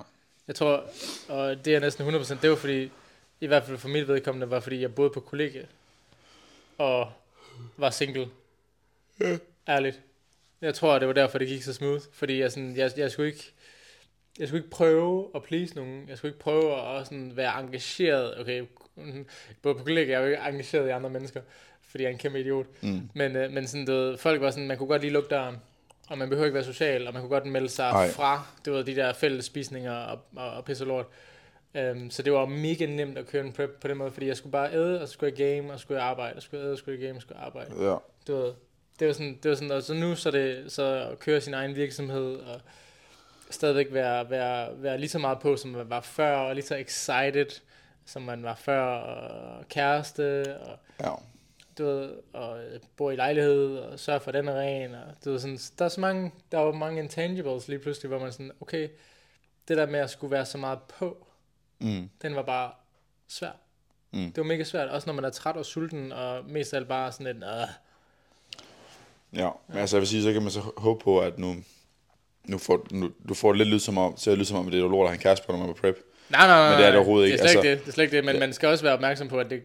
Speaker 2: Jeg tror, og det er næsten 100%, det var fordi, i hvert fald for mit vedkommende, var fordi, jeg boede på kollegie og var single. Ærligt. Jeg tror, det var derfor, det gik så smooth, fordi jeg, sådan, jeg, jeg skulle ikke... Jeg skulle ikke prøve at please nogen. Jeg skulle ikke prøve at også sådan være engageret. Okay, mm, både på kollegaer, jeg er jo ikke engageret i andre mennesker, fordi jeg er en kæmpe idiot.
Speaker 1: Mm.
Speaker 2: Men, øh, men sådan, du ved, folk var sådan, man kunne godt lige lukke døren, og man behøver ikke være social, og man kunne godt melde sig
Speaker 1: Ej.
Speaker 2: fra, du ved, de der fælles spisninger og, og, og pisse og lort. Um, så det var mega nemt at køre en prep på den måde, fordi jeg skulle bare æde, og så skulle jeg game, og så skulle jeg arbejde, og så skulle jeg æde, og så skulle jeg game, og så skulle jeg arbejde
Speaker 1: ja.
Speaker 2: du ved, det var sådan, det var sådan, og så nu så er det så at køre sin egen virksomhed, og stadigvæk være, være, være lige så meget på, som man var før, og lige så excited, som man var før, og kæreste, og
Speaker 1: ja.
Speaker 2: du ved, og bo i lejlighed, og sørge for at den er ren, og du ved, sådan, der er så mange, der var mange intangibles lige pludselig, hvor man sådan, okay, det der med at skulle være så meget på,
Speaker 1: Mm.
Speaker 2: den var bare svær.
Speaker 1: Mm.
Speaker 2: Det var mega svært, også når man er træt og sulten, og mest af alt bare sådan lidt, "Åh,
Speaker 1: Ja, men altså jeg vil sige, så kan man så håbe på, at nu, nu, får, nu du får det lidt lyd som om, til at lyde som om, at det er lort at have en kæreste på, når man er på prep.
Speaker 2: Nej, nej, nej.
Speaker 1: Men det er det
Speaker 2: nej.
Speaker 1: overhovedet
Speaker 2: Det er
Speaker 1: ikke.
Speaker 2: slet
Speaker 1: Altså-
Speaker 2: ikke det. Det er slet ikke det, men man skal også være opmærksom på, at det,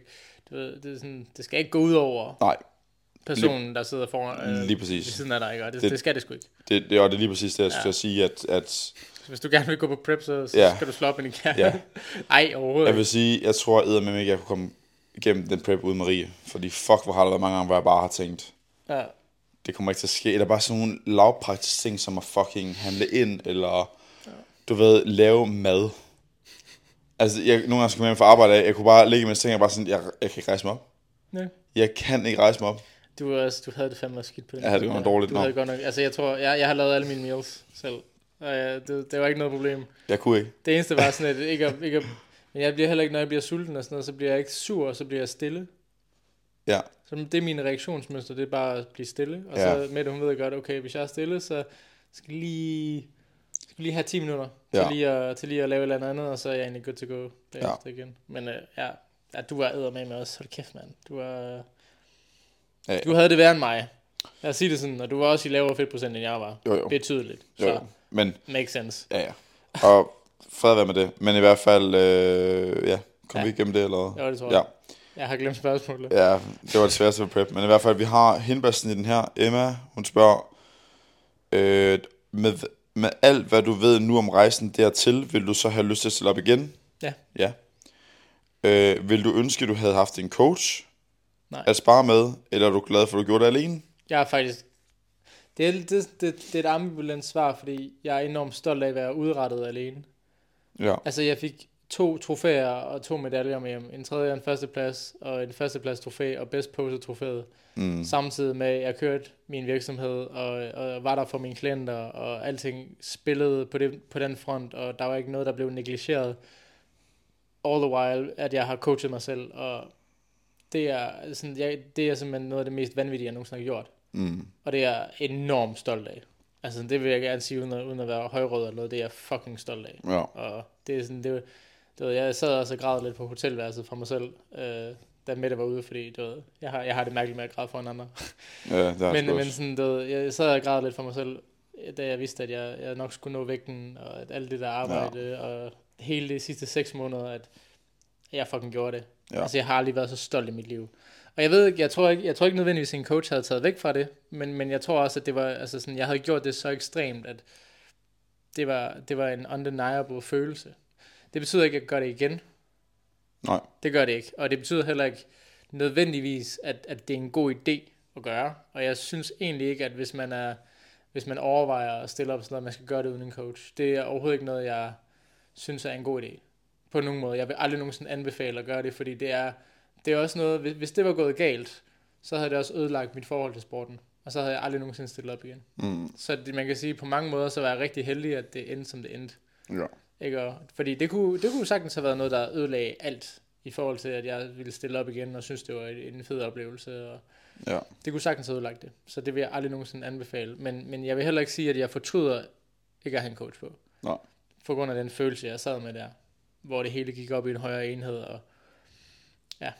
Speaker 2: du ved, det, er sådan, det skal ikke gå ud over
Speaker 1: Nej,
Speaker 2: personen, der sidder foran øh,
Speaker 1: Lige præcis.
Speaker 2: ved siden af dig. Ikke? Og det, det,
Speaker 1: Det-
Speaker 2: det, skal det sgu ikke.
Speaker 1: det, det, og det er lige præcis det, jeg skulle
Speaker 2: Ja.
Speaker 1: ja. sige, at, at
Speaker 2: Så Hvis du gerne vil gå på prep, så, så
Speaker 1: Ja.
Speaker 2: skal du slå op ind i kære.
Speaker 1: Ja.
Speaker 2: Ej, overhovedet
Speaker 1: jeg
Speaker 2: ikke.
Speaker 1: vil sige, jeg tror eddermame ikke, jeg kunne komme igennem den prep uden Marie. Fordi fuck, hvor har der været mange gange, hvor jeg bare har tænkt,
Speaker 2: Ja.
Speaker 1: det kommer ikke til at ske. Eller bare sådan nogle lavpraktiske ting, som at fucking handle ind, eller du ved, lave mad. Altså, jeg, nogle gange skulle jeg hjem fra arbejde af, jeg kunne bare ligge med ting, og bare sådan, jeg, jeg kan ikke rejse mig op.
Speaker 2: Nej.
Speaker 1: Jeg kan ikke rejse mig op.
Speaker 2: Du, var også, du havde det fandme også skidt på den.
Speaker 1: Jeg havde det
Speaker 2: måde
Speaker 1: godt
Speaker 2: der.
Speaker 1: dårligt,
Speaker 2: Du
Speaker 1: nå.
Speaker 2: havde godt nok, altså jeg tror, jeg, jeg har lavet alle mine meals selv. Og ja, det, det var ikke noget problem.
Speaker 1: Jeg kunne ikke.
Speaker 2: Det eneste var sådan, at ikke, at, ikke at, men jeg bliver heller ikke, når jeg bliver sulten og sådan noget, så bliver jeg ikke sur, og så bliver jeg stille.
Speaker 1: Ja.
Speaker 2: Så det er min reaktionsmønster, det er bare at blive stille. Og ja.
Speaker 1: Ja.
Speaker 2: så Mette, hun ved godt, okay, hvis jeg er stille, så skal jeg lige, skal lige have 10 minutter til,
Speaker 1: Ja.
Speaker 2: lige at, til lige at lave et eller andet, og så er jeg egentlig good to go bagefter ja. igen. Men øh, ja, ja, du var æder med mig også. Hold kæft, mand. Du, var,
Speaker 1: Ja.
Speaker 2: du havde det værre end mig. Lad os sige det sådan, og du var også i lavere fedtprocent, end jeg var.
Speaker 1: Jo, jo.
Speaker 2: Betydeligt. Så
Speaker 1: Jo, jo. Men,
Speaker 2: makes sense.
Speaker 1: ja, ja. Og fred være med det. Men i hvert fald, øh, ja, kom
Speaker 2: Ja.
Speaker 1: ja. vi igennem det, eller hvad?
Speaker 2: Jo, det tror
Speaker 1: Ja.
Speaker 2: jeg. Jeg har glemt spørgsmålet.
Speaker 1: ja, det var det sværeste ved prep. Men i hvert fald, vi har hindbærsen i den her. Emma, hun spørger, øh, med, med alt, hvad du ved nu om rejsen dertil, vil du så have lyst til at stille op igen?
Speaker 2: Ja.
Speaker 1: Ja. Øh, vil du ønske, du havde haft en coach
Speaker 2: Nej.
Speaker 1: at spare med, eller er du glad for, at du gjorde det alene?
Speaker 2: Jeg er faktisk... Det er, det, det, det er et ambivalent svar, fordi jeg er enormt stolt af at være udrettet alene.
Speaker 1: Ja,
Speaker 2: Altså, jeg fik to trofæer og to medaljer med hjem. En tredje og en førsteplads, og en førsteplads trofæ og best pose trofæet. Mm. Samtidig med, at jeg kørte min virksomhed, og, og var der for mine klienter, og alting spillede på, det, på den front, og der var ikke noget, der blev negligeret. All the while, at jeg har coachet mig selv, og det er, sådan, jeg, det er simpelthen noget af det mest vanvittige, jeg nogensinde har gjort.
Speaker 1: mm.
Speaker 2: Og det er jeg enormt stolt af. Altså, det vil jeg gerne sige, uden at, uden at være højrød eller noget. Det er jeg fucking stolt af.
Speaker 1: ja,
Speaker 2: Og det er sådan, det, du ved, jeg sad også og græd lidt på hotelværelset for mig selv, øh, da Mette var ude, fordi du ved, jeg, har, jeg har det mærkeligt med at græde foran andre.
Speaker 1: ja det har jeg
Speaker 2: Men,
Speaker 1: sgu også.
Speaker 2: men sådan, du ved, jeg sad og græd lidt for mig selv, da jeg vidste, at jeg, jeg nok skulle nå vægten, og at alt det der arbejde, ja. og hele de sidste seks måneder, at jeg fucking gjorde det. Ja.
Speaker 1: Ja.
Speaker 2: Altså, jeg har aldrig været så stolt i mit liv. Og jeg ved ikke, jeg tror ikke, jeg tror ikke nødvendigvis, at en coach havde taget væk fra det, men, men jeg tror også, at det var, altså sådan, jeg havde gjort det så ekstremt, at det var, det var en undeniable følelse. Det betyder ikke, at jeg gør det igen.
Speaker 1: Nej.
Speaker 2: Det gør det ikke. Og det betyder heller ikke nødvendigvis, at, at det er en god idé at gøre. Og jeg synes egentlig ikke, at hvis man, er, hvis man overvejer at stille op og sådan noget, man skal gøre det uden en coach. Det er overhovedet ikke noget, jeg synes er en god idé. På nogen måde. Jeg vil aldrig nogensinde anbefale at gøre det, fordi det er, det er også noget, hvis, hvis det var gået galt, så havde det også ødelagt mit forhold til sporten. Og så havde jeg aldrig nogensinde stillet op igen.
Speaker 1: Mm,
Speaker 2: Så det, man kan sige, på mange måder, så var jeg rigtig heldig, at det endte, som det endte.
Speaker 1: ja.
Speaker 2: Ikke? Og, fordi det kunne, det kunne sagtens have været noget, der ødelagde alt, i forhold til, at jeg ville stille op igen, og synes, det var en fed oplevelse. Og
Speaker 1: Ja.
Speaker 2: det kunne sagtens have ødelagt det. Så det vil jeg aldrig nogensinde anbefale. Men, men jeg vil heller ikke sige, at jeg fortryder ikke at have en coach på.
Speaker 1: Nå.
Speaker 2: For grund af den følelse, jeg sad med der, hvor det hele gik op i en højere enhed. Og ja,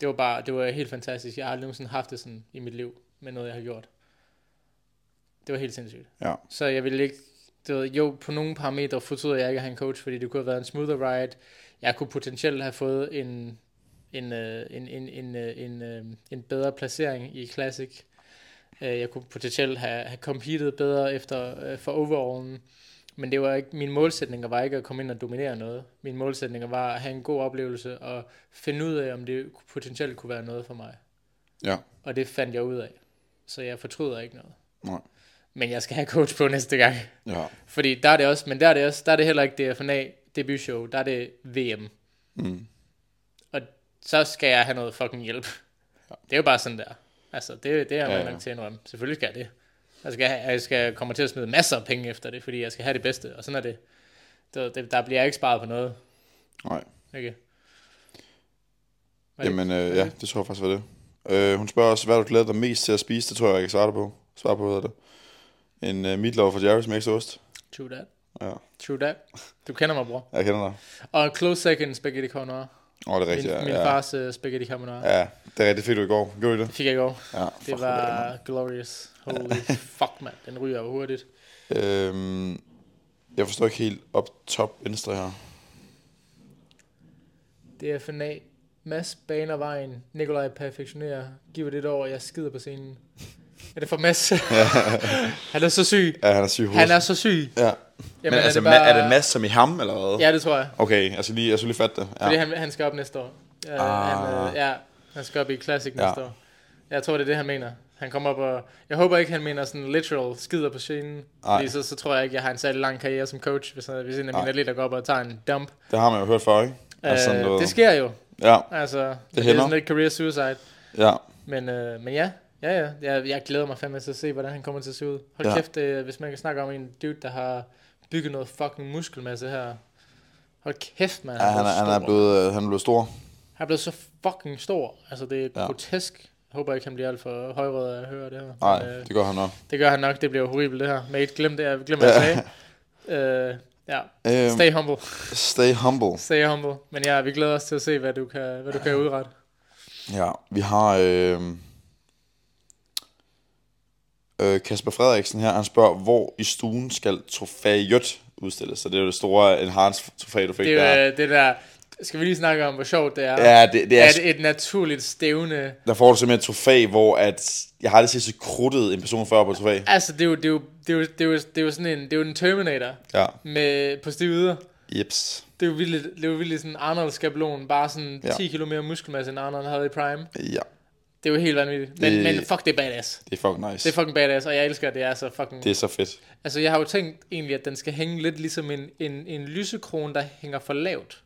Speaker 2: det var bare, det var helt fantastisk. Jeg har aldrig nogensinde haft det sådan i mit liv, med noget, jeg har gjort. Det var helt sindssygt.
Speaker 1: Ja.
Speaker 2: Så jeg ville ikke, du ved, jo, på nogle parametre fortryder jeg ikke at have en coach, fordi det kunne have været en smoother ride. Jeg kunne potentielt have fået en, en, øh, en, en, en, øh, en, øh, en bedre placering i Classic. Øh, Jeg kunne potentielt have, have competed bedre efter øh, for overallen. Men det var ikke, mine målsætninger var ikke at komme ind og dominere noget. Mine målsætninger var at have en god oplevelse og finde ud af, om det potentielt kunne være noget for mig.
Speaker 1: Ja.
Speaker 2: Og det fandt jeg ud af. Så jeg fortryder ikke noget.
Speaker 1: Nej.
Speaker 2: Men jeg skal have coach på næste gang.
Speaker 1: Ja.
Speaker 2: Fordi der er det også, men der er det også, der er det heller ikke DFNA debutshow, der er det VM.
Speaker 1: Mm.
Speaker 2: Og så skal jeg have noget fucking hjælp. Ja. Det er jo bare sådan der. Altså, det, det er man
Speaker 1: Ja,
Speaker 2: ja,
Speaker 1: ja.
Speaker 2: nok til at indrømme. Selvfølgelig skal jeg det. Jeg skal, have- jeg skal komme til at smide masser af penge efter det, fordi jeg skal have det bedste, og sådan er det. det, det der bliver jeg ikke sparet på noget.
Speaker 1: Nej.
Speaker 2: Ikke? Var det-
Speaker 1: Jamen, øh, ja, det tror jeg faktisk var det. Øh, hun spørger også, hvad du glæder dig mest til at spise. Det tror jeg, jeg kan svare dig på. Svare på, hvad hedder det. En øh, meatloaf fra Jerry's med ekstra ost.
Speaker 2: True that.
Speaker 1: Ja,
Speaker 2: True that. Du kender mig, bror.
Speaker 1: jeg kender dig.
Speaker 2: Og close second spaghetti carbonara.
Speaker 1: Åh, oh, det er
Speaker 2: Min,
Speaker 1: rigtigt. ja,
Speaker 2: min
Speaker 1: ja.
Speaker 2: fars uh, spaghetti carbonara.
Speaker 1: Ja, det er rigtigt. Det fik du i går. Gjorde du det?
Speaker 2: Det fik jeg i går.
Speaker 1: Ja,
Speaker 2: Det
Speaker 1: fuck, hvor
Speaker 2: var glorious. Holy fuck, mand. Den ryger jo hurtigt.
Speaker 1: lækkert. Øhm, jeg forstår ikke helt op top venstre her.
Speaker 2: DFNA. Mads baner vejen. Nikolaj perfektionerer. Giver det over, jeg skider på scenen. Er det for Mads? han er så syg.
Speaker 1: Ja, han er syg i hovedet.
Speaker 2: Han er så syg.
Speaker 1: Ja.
Speaker 2: Jamen,
Speaker 1: Men
Speaker 2: er
Speaker 1: altså,
Speaker 2: det bare-
Speaker 1: er det Mads som i ham, eller hvad?
Speaker 2: Ja, det tror jeg.
Speaker 1: Okay, jeg skal lige, jeg skal lige fatte det. Ja.
Speaker 2: Fordi han, han skal op næste år. Uh, han,
Speaker 1: Ah.
Speaker 2: øh, ja, han skal op i Classic
Speaker 1: Ja.
Speaker 2: næste år. Jeg tror, det er det, han mener. Han kommer op og... Jeg håber ikke, han mener sådan literal skider på scenen.
Speaker 1: Nej.
Speaker 2: Fordi så, så tror jeg ikke, jeg har en særlig lang karriere som coach, hvis, hvis en af mine
Speaker 1: Nej.
Speaker 2: atleter går op og tager en dump.
Speaker 1: Det har man jo hørt før, ikke?
Speaker 2: Øh,
Speaker 1: Altså, sådan noget-
Speaker 2: det sker jo.
Speaker 1: Ja,
Speaker 2: Altså, det, det er
Speaker 1: hænder.
Speaker 2: sådan lidt career suicide.
Speaker 1: ja.
Speaker 2: Men, øh, men ja, ja, ja. Jeg, jeg glæder mig fandme til at se, hvordan han kommer til at se ud. Hold
Speaker 1: Ja.
Speaker 2: ja. kæft, øh, hvis man kan snakke om en dude, der har bygget noget fucking muskelmasse her. Hold kæft, man.
Speaker 1: ja han, er, han, er blevet, øh, han er blevet stor.
Speaker 2: han er blevet så fucking stor. Altså, det er
Speaker 1: Ja.
Speaker 2: ja. grotesk. Jeg håber ikke, han bliver alt for højrød af at høre det her.
Speaker 1: Nej,
Speaker 2: Men, øh,
Speaker 1: det gør han nok.
Speaker 2: det gør han nok. Det bliver horribelt, det her. Mate, glem det, jeg glem, hvad jeg sagde. Øh, ja,
Speaker 1: Øhm,
Speaker 2: stay humble.
Speaker 1: stay humble.
Speaker 2: Stay humble. Men ja, vi glæder os til at se, hvad du kan, hvad du kan udrette.
Speaker 1: Ja, vi har øh, øh, Kasper Frederiksen her, han spørger, hvor i stuen skal trofæet udstilles? Så det er jo det store enhanced trofæ, du fik
Speaker 2: Det
Speaker 1: der.
Speaker 2: er jo øh, det der... Skal vi lige snakke om, hvor sjovt det er?
Speaker 1: Ja, det, det er,
Speaker 2: Er det et naturligt stævne?
Speaker 1: der får du simpelthen et trofæ, hvor at, jeg har aldrig set så kruttet en person før på et trofæ.
Speaker 2: Altså, det er jo, det er jo, det er jo, det er jo, det er jo sådan en, det er jo en Terminator
Speaker 1: Ja,
Speaker 2: med, på stive yder.
Speaker 1: jeps,
Speaker 2: Det er jo vildt, det er jo vildt sådan en Arnold-skabelon, bare sådan
Speaker 1: Ja.
Speaker 2: 10 kilo mere muskelmasse, end Arnold havde i Prime.
Speaker 1: ja,
Speaker 2: Det er jo helt vanvittigt. Men,
Speaker 1: Det-
Speaker 2: det... men fuck, det er badass.
Speaker 1: det er fucking nice.
Speaker 2: Det er fucking badass, og jeg elsker, at det er så fucking...
Speaker 1: det
Speaker 2: Det...
Speaker 1: er så fedt.
Speaker 2: Altså, jeg har jo tænkt egentlig, at den skal hænge lidt ligesom en, en, en lysekrone, der hænger for lavt.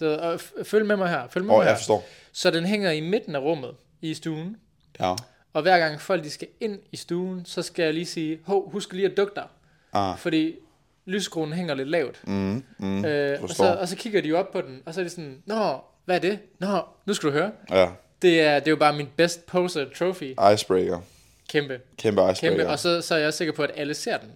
Speaker 2: Det, og f- følg med mig her, følg med
Speaker 1: Åh,
Speaker 2: mig
Speaker 1: jeg
Speaker 2: her.
Speaker 1: forstår.
Speaker 2: Så den hænger i midten af rummet i stuen.
Speaker 1: Ja.
Speaker 2: Og hver gang folk de skal ind i stuen, så skal jeg lige sige, hov, husk lige at dukke dig.
Speaker 1: Ah.
Speaker 2: Fordi lyskronen hænger lidt lavt.
Speaker 1: Mm, mm,
Speaker 2: øh, og,
Speaker 1: forstår.
Speaker 2: så, og så kigger de jo op på den, og så er de sådan, nå, hvad er det? Nå, nu skal du høre.
Speaker 1: ja.
Speaker 2: Det er, det er jo bare min best poser trophy.
Speaker 1: Icebreaker.
Speaker 2: Kæmpe,
Speaker 1: Kæmpe icebreaker.
Speaker 2: kæmpe. Og så, så er jeg også sikker på, at alle ser den.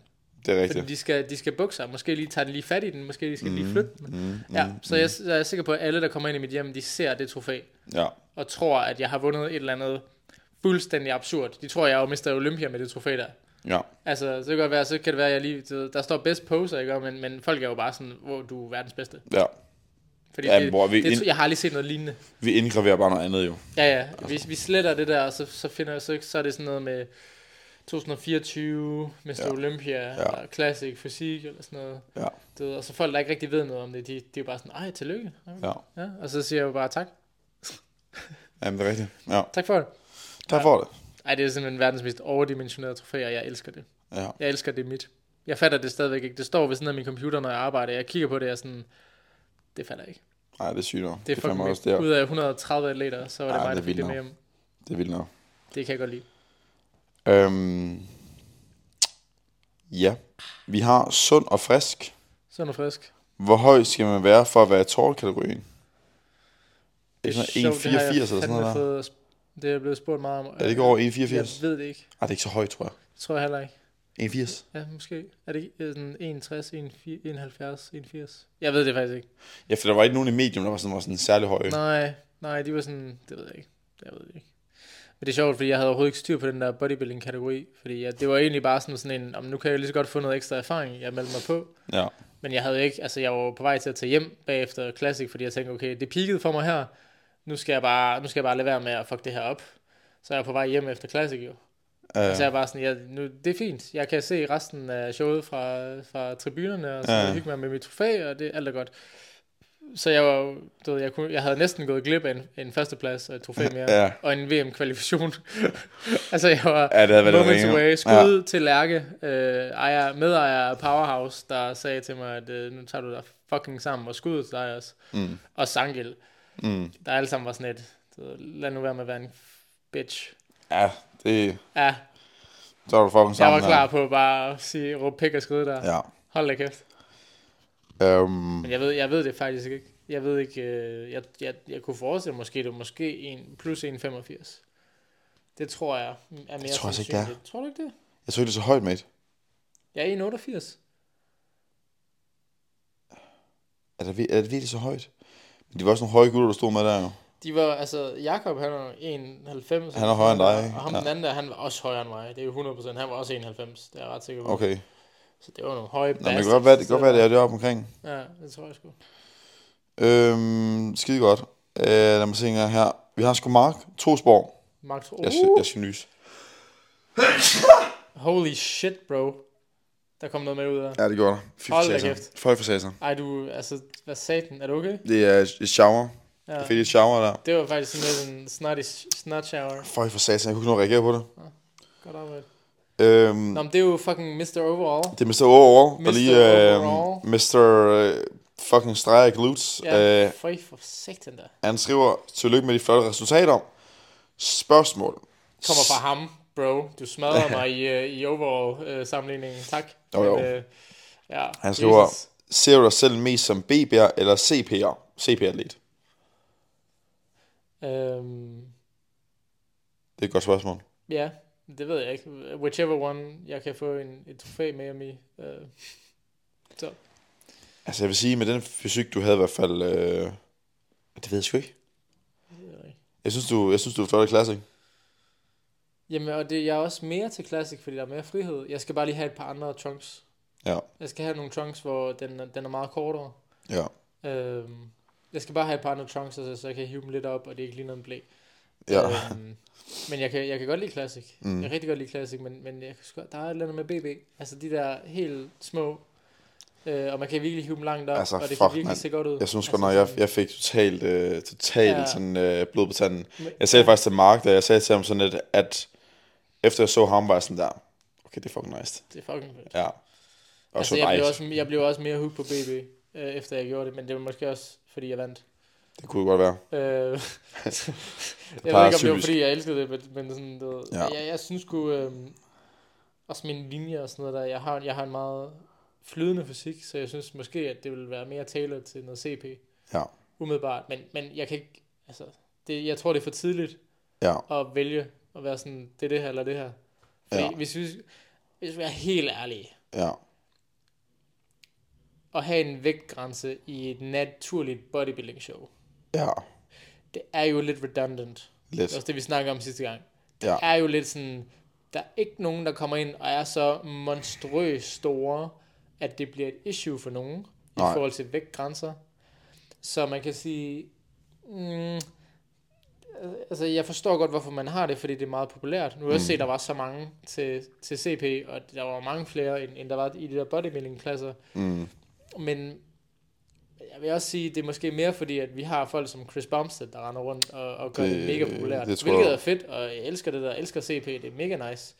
Speaker 1: det er
Speaker 2: Fordi
Speaker 1: rigtigt.
Speaker 2: de skal, de skal bukke sig. Måske lige tager den lige fat i den. Måske de skal
Speaker 1: Mm,
Speaker 2: lige flytte den. ja, så jeg, så er jeg sikker på, at alle, der kommer ind i mit hjem, de ser det trofæ
Speaker 1: Ja.
Speaker 2: og tror, at jeg har vundet et eller andet fuldstændig absurd. De tror, jeg har jo mistet Olympia med det trofæ der.
Speaker 1: Ja.
Speaker 2: Altså, så kan det være, så kan det være, at jeg lige, du ved, der står best poser, ikke? Og Men, men folk er jo bare sådan, hvor du er verdens bedste.
Speaker 1: Ja.
Speaker 2: Fordi
Speaker 1: Ja,
Speaker 2: ja,
Speaker 1: men
Speaker 2: det,
Speaker 1: hvor er vi
Speaker 2: det,
Speaker 1: ind-
Speaker 2: jeg har aldrig set noget lignende.
Speaker 1: Vi indgraverer bare noget andet jo.
Speaker 2: Ja, ja, vi, vi sletter det der, og så, så finder jeg, så, så er det sådan noget med 2024, Mr.
Speaker 1: Ja.
Speaker 2: Ja. Olympia, ja. eller Classic Fysik, eller sådan noget.
Speaker 1: Ja.
Speaker 2: Du ved, og
Speaker 1: Mm.
Speaker 2: så folk, der ikke rigtig ved noget om det, de, de er jo bare sådan, ej, tillykke.
Speaker 1: Ja.
Speaker 2: Ja, og så siger jeg jo bare tak.
Speaker 1: Jamen, det er rigtigt. Ja.
Speaker 2: Tak for det.
Speaker 1: Tak for det.
Speaker 2: Ej, det er simpelthen verdens mest overdimensionerede trofæ, og jeg elsker det.
Speaker 1: Ja.
Speaker 2: Jeg elsker det er mit. Jeg fatter det stadigvæk ikke. Det står ved siden af min computer, når jeg arbejder. Jeg kigger på det, og jeg er sådan... Det fatter jeg ikke.
Speaker 1: Nej, det er sygt nok.
Speaker 2: Det er fucking
Speaker 1: fandme også
Speaker 2: vildt.
Speaker 1: der.
Speaker 2: Ud af 130 atleter, så var det
Speaker 1: Ej, det
Speaker 2: mig, der
Speaker 1: er
Speaker 2: fik
Speaker 1: vildt
Speaker 2: det med
Speaker 1: nok.
Speaker 2: hjem.
Speaker 1: Det er vildt nok.
Speaker 2: Det kan jeg godt lide.
Speaker 1: Øhm, ja. Vi har sund og frisk.
Speaker 2: Sund og frisk.
Speaker 1: Hvor høj skal man være for at være i tårtkategorien? Det er
Speaker 2: sjovt,
Speaker 1: sådan 1,84
Speaker 2: det har jeg
Speaker 1: eller sådan
Speaker 2: fandme
Speaker 1: noget der.
Speaker 2: fået sp- Det er jeg blevet spurgt meget om.
Speaker 1: Er det ikke over 1,84?
Speaker 2: Jeg ved det ikke.
Speaker 1: Ej, det er ikke så højt, tror jeg.
Speaker 2: Det tror jeg heller ikke.
Speaker 1: 1,80?
Speaker 2: Ja, måske. Er det ikke øh, sådan 61, 14, 71, 81? Jeg ved det faktisk ikke.
Speaker 1: Ja, for der var ikke nogen i medium, der var sådan, var sådan særlig høj.
Speaker 2: Nej, nej, de var sådan... Det ved jeg ikke. Jeg ved det ikke. Men det er sjovt, fordi jeg havde overhovedet ikke styr på den der bodybuilding-kategori. Fordi jeg, det var egentlig bare sådan, sådan en, om nu kan jeg lige så godt få noget ekstra erfaring, jeg meldte mig på.
Speaker 1: Ja.
Speaker 2: Men jeg havde ikke, altså jeg var jo på vej til at tage hjem bagefter Classic, fordi jeg tænkte, okay, det peakede for mig her, nu skal jeg bare, nu skal jeg bare lade være med at fuck det her op. Så jeg er på vej hjem efter Classic jo. Ja. Så jeg er
Speaker 1: Øh,
Speaker 2: bare sådan, ja, nu, det er fint, jeg kan se resten af showet fra, fra tribunerne, og så
Speaker 1: Ja.
Speaker 2: ja. hygge mig med mit trofæ, og det alt er godt. Så jeg var jo, du ved, jeg, kunne, jeg havde næsten gået glip af en, en førsteplads og et trofæ mere,
Speaker 1: Ja.
Speaker 2: og en VM-kvalifikation. altså jeg var,
Speaker 1: ja, det havde været det
Speaker 2: Moments
Speaker 1: ringe.
Speaker 2: away. Skud ja. til Lærke, øh, ejer, medejer af Powerhouse, der sagde til mig, at øh, nu tager du dig fucking sammen, og skud til dig også.
Speaker 1: Mm.
Speaker 2: Og Sangel,
Speaker 1: Mm.
Speaker 2: der alle sammen var sådan et, du ved, lad nu være med at være en bitch.
Speaker 1: Ja, det,
Speaker 2: Ja,
Speaker 1: så var du fucking
Speaker 2: jeg
Speaker 1: sammen.
Speaker 2: var klar på bare at sige, råbe pik og skride der. Ja.
Speaker 1: Ja.
Speaker 2: Hold da kæft.
Speaker 1: Øhm,
Speaker 2: Men jeg ved, jeg ved det faktisk ikke. Jeg ved ikke, øh, jeg, jeg, jeg kunne forestille mig, måske det var måske en, plus 1,85. Det tror jeg er mere
Speaker 1: Det tror jeg altså ikke, det er.
Speaker 2: sandsynligt. Tror du ikke det?
Speaker 1: jeg tror ikke, det er så højt, mate.
Speaker 2: Jeg er 1,88.
Speaker 1: Er det, vir- Altså, er det virkelig så højt? Men de var også nogle høje gutter, der stod med der jo.
Speaker 2: De var, altså, Jakob han er 1,90.
Speaker 1: Han er højere end dig, ikke?
Speaker 2: Og ham
Speaker 1: Ja.
Speaker 2: den anden der, han var også højere end mig. Det er jo 100%. Han var også 1,90. Det er jeg ret sikker på.
Speaker 1: Okay.
Speaker 2: Så det var nogle høje
Speaker 1: Nå, men det
Speaker 2: bastards,
Speaker 1: kan godt være, det, kan godt være, det
Speaker 2: der.
Speaker 1: er deroppe omkring.
Speaker 2: Ja, det tror jeg sgu.
Speaker 1: Øhm, skide godt. Øh, lad mig se en gang her. Vi har sgu Mark Tosborg.
Speaker 2: Max, uh,
Speaker 1: Jeg, skal, jeg skal nys.
Speaker 2: holy shit, bro. Der kom noget med ud af.
Speaker 1: Ja, det gjorde der. Fy
Speaker 2: Hold
Speaker 1: for
Speaker 2: da
Speaker 1: satan.
Speaker 2: kæft.
Speaker 1: Føj for satan.
Speaker 2: Ej, du, altså, hvad satan, er du okay?
Speaker 1: Det er et- et shower.
Speaker 2: Ja.
Speaker 1: Jeg fik et shower der.
Speaker 2: Det var faktisk sådan lidt en snotty snot shower.
Speaker 1: Føj for satan. Jeg kunne ikke nå at reagere på det.
Speaker 2: Godt arbejde.
Speaker 1: Øhm,
Speaker 2: Nå, men det er jo fucking Mr. Overall.
Speaker 1: det er Mr. Overall, der
Speaker 2: Mr.
Speaker 1: lige... Øh,
Speaker 2: Overall.
Speaker 1: Mr. Øh, fucking streger glutes.
Speaker 2: Ja,
Speaker 1: Øh,
Speaker 2: for, for satan der.
Speaker 1: han skriver, tillykke med de flotte resultater. Spørgsmål.
Speaker 2: Kommer fra ham, bro. Du smadrer mig i, øh, i overall-sammenligningen. tak.
Speaker 1: Jo, jo.
Speaker 2: Men, øh, ja,
Speaker 1: Han skriver-
Speaker 2: Jesus.
Speaker 1: Ser du dig selv mest som BB'er eller CP'er? CP-atlet.
Speaker 2: Øhm,
Speaker 1: Det er et godt spørgsmål.
Speaker 2: ja, det ved jeg ikke. Whichever one, jeg kan få en, et trofæ med mig i. Øh, så,
Speaker 1: Altså, jeg vil sige, med den fysik, du havde i hvert fald... Øh, det ved jeg sgu ikke.
Speaker 2: det ved jeg ikke.
Speaker 1: Jeg synes, du, jeg synes, du er flot i klasse, ikke?
Speaker 2: Jamen, og det, jeg er også mere til Classic, fordi der er mere frihed. Jeg skal bare lige have et par andre trunks.
Speaker 1: Ja.
Speaker 2: Jeg skal have nogle trunks, hvor den, er- den er meget kortere.
Speaker 1: Ja.
Speaker 2: Øhm, jeg skal bare have et par andre trunks, altså, så jeg kan hive dem lidt op, og det ikke ligner en blæ.
Speaker 1: Ja.
Speaker 2: Øhm, men jeg kan, jeg kan godt lide Classic.
Speaker 1: Mm.
Speaker 2: Mm. Jeg kan rigtig godt lide Classic, men, men jeg kan sgu, der er et eller andet med BB. Altså de der helt små, øh, og man kan virkelig hive dem langt op,
Speaker 1: Altså,
Speaker 2: altså, og det
Speaker 1: fuck,
Speaker 2: kan virkelig
Speaker 1: mand.
Speaker 2: se godt ud.
Speaker 1: Jeg synes
Speaker 2: altså,
Speaker 1: godt nok, jeg,
Speaker 2: sådan-
Speaker 1: jeg fik totalt, øh, totalt
Speaker 2: Ja.
Speaker 1: sådan, øh, blod på tanden.
Speaker 2: Men-
Speaker 1: Jeg sagde
Speaker 2: ja,
Speaker 1: faktisk til Mark, da jeg sagde til ham sådan lidt, at efter jeg så ham, var jeg sådan der, okay, det er fucking nice.
Speaker 2: Det er fucking fedt.
Speaker 1: Ja. Og
Speaker 2: Altså,
Speaker 1: så
Speaker 2: jeg,
Speaker 1: nice.
Speaker 2: blev også, jeg blev også mere hooked på BB, øh, efter jeg gjorde det, men det var måske også, fordi jeg vandt.
Speaker 1: Det kunne godt være.
Speaker 2: Øh, jeg ved ikke,
Speaker 1: plejer
Speaker 2: om det var,
Speaker 1: typisk.
Speaker 2: fordi jeg elskede det, men, men sådan, det,
Speaker 1: Ja.
Speaker 2: ja. jeg, jeg synes sgu, øh, også mine linjer og sådan noget der, jeg har, jeg har en meget flydende fysik, så jeg synes måske, at det ville være mere tailored til noget CP,
Speaker 1: Ja.
Speaker 2: umiddelbart, men, men jeg kan ikke, altså, det, jeg tror, det er for tidligt
Speaker 1: Ja.
Speaker 2: at vælge at være sådan, det er det her eller det her. Fordi
Speaker 1: Ja.
Speaker 2: ja. hvis, vi, hvis vi er helt ærlige,
Speaker 1: Ja.
Speaker 2: at have en vægtgrænse i et naturligt bodybuilding show,
Speaker 1: Ja.
Speaker 2: det er jo lidt redundant.
Speaker 1: Lidt.
Speaker 2: Det er også det, vi snakkede om sidste gang.
Speaker 1: Ja.
Speaker 2: er jo lidt sådan, der er ikke nogen, der kommer ind og er så monstrøst store, at det bliver et issue for nogen
Speaker 1: Nej.
Speaker 2: i forhold til vægtgrænser. Så man kan sige, mm, øh, altså jeg forstår godt, hvorfor man har det, fordi det er meget populært. Nu har jeg også set,
Speaker 1: Mm.
Speaker 2: at der var så mange til, til CP, og der var mange flere, end, end der var i de der bodybuilding-klasser.
Speaker 1: Mm.
Speaker 2: Men Jeg vil også sige, det er måske mere fordi, at vi har folk som Chris Bumstead, der render rundt og, og gør det, det
Speaker 1: Det-
Speaker 2: mega populært.
Speaker 1: det
Speaker 2: Det
Speaker 1: tror
Speaker 2: hvilket
Speaker 1: jeg.
Speaker 2: er fedt, og jeg elsker det der, jeg elsker CP, det er mega nice.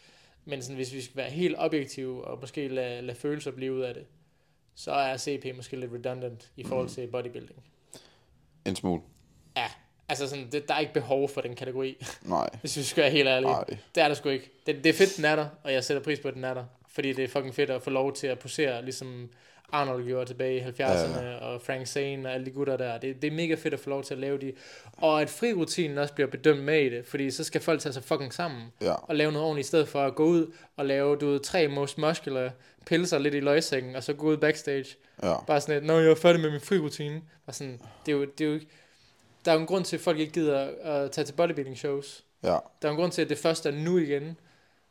Speaker 2: Men sådan, hvis vi skal være helt objektive, og måske lade, lade følelser blive ud af det, så er CP måske lidt redundant i
Speaker 1: Mm.
Speaker 2: forhold til bodybuilding.
Speaker 1: En smule.
Speaker 2: Ja, altså sådan, det, der er ikke behov for den kategori,
Speaker 1: Nej.
Speaker 2: hvis vi skal være helt ærlige.
Speaker 1: Nej.
Speaker 2: Det er der sgu ikke. Det, det er fedt, den er der, og jeg sætter pris på, at den er der. Fordi det er fucking fedt at få lov til at posere, ligesom Arnold gjorde tilbage i 70'erne, ja. og Frank Zane og alle de gutter der. Det, det er mega fedt at få lov til at lave de. Og at frirutinen også bliver bedømt med i det, fordi så skal folk tage sig fucking sammen
Speaker 1: Ja.
Speaker 2: og lave noget ordentligt, i stedet for at gå ud og lave, du ved, tre most muscular, pille sig lidt i løgsækken, og så gå ud backstage.
Speaker 1: Ja.
Speaker 2: Bare sådan et, når jeg er færdig med min frirutine. Bare sådan, det er jo, det er jo ikke... Der er jo en grund til, at folk ikke gider at tage til bodybuilding shows.
Speaker 1: Ja.
Speaker 2: Der er en grund til, at det først er nu igen,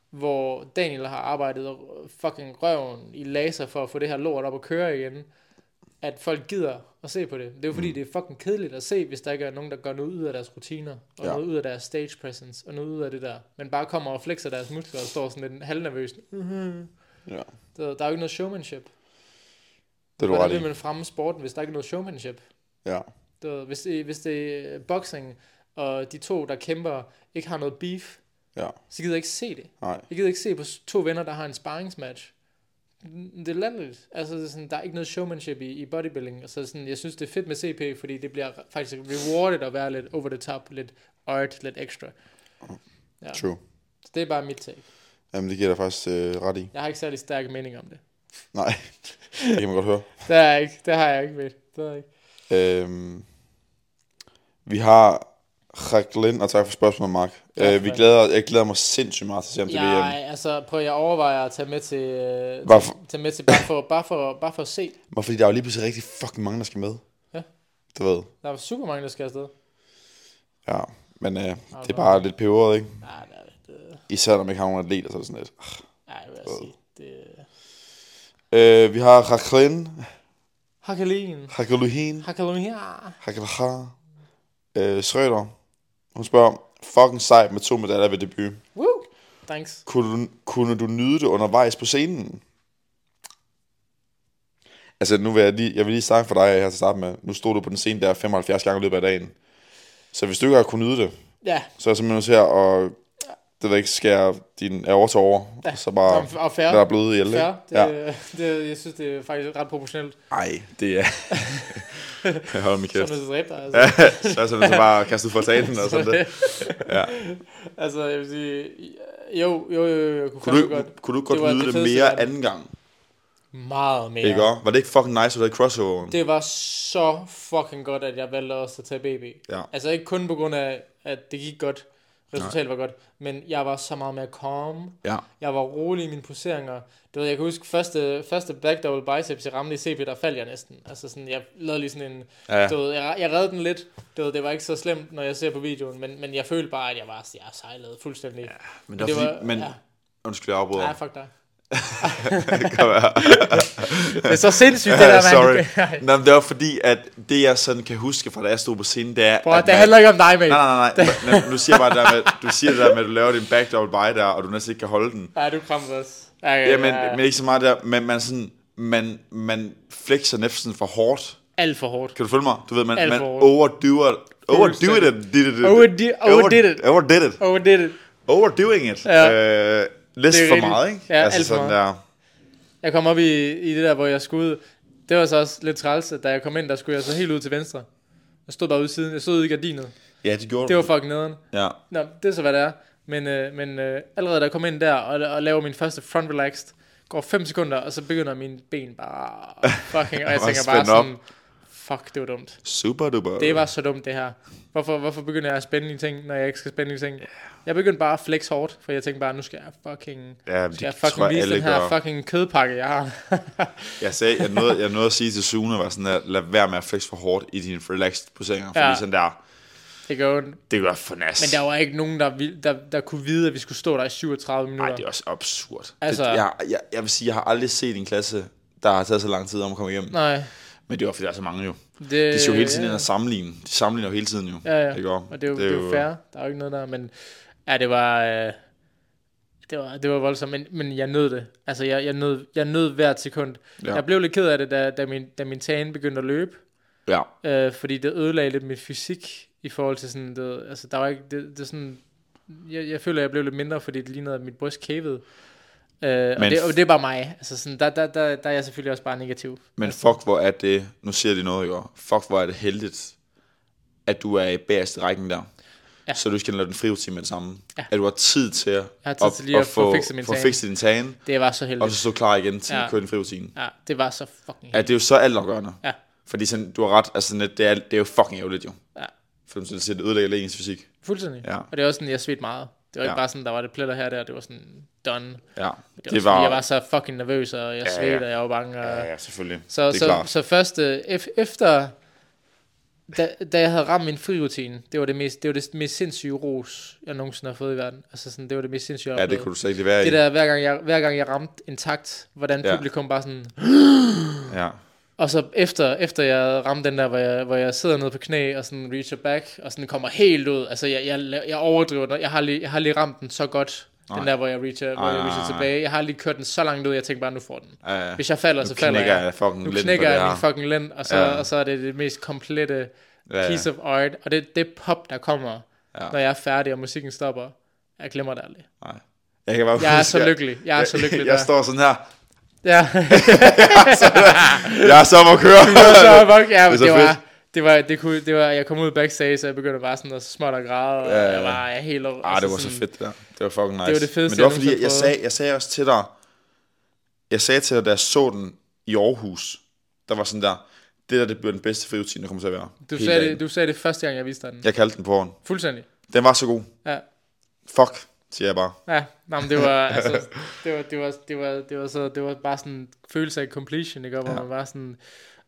Speaker 2: hvor Daniel har arbejdet r- fucking røven i laser for at få det her lort op at køre igen, at folk gider at se på det. Det er jo fordi, mm. det er fucking kedeligt at se, hvis der ikke er nogen, der gør noget ud af deres rutiner, og
Speaker 1: Ja.
Speaker 2: ja. noget ud af deres stage presence, og noget ud af det der. Men bare kommer og flexer deres muskler og står sådan lidt halvnervøs.
Speaker 1: Ja.
Speaker 2: Der, der er jo ikke noget showmanship.
Speaker 1: Det er du
Speaker 2: Hvordan
Speaker 1: ret
Speaker 2: vil
Speaker 1: i.
Speaker 2: man fremme sporten, hvis der ikke er noget showmanship?
Speaker 1: Ja.
Speaker 2: Du ved, hvis, det, hvis det er boxing, og de to, der kæmper, ikke har noget beef,
Speaker 1: Ja.
Speaker 2: så gider jeg ikke se det.
Speaker 1: Nej.
Speaker 2: Jeg gider ikke se på s- to venner, der har en sparringsmatch. N- Det er landligt. Altså, det er sådan, der er ikke noget showmanship i, i bodybuilding. Altså, sådan, jeg synes, det er fedt med CP, fordi det bliver re- faktisk rewarded at være lidt over the top, lidt art, lidt ekstra. Ja.
Speaker 1: True.
Speaker 2: Så det er bare mit take.
Speaker 1: Jamen, det giver dig faktisk øh, ret i.
Speaker 2: Jeg har ikke særlig stærke mening om det.
Speaker 1: Nej. det kan man godt høre.
Speaker 2: Det har jeg ikke. Det har jeg ikke ved. Det har jeg ikke.
Speaker 1: Øhm, vi har Jacqueline, og tak for spørgsmålet, Mark.
Speaker 2: Ja,
Speaker 1: øh, vi
Speaker 2: for-
Speaker 1: glæder, jeg glæder mig sindssygt meget til at se ham til VM.
Speaker 2: Jeg, altså, prøv, jeg overvejer at tage med til, øh,
Speaker 1: Bare for-
Speaker 2: tage med til bare, for, bare, for, bare for at se.
Speaker 1: Bare fordi der er jo lige pludselig rigtig fucking mange, der skal med.
Speaker 2: Ja.
Speaker 1: Du ved.
Speaker 2: Der er super mange, der skal afsted.
Speaker 1: Ja, men øh, det
Speaker 2: godt.
Speaker 1: er bare lidt peberet, ikke?
Speaker 2: Nej, nej, det,
Speaker 1: Især når man ikke har nogen atleter, så er det sådan lidt.
Speaker 2: nej, jeg vil jeg sige. Det,
Speaker 1: Øh, vi har Jacqueline,
Speaker 2: Hakkelin.
Speaker 1: Jacqueline,
Speaker 2: Hakkelin her.
Speaker 1: Jacqueline, øh, Schrøder. Hun spørger, fucking sejt med to medaljer ved debut.
Speaker 2: Woo! Thanks.
Speaker 1: Kunne du, kunne du nyde det undervejs på scenen? Altså, nu vil jeg lige, jeg vil lige snakke for dig her til starten med. Nu stod du på den scene der 75 gange i løbet af dagen. Så hvis du ikke har kunnet nyde det,
Speaker 2: Ja,
Speaker 1: så er jeg simpelthen nødt til at, og, det ved jeg ikke, skære din ære til over. Ja. Så bare
Speaker 2: og, og
Speaker 1: lade dig
Speaker 2: færre.
Speaker 1: bløde ihjel, ikke?
Speaker 2: Færre. Det,
Speaker 1: Ja.
Speaker 2: ja. det, jeg synes, det er faktisk ret proportionelt.
Speaker 1: Ej, det er... jeg holder min
Speaker 2: Som
Speaker 1: kæft.
Speaker 2: det dræber dig. Altså.
Speaker 1: Ja, så er det så bare kastet for talen og sådan det.
Speaker 2: altså, jeg vil sige... Jo, jo, jo, jo, jeg kunne,
Speaker 1: Kunne du,
Speaker 2: fandme godt.
Speaker 1: ikke- kunne du ikke
Speaker 2: Det var
Speaker 1: godt nyde
Speaker 2: det
Speaker 1: det,
Speaker 2: fedeste i
Speaker 1: mere
Speaker 2: verden.
Speaker 1: anden gang?
Speaker 2: Meget mere.
Speaker 1: Ikke også? Var det ikke fucking nice, at du havde crossoveren?
Speaker 2: Det var så fucking godt, at jeg valgte også at tage BB.
Speaker 1: Ja.
Speaker 2: Altså ikke kun på grund af, at det gik godt, resultatet var godt, men jeg var så meget mere calm.
Speaker 1: Ja.
Speaker 2: Jeg var rolig i mine poseringer. Du ved, jeg kan huske, første, første back double biceps, jeg ramte i CP, der faldt jeg næsten. Altså sådan, jeg lavede lige sådan en...
Speaker 1: Ja, ja.
Speaker 2: Du ved, jeg, jeg redde den lidt. Du ved, det var ikke så slemt, når jeg ser på videoen, men, men jeg følte bare, at jeg var jeg sejlede fuldstændig. Ja,
Speaker 1: Men, det
Speaker 2: det
Speaker 1: var,
Speaker 2: var-
Speaker 1: fordi, men
Speaker 2: ja.
Speaker 1: undskyld, jeg afbryder.
Speaker 2: Nej, fuck dig.
Speaker 1: det kan være.
Speaker 2: Det er så sindssygt, det der,
Speaker 1: Sorry.
Speaker 2: mand.
Speaker 1: Nå, men det var fordi, at det jeg sådan kan huske fra da jeg stod på scenen, det er...
Speaker 2: Bror,
Speaker 1: at
Speaker 2: det
Speaker 1: man-
Speaker 2: handler ikke om dig, mate.
Speaker 1: Nej, nej, nej, nej. Men Nu siger jeg bare det der med, du siger det der med, at du laver din back double by der, og du næsten ikke kan holde den.
Speaker 2: Ja, du kramte os. Ja, ja,
Speaker 1: Ja, men,
Speaker 2: ja.
Speaker 1: men ikke så meget der, men man sådan, man, man flexer næsten for hårdt.
Speaker 2: Alt for hårdt.
Speaker 1: Kan du følge mig? Du ved, man,
Speaker 2: Alt
Speaker 1: man
Speaker 2: for hårdt.
Speaker 1: overdoer, overdoer
Speaker 2: Fuldstændig.
Speaker 1: det, did it, did it.
Speaker 2: Overdi- overdid it.
Speaker 1: Overdid it.
Speaker 2: Oh, det er det.
Speaker 1: Overdoing it.
Speaker 2: Ja.
Speaker 1: Øh, lidt
Speaker 2: Det er
Speaker 1: for
Speaker 2: rigtigt.
Speaker 1: meget, ikke? Altså,
Speaker 2: Ja, alt for
Speaker 1: sådan
Speaker 2: meget.
Speaker 1: der.
Speaker 2: Jeg kom op i, i det der, hvor jeg skulle ud. Det var så også lidt træls, at da jeg kom ind, der skulle jeg så helt ud til venstre. Jeg stod bare ude i siden. Jeg stod ude i gardinet.
Speaker 1: Ja, det gjorde
Speaker 2: Det
Speaker 1: du.
Speaker 2: var fucking nederen.
Speaker 1: Ja.
Speaker 2: Nå, det er så, hvad det er. Men, øh, men øh, allerede da jeg kom ind der og, og laver min første front relaxed, går 5 sekunder, og så begynder mine ben bare fucking, og jeg
Speaker 1: Bare
Speaker 2: tænker bare
Speaker 1: spænde op.
Speaker 2: sådan, fuck, det var dumt.
Speaker 1: Super duper.
Speaker 2: Det var så dumt, det her. Hvorfor, hvorfor begynder jeg at spænde i ting, når jeg ikke skal spænde i ting? Jeg begyndte bare at flex hårdt, for jeg tænkte bare, nu skal jeg fucking,
Speaker 1: Ja, det
Speaker 2: skal jeg
Speaker 1: tror
Speaker 2: fucking
Speaker 1: jeg,
Speaker 2: vise
Speaker 1: alle
Speaker 2: den her
Speaker 1: gør.
Speaker 2: fucking kødpakke, jeg har.
Speaker 1: Jeg sagde, jeg nåede, jeg nåede at sige til Sune, var sådan der, lad være med at flex for hårdt i dine relaxed poseringer, fordi
Speaker 2: Ja.
Speaker 1: sådan der,
Speaker 2: det gør ondt.
Speaker 1: det gør for nas.
Speaker 2: Men der var ikke nogen, der, ville, der, der kunne vide, at vi skulle stå der i 37 minutter.
Speaker 1: Ej, det er også absurd. Altså,
Speaker 2: Altså-
Speaker 1: det, jeg, jeg, jeg vil sige, jeg har aldrig set en klasse, der har taget så lang tid om at komme igennem.
Speaker 2: Nej.
Speaker 1: Men det er jo, fordi der er så mange jo.
Speaker 2: Det,
Speaker 1: De skal jo hele tiden
Speaker 2: ja,
Speaker 1: ind og sammenligne. De sammenligner jo hele tiden jo.
Speaker 2: Ja, ja.
Speaker 1: Ikke? Og,
Speaker 2: Og det er jo, det er jo fair. Der er jo ikke noget der, men ja, det var... Øh, det var, det var voldsomt, men, men jeg nød det. Altså, jeg, jeg, nød, jeg nød hvert sekund.
Speaker 1: Ja.
Speaker 2: Ja. Jeg blev lidt ked af det, da, da, min, da min tan begyndte at løbe.
Speaker 1: Ja.
Speaker 2: øh, fordi det ødelagde lidt min fysik i forhold til sådan, det, altså der var ikke, det, det er sådan, jeg, jeg føler, jeg blev lidt mindre, fordi det lignede, at mit bryst kævede. Øh, og,
Speaker 1: Men
Speaker 2: det,
Speaker 1: f-
Speaker 2: og det er bare mig. Altså sådan, der, der, der, der er jeg selvfølgelig også bare negativ.
Speaker 1: Men fuck, hvor er det... Nu siger de noget, jo. Fuck, hvor er det heldigt, at du er i bagerste rækken der.
Speaker 2: Ja.
Speaker 1: Ja. Så du skal lave den friutime med det samme.
Speaker 2: Ja.
Speaker 1: Ja. At du har tid til at,
Speaker 2: har tid til lige at få fikset min
Speaker 1: få
Speaker 2: tan.
Speaker 1: fikset din tan,
Speaker 2: Det var så heldigt.
Speaker 1: og så stå klar igen til
Speaker 2: Ja.
Speaker 1: ja. at køre din friutime.
Speaker 2: Ja, det var så fucking
Speaker 1: Ja,
Speaker 2: heldigt.
Speaker 1: det er jo så altafgørende.
Speaker 2: Ja.
Speaker 1: Fordi sådan, du har ret, altså sådan lidt, det, er, det er jo fucking ærgerligt jo.
Speaker 2: Ja.
Speaker 1: For som du siger, det ødelægger lidt ens fysik.
Speaker 2: Fuldstændig.
Speaker 1: Ja.
Speaker 2: Og det er også sådan, jeg svedte meget. Det var ikke
Speaker 1: Ja.
Speaker 2: bare sådan, der var det pletter her og der, det var sådan done.
Speaker 1: Ja,
Speaker 2: Det var, det var... Jeg var så fucking nervøs, og jeg
Speaker 1: Ja,
Speaker 2: svedte,
Speaker 1: ja.
Speaker 2: og jeg var bange. Og...
Speaker 1: Ja, ja, selvfølgelig.
Speaker 2: Så,
Speaker 1: det er
Speaker 2: så,
Speaker 1: klart.
Speaker 2: så først øh, ef- efter, da, da jeg havde ramt min frirutine, det var det mest, det var det mest sindssyge ros, jeg nogensinde har fået i verden. Altså sådan, det var det mest sindssyge, jeg
Speaker 1: Ja, det
Speaker 2: oplevede.
Speaker 1: kunne du slet ikke være i.
Speaker 2: det der, hver gang, jeg, hver gang jeg ramte en takt, hvordan
Speaker 1: Ja.
Speaker 2: publikum bare sådan...
Speaker 1: Ja.
Speaker 2: Og så efter, efter jeg ramte den der, hvor jeg, hvor jeg sidder nede på knæ og sådan reacher back, og sådan kommer helt ud. Altså jeg, jeg, jeg overdriver den. Jeg har, lige, jeg har lige ramt den så godt, nej. den
Speaker 1: Nej.
Speaker 2: der, hvor jeg reacher, hvor
Speaker 1: Nej,
Speaker 2: jeg
Speaker 1: nej,
Speaker 2: reacher
Speaker 1: nej, nej.
Speaker 2: tilbage. Jeg har lige kørt den så langt ud, jeg tænker bare, nu får den.
Speaker 1: Uh,
Speaker 2: Hvis jeg falder, så falder
Speaker 1: knækker
Speaker 2: jeg.
Speaker 1: jeg fucking
Speaker 2: Nu
Speaker 1: lidt
Speaker 2: knækker
Speaker 1: på det
Speaker 2: jeg
Speaker 1: her.
Speaker 2: min fucking lænd, og så, ja.
Speaker 1: Ja.
Speaker 2: og så er det det mest komplette
Speaker 1: ja.
Speaker 2: piece of art. Og det det pop, der kommer, ja.
Speaker 1: Ja.
Speaker 2: når jeg er færdig, og musikken stopper. Jeg glemmer det aldrig.
Speaker 1: Nej. Jeg, kan bare
Speaker 2: Jeg er
Speaker 1: huske,
Speaker 2: så lykkelig. Jeg er så lykkelig
Speaker 1: jeg
Speaker 2: der.
Speaker 1: står sådan her.
Speaker 2: Ja,
Speaker 1: Jeg er så om at køre.
Speaker 2: det var så fuck, ja,
Speaker 1: Det er
Speaker 2: det,
Speaker 1: så
Speaker 2: det var...
Speaker 1: fedt.
Speaker 2: Det var, det, kunne, det var, jeg kom ud backstage, så jeg begyndte bare sådan at småt og græde, og
Speaker 1: Ja, ja,
Speaker 2: jeg
Speaker 1: ja.
Speaker 2: var jeg helt altså over.
Speaker 1: Ah, det var så fedt det der. Det var fucking nice.
Speaker 2: var det fedeste,
Speaker 1: Men det var
Speaker 2: jeg
Speaker 1: fordi, jeg,
Speaker 2: nogensinde
Speaker 1: jeg,
Speaker 2: har
Speaker 1: sagde, jeg sagde også til dig, jeg sagde til dig, da jeg så den i Aarhus, der var sådan der, det der, det bliver den bedste friutine, der kommer til at være.
Speaker 2: Du
Speaker 1: Hele
Speaker 2: sagde,
Speaker 1: dagen.
Speaker 2: det, du sagde det første gang, jeg viste dig den. Ja.
Speaker 1: Jeg kaldte den på hånden.
Speaker 2: Fuldstændig.
Speaker 1: Den var så god.
Speaker 2: Ja.
Speaker 1: Fuck, siger jeg bare.
Speaker 2: Ja, nej, men det var, altså, det var, det var, det var, det var, så, det var bare sådan en følelse af completion, ikke? Og Hvor ja. man var sådan,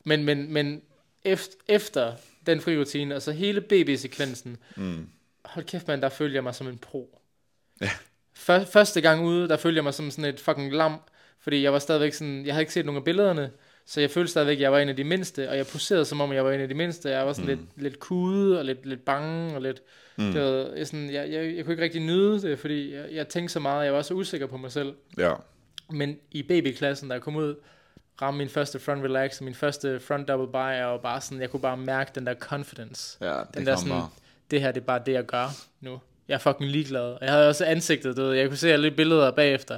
Speaker 2: men, men, men efter, efter den fri rutine, og så hele BB-sekvensen, mm. hold kæft mand, der følte jeg mig som en pro.
Speaker 1: Ja.
Speaker 2: Før, første gang ude, der følte jeg mig som sådan et fucking lam, fordi jeg var stadigvæk sådan, jeg havde ikke set nogen af billederne, så jeg følte stadigvæk, at jeg var en af de mindste, og jeg poserede som om, jeg var en af de mindste. Jeg var sådan mm. lidt, lidt kude, og lidt, lidt bange, og lidt... Mm. Det var, jeg, sådan, jeg, jeg, jeg kunne ikke rigtig nyde det, fordi jeg, jeg tænkte så meget, og jeg var så usikker på mig selv.
Speaker 1: Ja.
Speaker 2: Men i babyklassen, da jeg kom ud, ramte min første front relax, og min første front double buy, og bare sådan, jeg kunne bare mærke den der confidence.
Speaker 1: Ja, det
Speaker 2: den der
Speaker 1: kom
Speaker 2: sådan,
Speaker 1: bare.
Speaker 2: det her, det er bare det, jeg gør nu. Jeg er fucking ligeglad. Og jeg havde også ansigtet, du ved, jeg kunne se alle billeder bagefter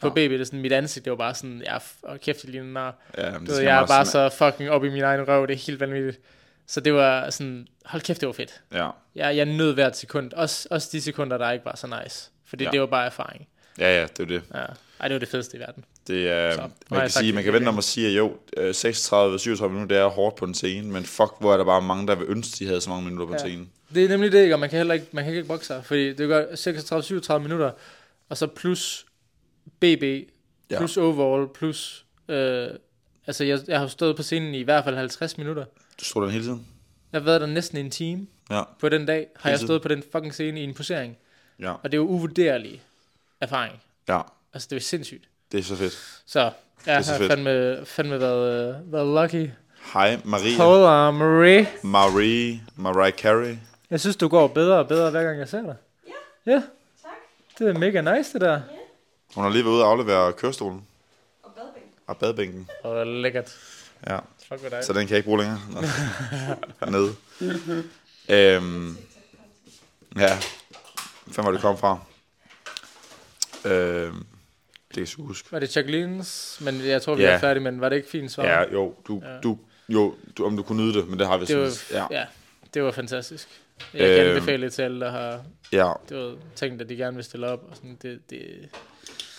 Speaker 2: på ja. baby, det er sådan, mit ansigt, det var bare sådan, jeg er f- og kæft, jeg ligner en nar.
Speaker 1: Ja, men
Speaker 2: Du
Speaker 1: det
Speaker 2: ved,
Speaker 1: skal
Speaker 2: jeg
Speaker 1: man
Speaker 2: er bare
Speaker 1: også-
Speaker 2: så fucking op i min egen røv, det er helt vanvittigt. Så det var sådan, hold kæft, det var fedt.
Speaker 1: Ja.
Speaker 2: Jeg, jeg nød hvert sekund, også, også de sekunder, der ikke var så nice. Fordi ja.
Speaker 1: Ja.
Speaker 2: det var bare erfaring.
Speaker 1: ja, ja, det er jo det.
Speaker 2: Ja. Ej, det var det fedeste i verden.
Speaker 1: Det er,
Speaker 2: Så, nu har
Speaker 1: man,
Speaker 2: jeg
Speaker 1: kan
Speaker 2: sagt
Speaker 1: sige,
Speaker 2: det
Speaker 1: man kan
Speaker 2: hele
Speaker 1: vente om at sige, at jo, øh, 36-37 minutter det er hårdt på en scene, men fuck, hvor er der bare mange, der vil ønske, de havde så mange minutter på en
Speaker 2: Ja.
Speaker 1: scene.
Speaker 2: Det er nemlig det, ikke? Og man kan heller ikke, man kan ikke brokke sig, fordi det gør 36-37 minutter, og så plus BB,
Speaker 1: Ja.
Speaker 2: plus overall, plus... Øh, altså, jeg, jeg har stået på scenen i i hvert fald 50 minutter.
Speaker 1: Du stod den hele tiden?
Speaker 2: Jeg har været der næsten en time
Speaker 1: Ja.
Speaker 2: på den dag, har jeg
Speaker 1: tiden.
Speaker 2: stået på den fucking scene i en posering.
Speaker 1: Ja.
Speaker 2: Og det er jo uvurderlig erfaring.
Speaker 1: Ja,
Speaker 2: Altså, det er sindssygt.
Speaker 1: det er så fedt.
Speaker 2: Så jeg
Speaker 1: så
Speaker 2: har
Speaker 1: fedt.
Speaker 2: fandme, fandme været, øh, været lucky.
Speaker 1: Hej, Maria.
Speaker 2: Hola, Marie.
Speaker 1: Marie. Mariah Carey.
Speaker 2: Jeg synes, du går bedre og bedre, hver gang jeg ser dig. Ja. Ja.
Speaker 3: Tak.
Speaker 2: Det er mega nice, det der.
Speaker 1: Hun har lige været ude og aflevere kørestolen
Speaker 3: Og badebænk.
Speaker 1: og badebænken.
Speaker 2: Åh, oh, lækkert.
Speaker 1: Ja,
Speaker 2: Fuck med dig.
Speaker 1: så den kan jeg ikke bruge længere. Nå. Nede. Øhm, ja, hvem var det kom fra? Øhm, det kan jeg sgu huske.
Speaker 2: Var det Jacqueline's? Men jeg tror, vi
Speaker 1: Ja.
Speaker 2: er færdige, men var det ikke fint svar?
Speaker 1: Ja, jo, du,
Speaker 2: Ja.
Speaker 1: du, jo du, om du kunne nyde det, men det har vi
Speaker 2: det var,
Speaker 1: sådan. Ja,
Speaker 2: ja. det var fantastisk. Jeg kan
Speaker 1: Øhm.
Speaker 2: anbefale det til alle, der har
Speaker 1: ja,
Speaker 2: du ved, tænkt, at de gerne vil stille op. Og sådan, det, det,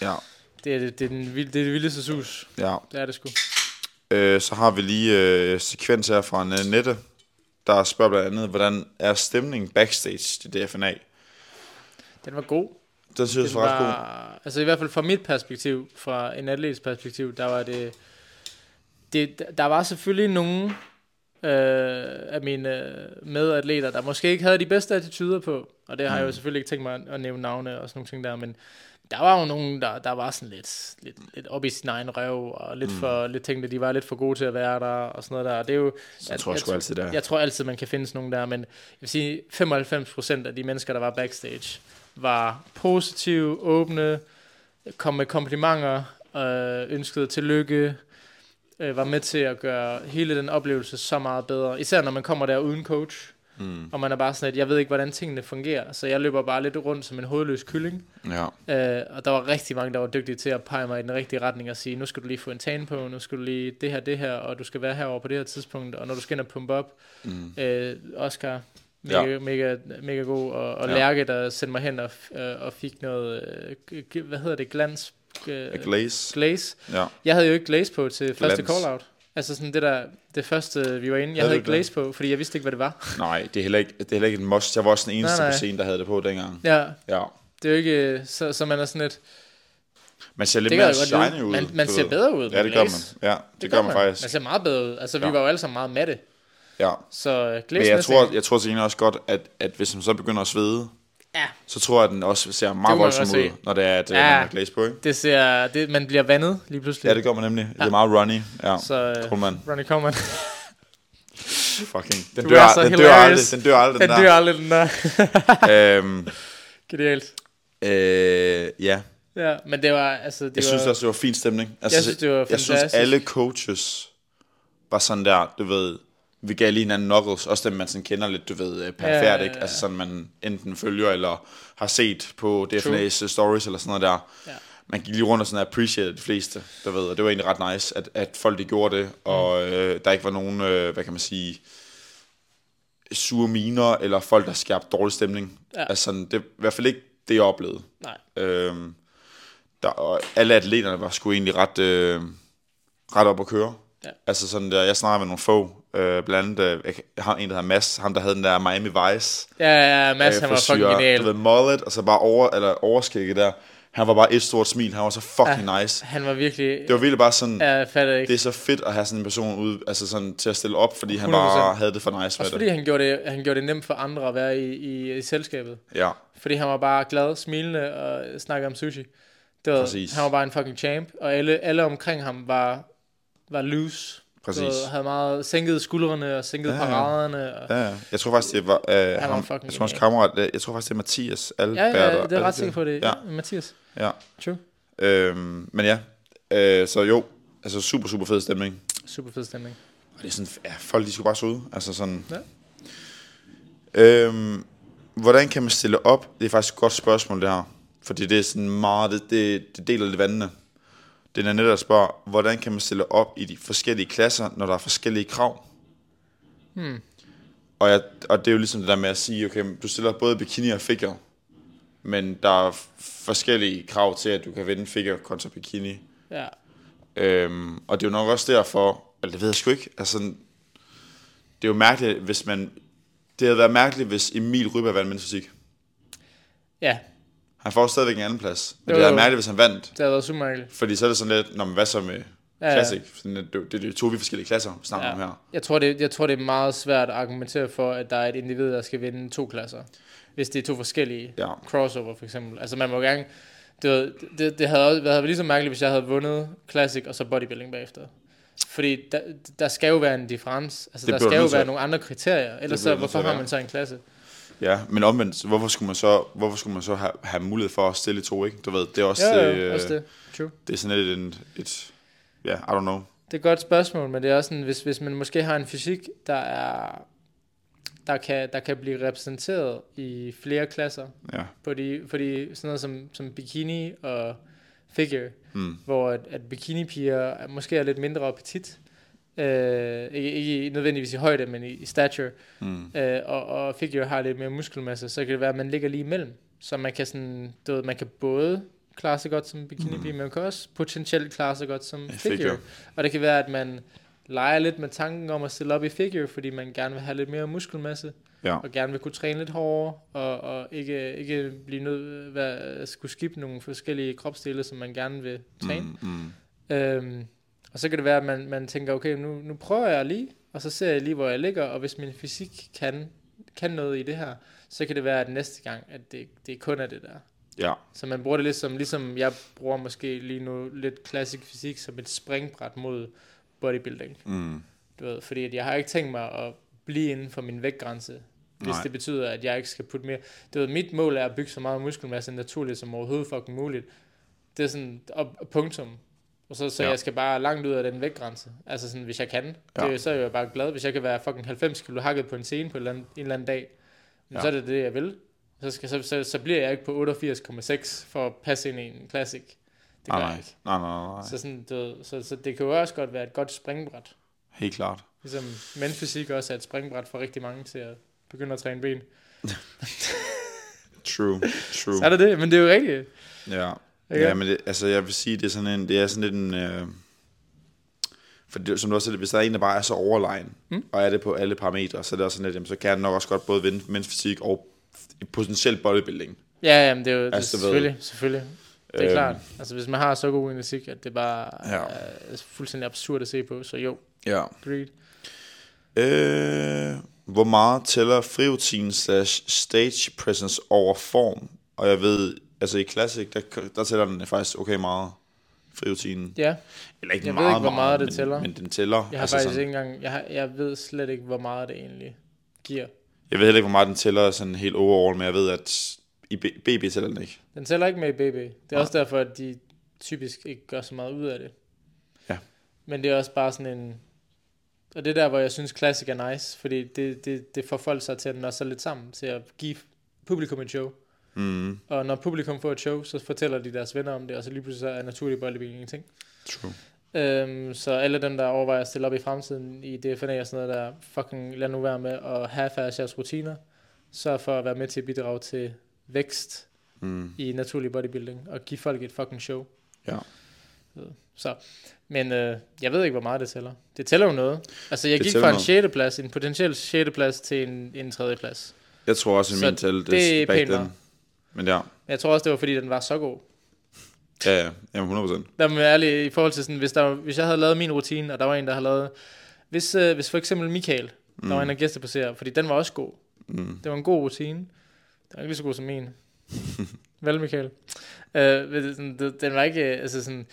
Speaker 1: ja.
Speaker 2: det, er, det, det, er den, vild- det er det vildeste sus.
Speaker 1: ja.
Speaker 2: Det er det sgu.
Speaker 1: Øh, så har vi lige øh, sekvens her fra N- Nette, der spørger blandt andet, hvordan er stemningen backstage i DFNA?
Speaker 2: Den var god.
Speaker 1: Den synes
Speaker 2: Det
Speaker 1: jeg var ret god.
Speaker 2: var, altså i hvert fald fra mit perspektiv, fra en atlets perspektiv, der var det, det der var selvfølgelig nogen øh, af mine øh, medatleter, der måske ikke havde de bedste attityder på, og det har
Speaker 1: Mm.
Speaker 2: jeg jo selvfølgelig ikke tænkt mig at, at nævne navne og sådan nogle ting der, men der var jo nogen, der, der var sådan lidt, lidt, lidt op i sin egen røv, og
Speaker 1: Mm.
Speaker 2: lidt, for, lidt tænkte, at de var lidt for gode til at være der, og sådan noget der, og det er jo...
Speaker 1: Jeg tror jeg sgu altid, det er.
Speaker 2: Jeg tror altid, man kan finde sådan nogle der, men jeg vil sige, 95% af de mennesker, der var backstage, var positive, åbne, kom med komplimenter, øh, ønskede tillykke, øh, var med til at gøre hele den oplevelse så meget bedre. Især når man kommer der uden coach, mm. og man er bare sådan, at jeg ved ikke, hvordan tingene fungerer, så jeg løber bare lidt rundt som en hovedløs kylling.
Speaker 1: Ja.
Speaker 2: Øh, og der var rigtig mange, der var dygtige til at pege mig i den rigtige retning og sige, nu skal du lige få en tan på, nu skal du lige det her, det her, og du skal være herover på det her tidspunkt, og når du skal ind og pumpe op, mm. øh, Oscar, mega,
Speaker 1: Ja.
Speaker 2: ja. mega, mega god, og, og
Speaker 1: Ja.
Speaker 2: ja. Lærke, der sendte mig hen og, f- øh, og fik noget, øh, g- hvad hedder det, glans, øh,
Speaker 1: A glaze.
Speaker 2: glaze.
Speaker 1: Ja.
Speaker 2: Jeg havde jo ikke glaze på til første
Speaker 1: Glans.
Speaker 2: call-out. Altså sådan det der, det første, vi var inde, jeg
Speaker 1: Havde
Speaker 2: havde
Speaker 1: du
Speaker 2: ikke glaze på, fordi jeg vidste ikke, hvad det var.
Speaker 1: Nej, det er, heller ikke, det er heller ikke en must. Jeg var også den eneste
Speaker 2: Nej,
Speaker 1: nej, nej.
Speaker 2: nej.
Speaker 1: på scenen, der havde det på dengang.
Speaker 2: Ja,
Speaker 1: Ja.
Speaker 2: det er jo ikke, øh, så, så man er sådan lidt,
Speaker 1: Man ser lidt
Speaker 2: Det
Speaker 1: mere
Speaker 2: kan jeg godt lide.
Speaker 1: shiny ud.
Speaker 2: Man- man
Speaker 1: du
Speaker 2: ser
Speaker 1: ved.
Speaker 2: bedre ud
Speaker 1: Ja,
Speaker 2: med
Speaker 1: det gør man.
Speaker 2: glaze.
Speaker 1: Ja, det, det gør man, faktisk.
Speaker 2: Man ser meget bedre ud. Altså, vi
Speaker 1: Ja.
Speaker 2: var jo alle sammen meget matte,
Speaker 1: Ja.
Speaker 2: så øh, glaze
Speaker 1: Men jeg
Speaker 2: næste
Speaker 1: tror,
Speaker 2: gang.
Speaker 1: jeg tror til gengæld også godt, at, at hvis man så begynder at svede,
Speaker 2: Ja,
Speaker 1: så tror jeg, at den også ser
Speaker 2: Det
Speaker 1: meget
Speaker 2: må man
Speaker 1: voldsom
Speaker 2: også
Speaker 1: ud,
Speaker 2: se.
Speaker 1: når det er, at ja.
Speaker 2: Ja.
Speaker 1: man har glaze på, ikke?
Speaker 2: det ser, det, man bliver vandet lige pludselig.
Speaker 1: Ja, det gør man nemlig. Ja. Det er meget runny. Ja.
Speaker 2: Så øh,
Speaker 1: Tror man.
Speaker 2: Ronnie Coleman,
Speaker 1: Fucking. Den
Speaker 2: Du
Speaker 1: dør,
Speaker 2: er så
Speaker 1: den dør
Speaker 2: hilarious.
Speaker 1: aldrig. Den dør aldrig,
Speaker 2: den
Speaker 1: den,
Speaker 2: dør aldrig, den der.
Speaker 1: der. Øhm,
Speaker 2: Genialt.
Speaker 1: øh, ja.
Speaker 2: Ja, men det var, altså, det
Speaker 1: Jeg
Speaker 2: var,
Speaker 1: synes også, det var fin stemning. Altså,
Speaker 2: Jeg synes, det var
Speaker 1: Jeg synes,
Speaker 2: fantastisk.
Speaker 1: alle coaches var sådan der, du ved, vi gav lige hinanden knuckles, også dem, man sådan kender lidt, du ved, øh,
Speaker 2: Ja,
Speaker 1: perifært,
Speaker 2: ja,
Speaker 1: ikke?
Speaker 2: ja.
Speaker 1: Altså sådan, man enten følger eller har set på
Speaker 2: True.
Speaker 1: DFNA's øh, stories eller sådan noget der.
Speaker 2: Ja.
Speaker 1: Man gik lige rundt og sådan appreciate de fleste, du ved, og det var egentlig ret nice, at, at folk de gjorde det,
Speaker 2: Mm.
Speaker 1: og øh, der ikke var nogen, øh, hvad kan man sige, sure miner, eller folk, der skabte dårlig stemning.
Speaker 2: Ja.
Speaker 1: Altså sådan, det er i hvert fald ikke det, jeg oplevede.
Speaker 2: nej,
Speaker 1: Øhm, der, og alle atleterne var sgu egentlig ret, øh, ret op at køre.
Speaker 2: Ja.
Speaker 1: Altså sådan der, jeg snakker med nogle få, øh, blandt andet, øh, jeg, jeg har en, der hedder Mads, ham der havde den der Miami Vice.
Speaker 2: ja, ja, ja, Mads, Altså, han var fucking
Speaker 1: frisyre,
Speaker 2: genial.
Speaker 1: Øh, Du ved, mullet, og så bare over, eller overskægget der. Han var bare et stort smil, han var så fucking ja. nice.
Speaker 2: Han var virkelig,
Speaker 1: Det var virkelig bare sådan, ja.
Speaker 2: ja, jeg fatter ikke.
Speaker 1: det er så fedt at have sådan en person ude, altså sådan til at stille op, fordi han
Speaker 2: 100%.
Speaker 1: bare havde det for nice med
Speaker 2: Også
Speaker 1: det.
Speaker 2: fordi han gjorde det, han gjorde det nemt for andre at være i, i, i selskabet.
Speaker 1: Ja,
Speaker 2: Fordi han var bare glad, smilende og snakkede om sushi. Det var,
Speaker 1: Præcis.
Speaker 2: Han var bare en fucking champ, og alle, alle omkring ham var, var loose.
Speaker 1: Præcis.
Speaker 2: Du ved, havde meget sænket skuldrene og sænket
Speaker 1: Ja,
Speaker 2: ja,
Speaker 1: ja.
Speaker 2: paraderene. Og,
Speaker 1: ja, ja. Jeg tror faktisk, det var, øh,
Speaker 2: var
Speaker 1: ham,
Speaker 2: fucking
Speaker 1: jeg tror hans
Speaker 2: genial.
Speaker 1: kammerat, øh, jeg tror faktisk, det er Mathias Albert.
Speaker 2: ja, ja, det er
Speaker 1: det
Speaker 2: jeg ret sikker på det.
Speaker 1: Ja.
Speaker 2: Ja. Mathias,
Speaker 1: Ja.
Speaker 2: true.
Speaker 1: Øhm, men ja, øh, så jo, altså super, super fed stemning.
Speaker 2: Super fed stemning.
Speaker 1: Og det er sådan, ja, folk de skulle bare søde, altså sådan.
Speaker 2: Ja.
Speaker 1: Øhm, hvordan kan man stille op? Det er faktisk et godt spørgsmål, det her. Fordi det er sådan meget, det, det, det deler lidt vandene. Den er netop der spørger, hvordan kan man stille op i de forskellige klasser, når der er forskellige krav? Og, jeg, og det er jo ligesom det der med at sige, okay, men du stiller både bikini og figure, men der er f- forskellige krav til, at du kan vinde figure kontra bikini.
Speaker 2: Ja.
Speaker 1: Øhm, og det er jo nok også derfor, eller det ved jeg sgu ikke, altså, det er jo mærkeligt, hvis man, det havde været mærkeligt, hvis Emil Ryberg vandt mens fysik.
Speaker 2: ja,
Speaker 1: Han får stadigvæk en anden plads, men
Speaker 2: Jo,
Speaker 1: det havde
Speaker 2: jo.
Speaker 1: været mærkeligt, hvis han vandt.
Speaker 2: det havde været super mærkeligt.
Speaker 1: Fordi så er det sådan lidt, når man hvad så med
Speaker 2: Ja, ja.
Speaker 1: Classic? Sådan, at det, det, det er to vi forskellige klasser, vi snakker ja. om her.
Speaker 2: Jeg, tror, det, jeg tror, det er meget svært at argumentere for, at der er et individ, der skal vinde to klasser. Hvis det er to forskellige
Speaker 1: Ja.
Speaker 2: crossover, for eksempel. Altså, man må gerne... Det, ved, det, det havde også været lige så mærkeligt, hvis jeg havde vundet Classic og så bodybuilding bagefter. Fordi der, der skal jo være en difference. Altså,
Speaker 1: Det
Speaker 2: der
Speaker 1: bliver
Speaker 2: skal
Speaker 1: du
Speaker 2: jo
Speaker 1: nødt til
Speaker 2: være
Speaker 1: at-
Speaker 2: nogle andre kriterier. Ellers
Speaker 1: bliver
Speaker 2: så,
Speaker 1: du nødt til
Speaker 2: hvorfor
Speaker 1: at
Speaker 2: har
Speaker 1: være.
Speaker 2: man så en klasse?
Speaker 1: Ja, men omvendt, så hvorfor skulle man så, hvorfor skulle man så have, have mulighed for at stille i to, ikke? Du ved, det er også,
Speaker 2: Ja,
Speaker 1: øh,
Speaker 2: ja, også det. True.
Speaker 1: det er sådan lidt en, et, ja, yeah, I don't know.
Speaker 2: Det er et godt spørgsmål, men det er også sådan, hvis, hvis man måske har en fysik, der er der kan, der kan blive repræsenteret i flere klasser,
Speaker 1: Ja,
Speaker 2: fordi, fordi sådan noget som, som bikini og figure,
Speaker 1: mm,
Speaker 2: hvor at, at bikinipiger er- måske er lidt mindre appetit, øh, ikke, ikke i- nødvendigvis i højde, men i, i stature,
Speaker 1: mm.
Speaker 2: øh, og, og figure har lidt mere muskelmasse, så kan det være, at man ligger lige imellem. Så man kan, sådan, du ved, man kan både klare sig godt som bikinipige, mm. men man kan også potentielt klare sig godt som
Speaker 1: Ja, figure.
Speaker 2: figure. figure. Og det kan være, at man leger lidt med tanken om at stille op i figure, fordi man gerne vil have lidt mere muskelmasse,
Speaker 1: Ja,
Speaker 2: og gerne vil kunne træne lidt hårdere, og, og ikke, ikke blive nødt til at skulle skifte nogle forskellige kropsdele, som man gerne vil træne.
Speaker 1: mm, mm.
Speaker 2: Øhm, og så kan det være, at man, man tænker, okay, nu, nu prøver jeg lige, og så ser jeg lige, hvor jeg ligger, og hvis min fysik kan, kan noget i det her, så kan det være, at næste gang, at det, det kun er det der.
Speaker 1: ja,
Speaker 2: Så man bruger det lidt som, ligesom jeg bruger måske lige nu lidt klassisk fysik som et springbræt mod bodybuilding.
Speaker 1: mm.
Speaker 2: Du ved, fordi at jeg har ikke tænkt mig at blive inden for min vægtgrænse, hvis
Speaker 1: Nej.
Speaker 2: Nej. det betyder, at jeg ikke skal putte mere. Du ved, mit mål er at bygge så meget muskelmasse naturligt som overhovedet fucking muligt. Det er sådan, og og punktum. Og så, så
Speaker 1: Ja.
Speaker 2: ja. jeg skal bare langt ud af den vægtgrænse. Altså sådan, hvis jeg kan. Ja.
Speaker 1: Ja.
Speaker 2: Det, så er jeg bare glad, hvis jeg kan være fucking 90 kilo hakket på en scene på en eller anden, en eller anden dag.
Speaker 1: Ja.
Speaker 2: Men ja. så er det det, jeg vil. Så, skal, så, så, så bliver jeg ikke på 88,6 for at passe ind i en classic. Det gør
Speaker 1: Ah, Nej,
Speaker 2: jeg
Speaker 1: nej,
Speaker 2: ikke.
Speaker 1: nej, nej, nej.
Speaker 2: Så, sådan, du, ved, så, så det kan jo også godt være et godt springbræt.
Speaker 1: Helt klart.
Speaker 2: Ligesom mændfysik også er et springbræt for rigtig mange til at begynde at træne ben.
Speaker 1: Uh. True, true.
Speaker 2: Så er det det, men det er jo rigtigt.
Speaker 1: Ja.
Speaker 2: Ikke?
Speaker 1: Ja, men det, altså jeg vil sige, det er sådan en, det er sådan lidt en, øh, for det, som du også siger, hvis der er en, der bare er så overlegen, mm. og er det på alle parametre, så er det også sådan lidt, jamen, så kan han nok også godt både vinde mens fysik og potentielt bodybuilding.
Speaker 2: Ja, jamen, det er jo det,
Speaker 1: Altså,
Speaker 2: altså,
Speaker 1: du ved-
Speaker 2: selvfølgelig, selvfølgelig. Det er
Speaker 1: Øhm.
Speaker 2: øhm. klart. Altså, hvis man har så god genetik, at det bare
Speaker 1: Ja.
Speaker 2: ja. er fuldstændig absurd at se på, så jo,
Speaker 1: Ja.
Speaker 2: agreed.
Speaker 1: Øh, hvor meget tæller frirutin slash stage presence over form? Og jeg ved, altså i Classic, der, der tæller den faktisk okay meget, frirutinen.
Speaker 2: Ja,
Speaker 1: Eller ikke
Speaker 2: Jeg ved
Speaker 1: meget,
Speaker 2: ikke, hvor meget det
Speaker 1: men,
Speaker 2: tæller.
Speaker 1: Men den tæller.
Speaker 2: jeg har altså faktisk
Speaker 1: sådan,
Speaker 2: sådan... ikke engang, jeg, har, jeg ved slet ikke, hvor meget det egentlig giver.
Speaker 1: Jeg ved heller ikke, hvor meget den tæller sådan helt overall, men jeg ved, at i B- BB tæller den ikke.
Speaker 2: Den tæller ikke med i BB. Det er også derfor, at de typisk ikke gør så meget ud af det.
Speaker 1: Ja.
Speaker 2: Men det er også bare sådan en... Og det er der, hvor jeg synes, classic er nice, fordi det, det, det får folk sig til at nå sig lidt sammen, til at give publikum et show.
Speaker 1: Mm,
Speaker 2: Og når publikum får et show, så fortæller de deres venner om det, og så lige pludselig så er naturlig bodybuilding en ting.
Speaker 1: true.
Speaker 2: Øhm, så alle dem, der overvejer at stille op i fremtiden i DFNA og sådan noget der, fucking lad nu være med at have færdig jeres rutiner. Sørg for at være med til at bidrage til vækst
Speaker 1: Mm,
Speaker 2: i naturlig bodybuilding, og give folk et fucking show.
Speaker 1: Ja.
Speaker 2: Så, men øh, jeg ved ikke, hvor meget det tæller. Det tæller jo noget. Altså, jeg
Speaker 1: Det
Speaker 2: gik
Speaker 1: tæller
Speaker 2: fra en
Speaker 1: noget.
Speaker 2: 6. plads, en potentiel 6. plads, til en, en 3. plads.
Speaker 1: Jeg tror også, at
Speaker 2: Så
Speaker 1: min tæller, det,
Speaker 2: det
Speaker 1: er
Speaker 2: er
Speaker 1: back
Speaker 2: pænt
Speaker 1: then.
Speaker 2: nok.
Speaker 1: Men ja,
Speaker 2: Men jeg tror også, det var, fordi den var så god.
Speaker 1: ja, ja, jamen 100%.
Speaker 2: Lad mig være ærlig i forhold til sådan, hvis, der, hvis jeg havde lavet min rutine, og der var en, der havde lavet... Hvis, øh, hvis for eksempel Michael, mm. der var en, der gæsteplacerer, fordi den var også god.
Speaker 1: Mm.
Speaker 2: Det var en god rutine. Den var ikke lige så god som min. Vel, Michael? Øh, ved det, sådan, det- den var ikke... øh, Altså sådan,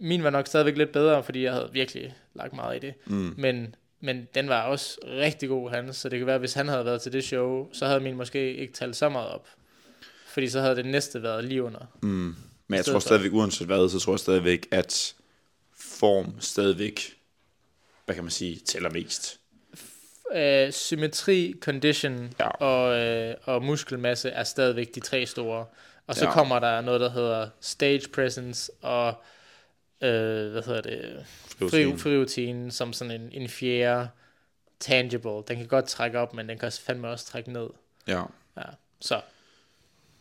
Speaker 2: min var nok stadigvæk lidt bedre, fordi jeg havde virkelig lagt meget i det.
Speaker 1: Mm.
Speaker 2: Men, men den var også rigtig god, hans. Så det kan være, at hvis han havde været til det show, så havde min måske ikke talt så meget op. Fordi så havde det næste været lige under.
Speaker 1: Mm. Men jeg
Speaker 2: stedet
Speaker 1: tror
Speaker 2: for-
Speaker 1: stadigvæk, uanset hvad, så tror jeg stadigvæk, at form stadigvæk, hvad kan man sige, tæller mest.
Speaker 2: øh, symmetri, condition
Speaker 1: Ja.
Speaker 2: ja. og, øh, og muskelmasse er stadigvæk de tre store. Og så
Speaker 1: Ja.
Speaker 2: ja. kommer der noget, der hedder stage presence og øh, hvad hedder det? Fri,
Speaker 1: Frirutin.
Speaker 2: frirutin som sådan en, en fjerde tangible. Den kan godt trække op, men den kan også fandme også trække ned.
Speaker 1: Ja.
Speaker 2: Ja. Så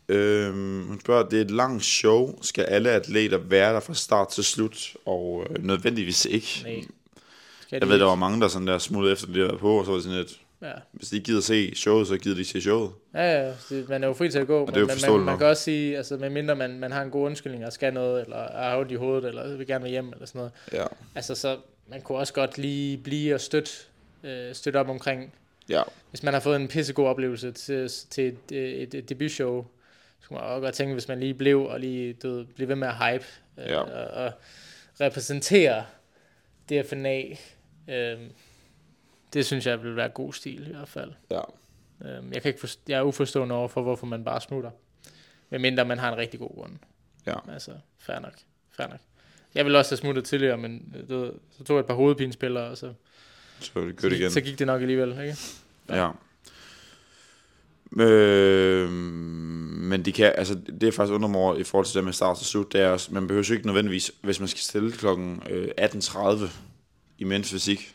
Speaker 1: Øhm, hun spørger, det er et langt show. Skal alle atleter være der fra start til slut? Og øh, nødvendigvis ikke.
Speaker 2: nej. Skal
Speaker 1: Jeg ved, der var mange, der sådan der smuttede efter, de var på, og så var det sådan lidt,
Speaker 2: Ja.
Speaker 1: hvis de ikke gider se showet, så gider de ikke se showet.
Speaker 2: Ja, ja, det- man er jo fri til at gå,
Speaker 1: det
Speaker 2: men
Speaker 1: er jo
Speaker 2: man, man,
Speaker 1: forståeligt nok.
Speaker 2: man kan også sige, altså medmindre man, man har en god undskyldning og skal noget, eller er out i hovedet, eller vil gerne være hjem, eller sådan noget,
Speaker 1: Ja.
Speaker 2: Altså, så man kunne også godt lige blive og støtte, øh, støtte op omkring.
Speaker 1: Ja,
Speaker 2: Hvis man har fået en pissegod oplevelse til, til et, øh, et, et debutshow, så kunne man også godt tænke, hvis man lige blev og lige du ved, blev ved med at hype øh,
Speaker 1: Ja.
Speaker 2: og, og repræsentere DFNA. Øh, det synes jeg ville være god stil i hvert fald.
Speaker 1: ja.
Speaker 2: Øh, jeg, kan ikke forst- jeg er uforstående over for, hvorfor man bare smutter. Medmindre man har en rigtig god grund.
Speaker 1: Ja.
Speaker 2: Altså, fair nok. Fair nok. Jeg ville også have smuttet tidligere, men øh, du ved, så tog jeg et par hovedpinespillere, og så,
Speaker 1: Så er det godt igen.
Speaker 2: så gik det nok alligevel, ikke? Altså,
Speaker 1: Ja. Øh, men de kan, altså, det er faktisk under mig over i forhold til det med start og slut, det er også, man behøver jo ikke nødvendigvis, hvis man skal stille klokken øh, 18.30 i mens fysik,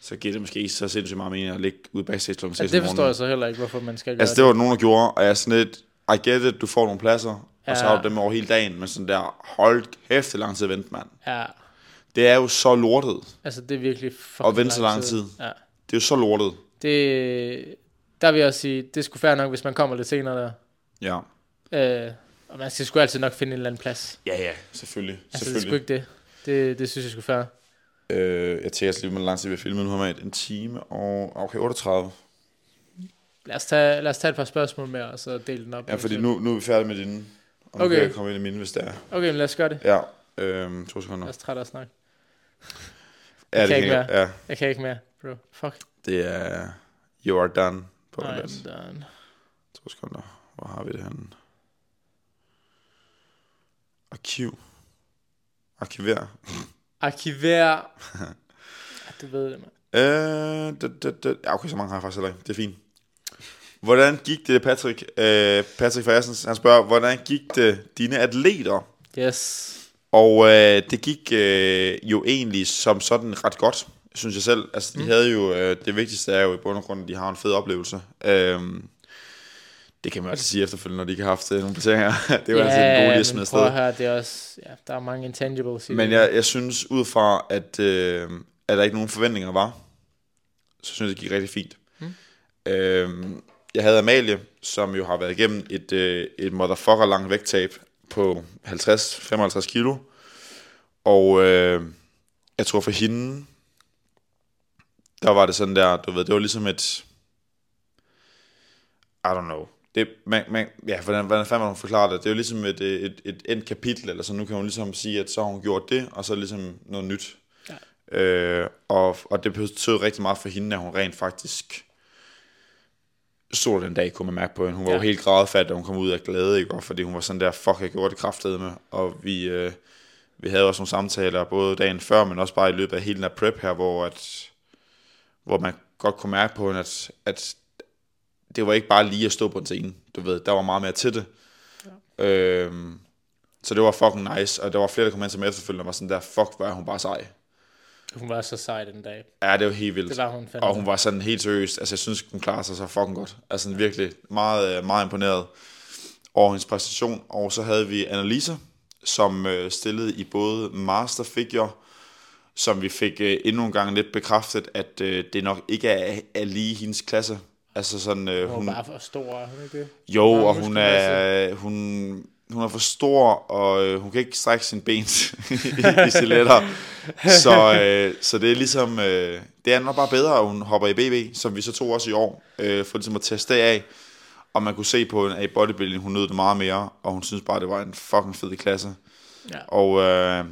Speaker 1: så giver det måske ikke så sindssygt meget mening at ligge ude backstage klokken 6
Speaker 2: Ja, det forstår jeg så heller ikke, hvorfor man skal gøre
Speaker 1: Altså, det var der nogen, der gjorde, og jeg er sådan lidt, I get it, du får nogle pladser, ja. og så
Speaker 2: Ja.
Speaker 1: har du dem over hele dagen, men sådan der, hold kæft, det er lang tid at vente, mand.
Speaker 2: Ja,
Speaker 1: Det er jo så lortet.
Speaker 2: altså det er virkelig fucking
Speaker 1: Og vente så lang tid.
Speaker 2: Ja.
Speaker 1: Det er jo så lortet.
Speaker 2: Det, der vil jeg sige, det skulle fair nok, hvis man kommer lidt senere der.
Speaker 1: Ja.
Speaker 2: Øh, og man skal sgu altid nok finde en eller anden plads.
Speaker 1: Ja, ja, selvfølgelig.
Speaker 2: Altså, det er sgu
Speaker 1: selvfølgelig.
Speaker 2: ikke det. Det, det synes jeg skulle fair.
Speaker 1: Øh, jeg tænker lige, hvor lang tid vi har filmet nu har man en time og... ah, Okay, 38.
Speaker 2: Lad os, tage, lad os tage et par spørgsmål mere, og så dele den op.
Speaker 1: Ja, fordi nu, nu er vi færdige med dine. Og nu okay.
Speaker 2: Okay.
Speaker 1: kan jeg komme ind i mine, hvis det er.
Speaker 2: Okay, men lad os gøre det.
Speaker 1: Ja, øh, to
Speaker 2: Jeg
Speaker 1: sekunder.
Speaker 2: er også træt af at snakke.
Speaker 1: Ja, det
Speaker 2: Altså,
Speaker 1: kan
Speaker 2: kan ikke
Speaker 1: jeg, ja,
Speaker 2: Jeg kan ikke mere, bro. Fuck.
Speaker 1: det er... You are done. På
Speaker 2: Nej,
Speaker 1: Nej,
Speaker 2: I'm done.
Speaker 1: to sekunder. Hvor har vi det henne? Arkiv. Arkiver.
Speaker 2: Arkiver. Ja, du ved det, mand.
Speaker 1: Øh, det, det, det. Ja, okay, så mange har jeg faktisk heller ikke. Det er fint. Hvordan gik det, Patrick? Øh, Patrick Fassens, han spørger, hvordan gik det dine atleter?
Speaker 2: Yes.
Speaker 1: Og øh, det gik øh, jo egentlig som sådan ret godt, synes jeg selv. Altså, de mm. havde jo, øh, det vigtigste er jo i bund og grund, at de har en fed oplevelse. Øhm, det kan man jo altid sige efterfølgende, når de ikke har haft øh, nogle placeringer. det var ja, altid en god lige at smide
Speaker 2: men prøv
Speaker 1: afsted.
Speaker 2: at høre, det er også, ja, der er mange intangibles i
Speaker 1: Men
Speaker 2: det.
Speaker 1: jeg, jeg synes ud fra, at, øh, at der ikke nogen forventninger var, så synes jeg, det gik rigtig fint. Mm. Øh, jeg havde Amalie, som jo har været igennem et, øh, et motherfucker langt vægttab på 50-55 kilo. Og øh, jeg tror for hende, der var det sådan der, du ved, det var ligesom et, I don't know. Det, man, man, ja, hvordan, hvordan fanden man hun forklare det? Det er jo ligesom et, øh, et, et endt kapitel, eller så nu kan hun ligesom sige, at så har hun gjort det, og så er det ligesom noget nyt. Ja. Øh, og, og det betød rigtig meget for hende, at hun rent faktisk stod den dag, kunne man mærke på hende. Hun var ja. jo
Speaker 2: Ja.
Speaker 1: helt grædefat, da hun kom ud af glæde, ikke? Og fordi hun var sådan der, fuck, jeg gjorde det kraftedeme. Og vi, øh, vi havde også nogle samtaler, både dagen før, men også bare i løbet af hele den her prep her, hvor, at, hvor man godt kunne mærke på hende, at, at det var ikke bare lige at stå på en scene. Du ved, der var meget mere til det. Ja. Øhm, så det var fucking nice, og der var flere, der kom hen til mig efterfølgende, og var sådan der, fuck, hvor er hun bare sej.
Speaker 2: Hun var så sej den dag.
Speaker 1: Ja, det var helt vildt.
Speaker 2: Det var hun fandme.
Speaker 1: og hun var sådan helt seriøst, altså jeg synes, hun klarede sig så fucking godt. Altså sådan virkelig meget, øh, meget imponeret over hendes præstation. Og så havde vi Annalisa, som øh, stillede i både Master Figure, som vi fik øh, endnu en gang lidt bekræftet, at øh, det nok ikke er, er lige hendes klasse. Altså sådan, øh,
Speaker 2: Hun
Speaker 1: hun,
Speaker 2: var bare for stor, er hun ikke det?
Speaker 1: jo,
Speaker 2: Meget
Speaker 1: og hun
Speaker 2: muskelmasse.
Speaker 1: er, øh, hun, hun er for stor, og øh, hun kan ikke strække sine ben i stiletter. Så, øh, så det er ligesom, øh, det er nok bare bedre, at hun hopper i BB, som vi så tog også i år, øh, for ligesom at teste det af. Og man kunne se på hende, at i bodybuilding, hun nød det meget mere, og hun synes bare, det var en fucking fed klasse.
Speaker 2: Ja.
Speaker 1: Og øh,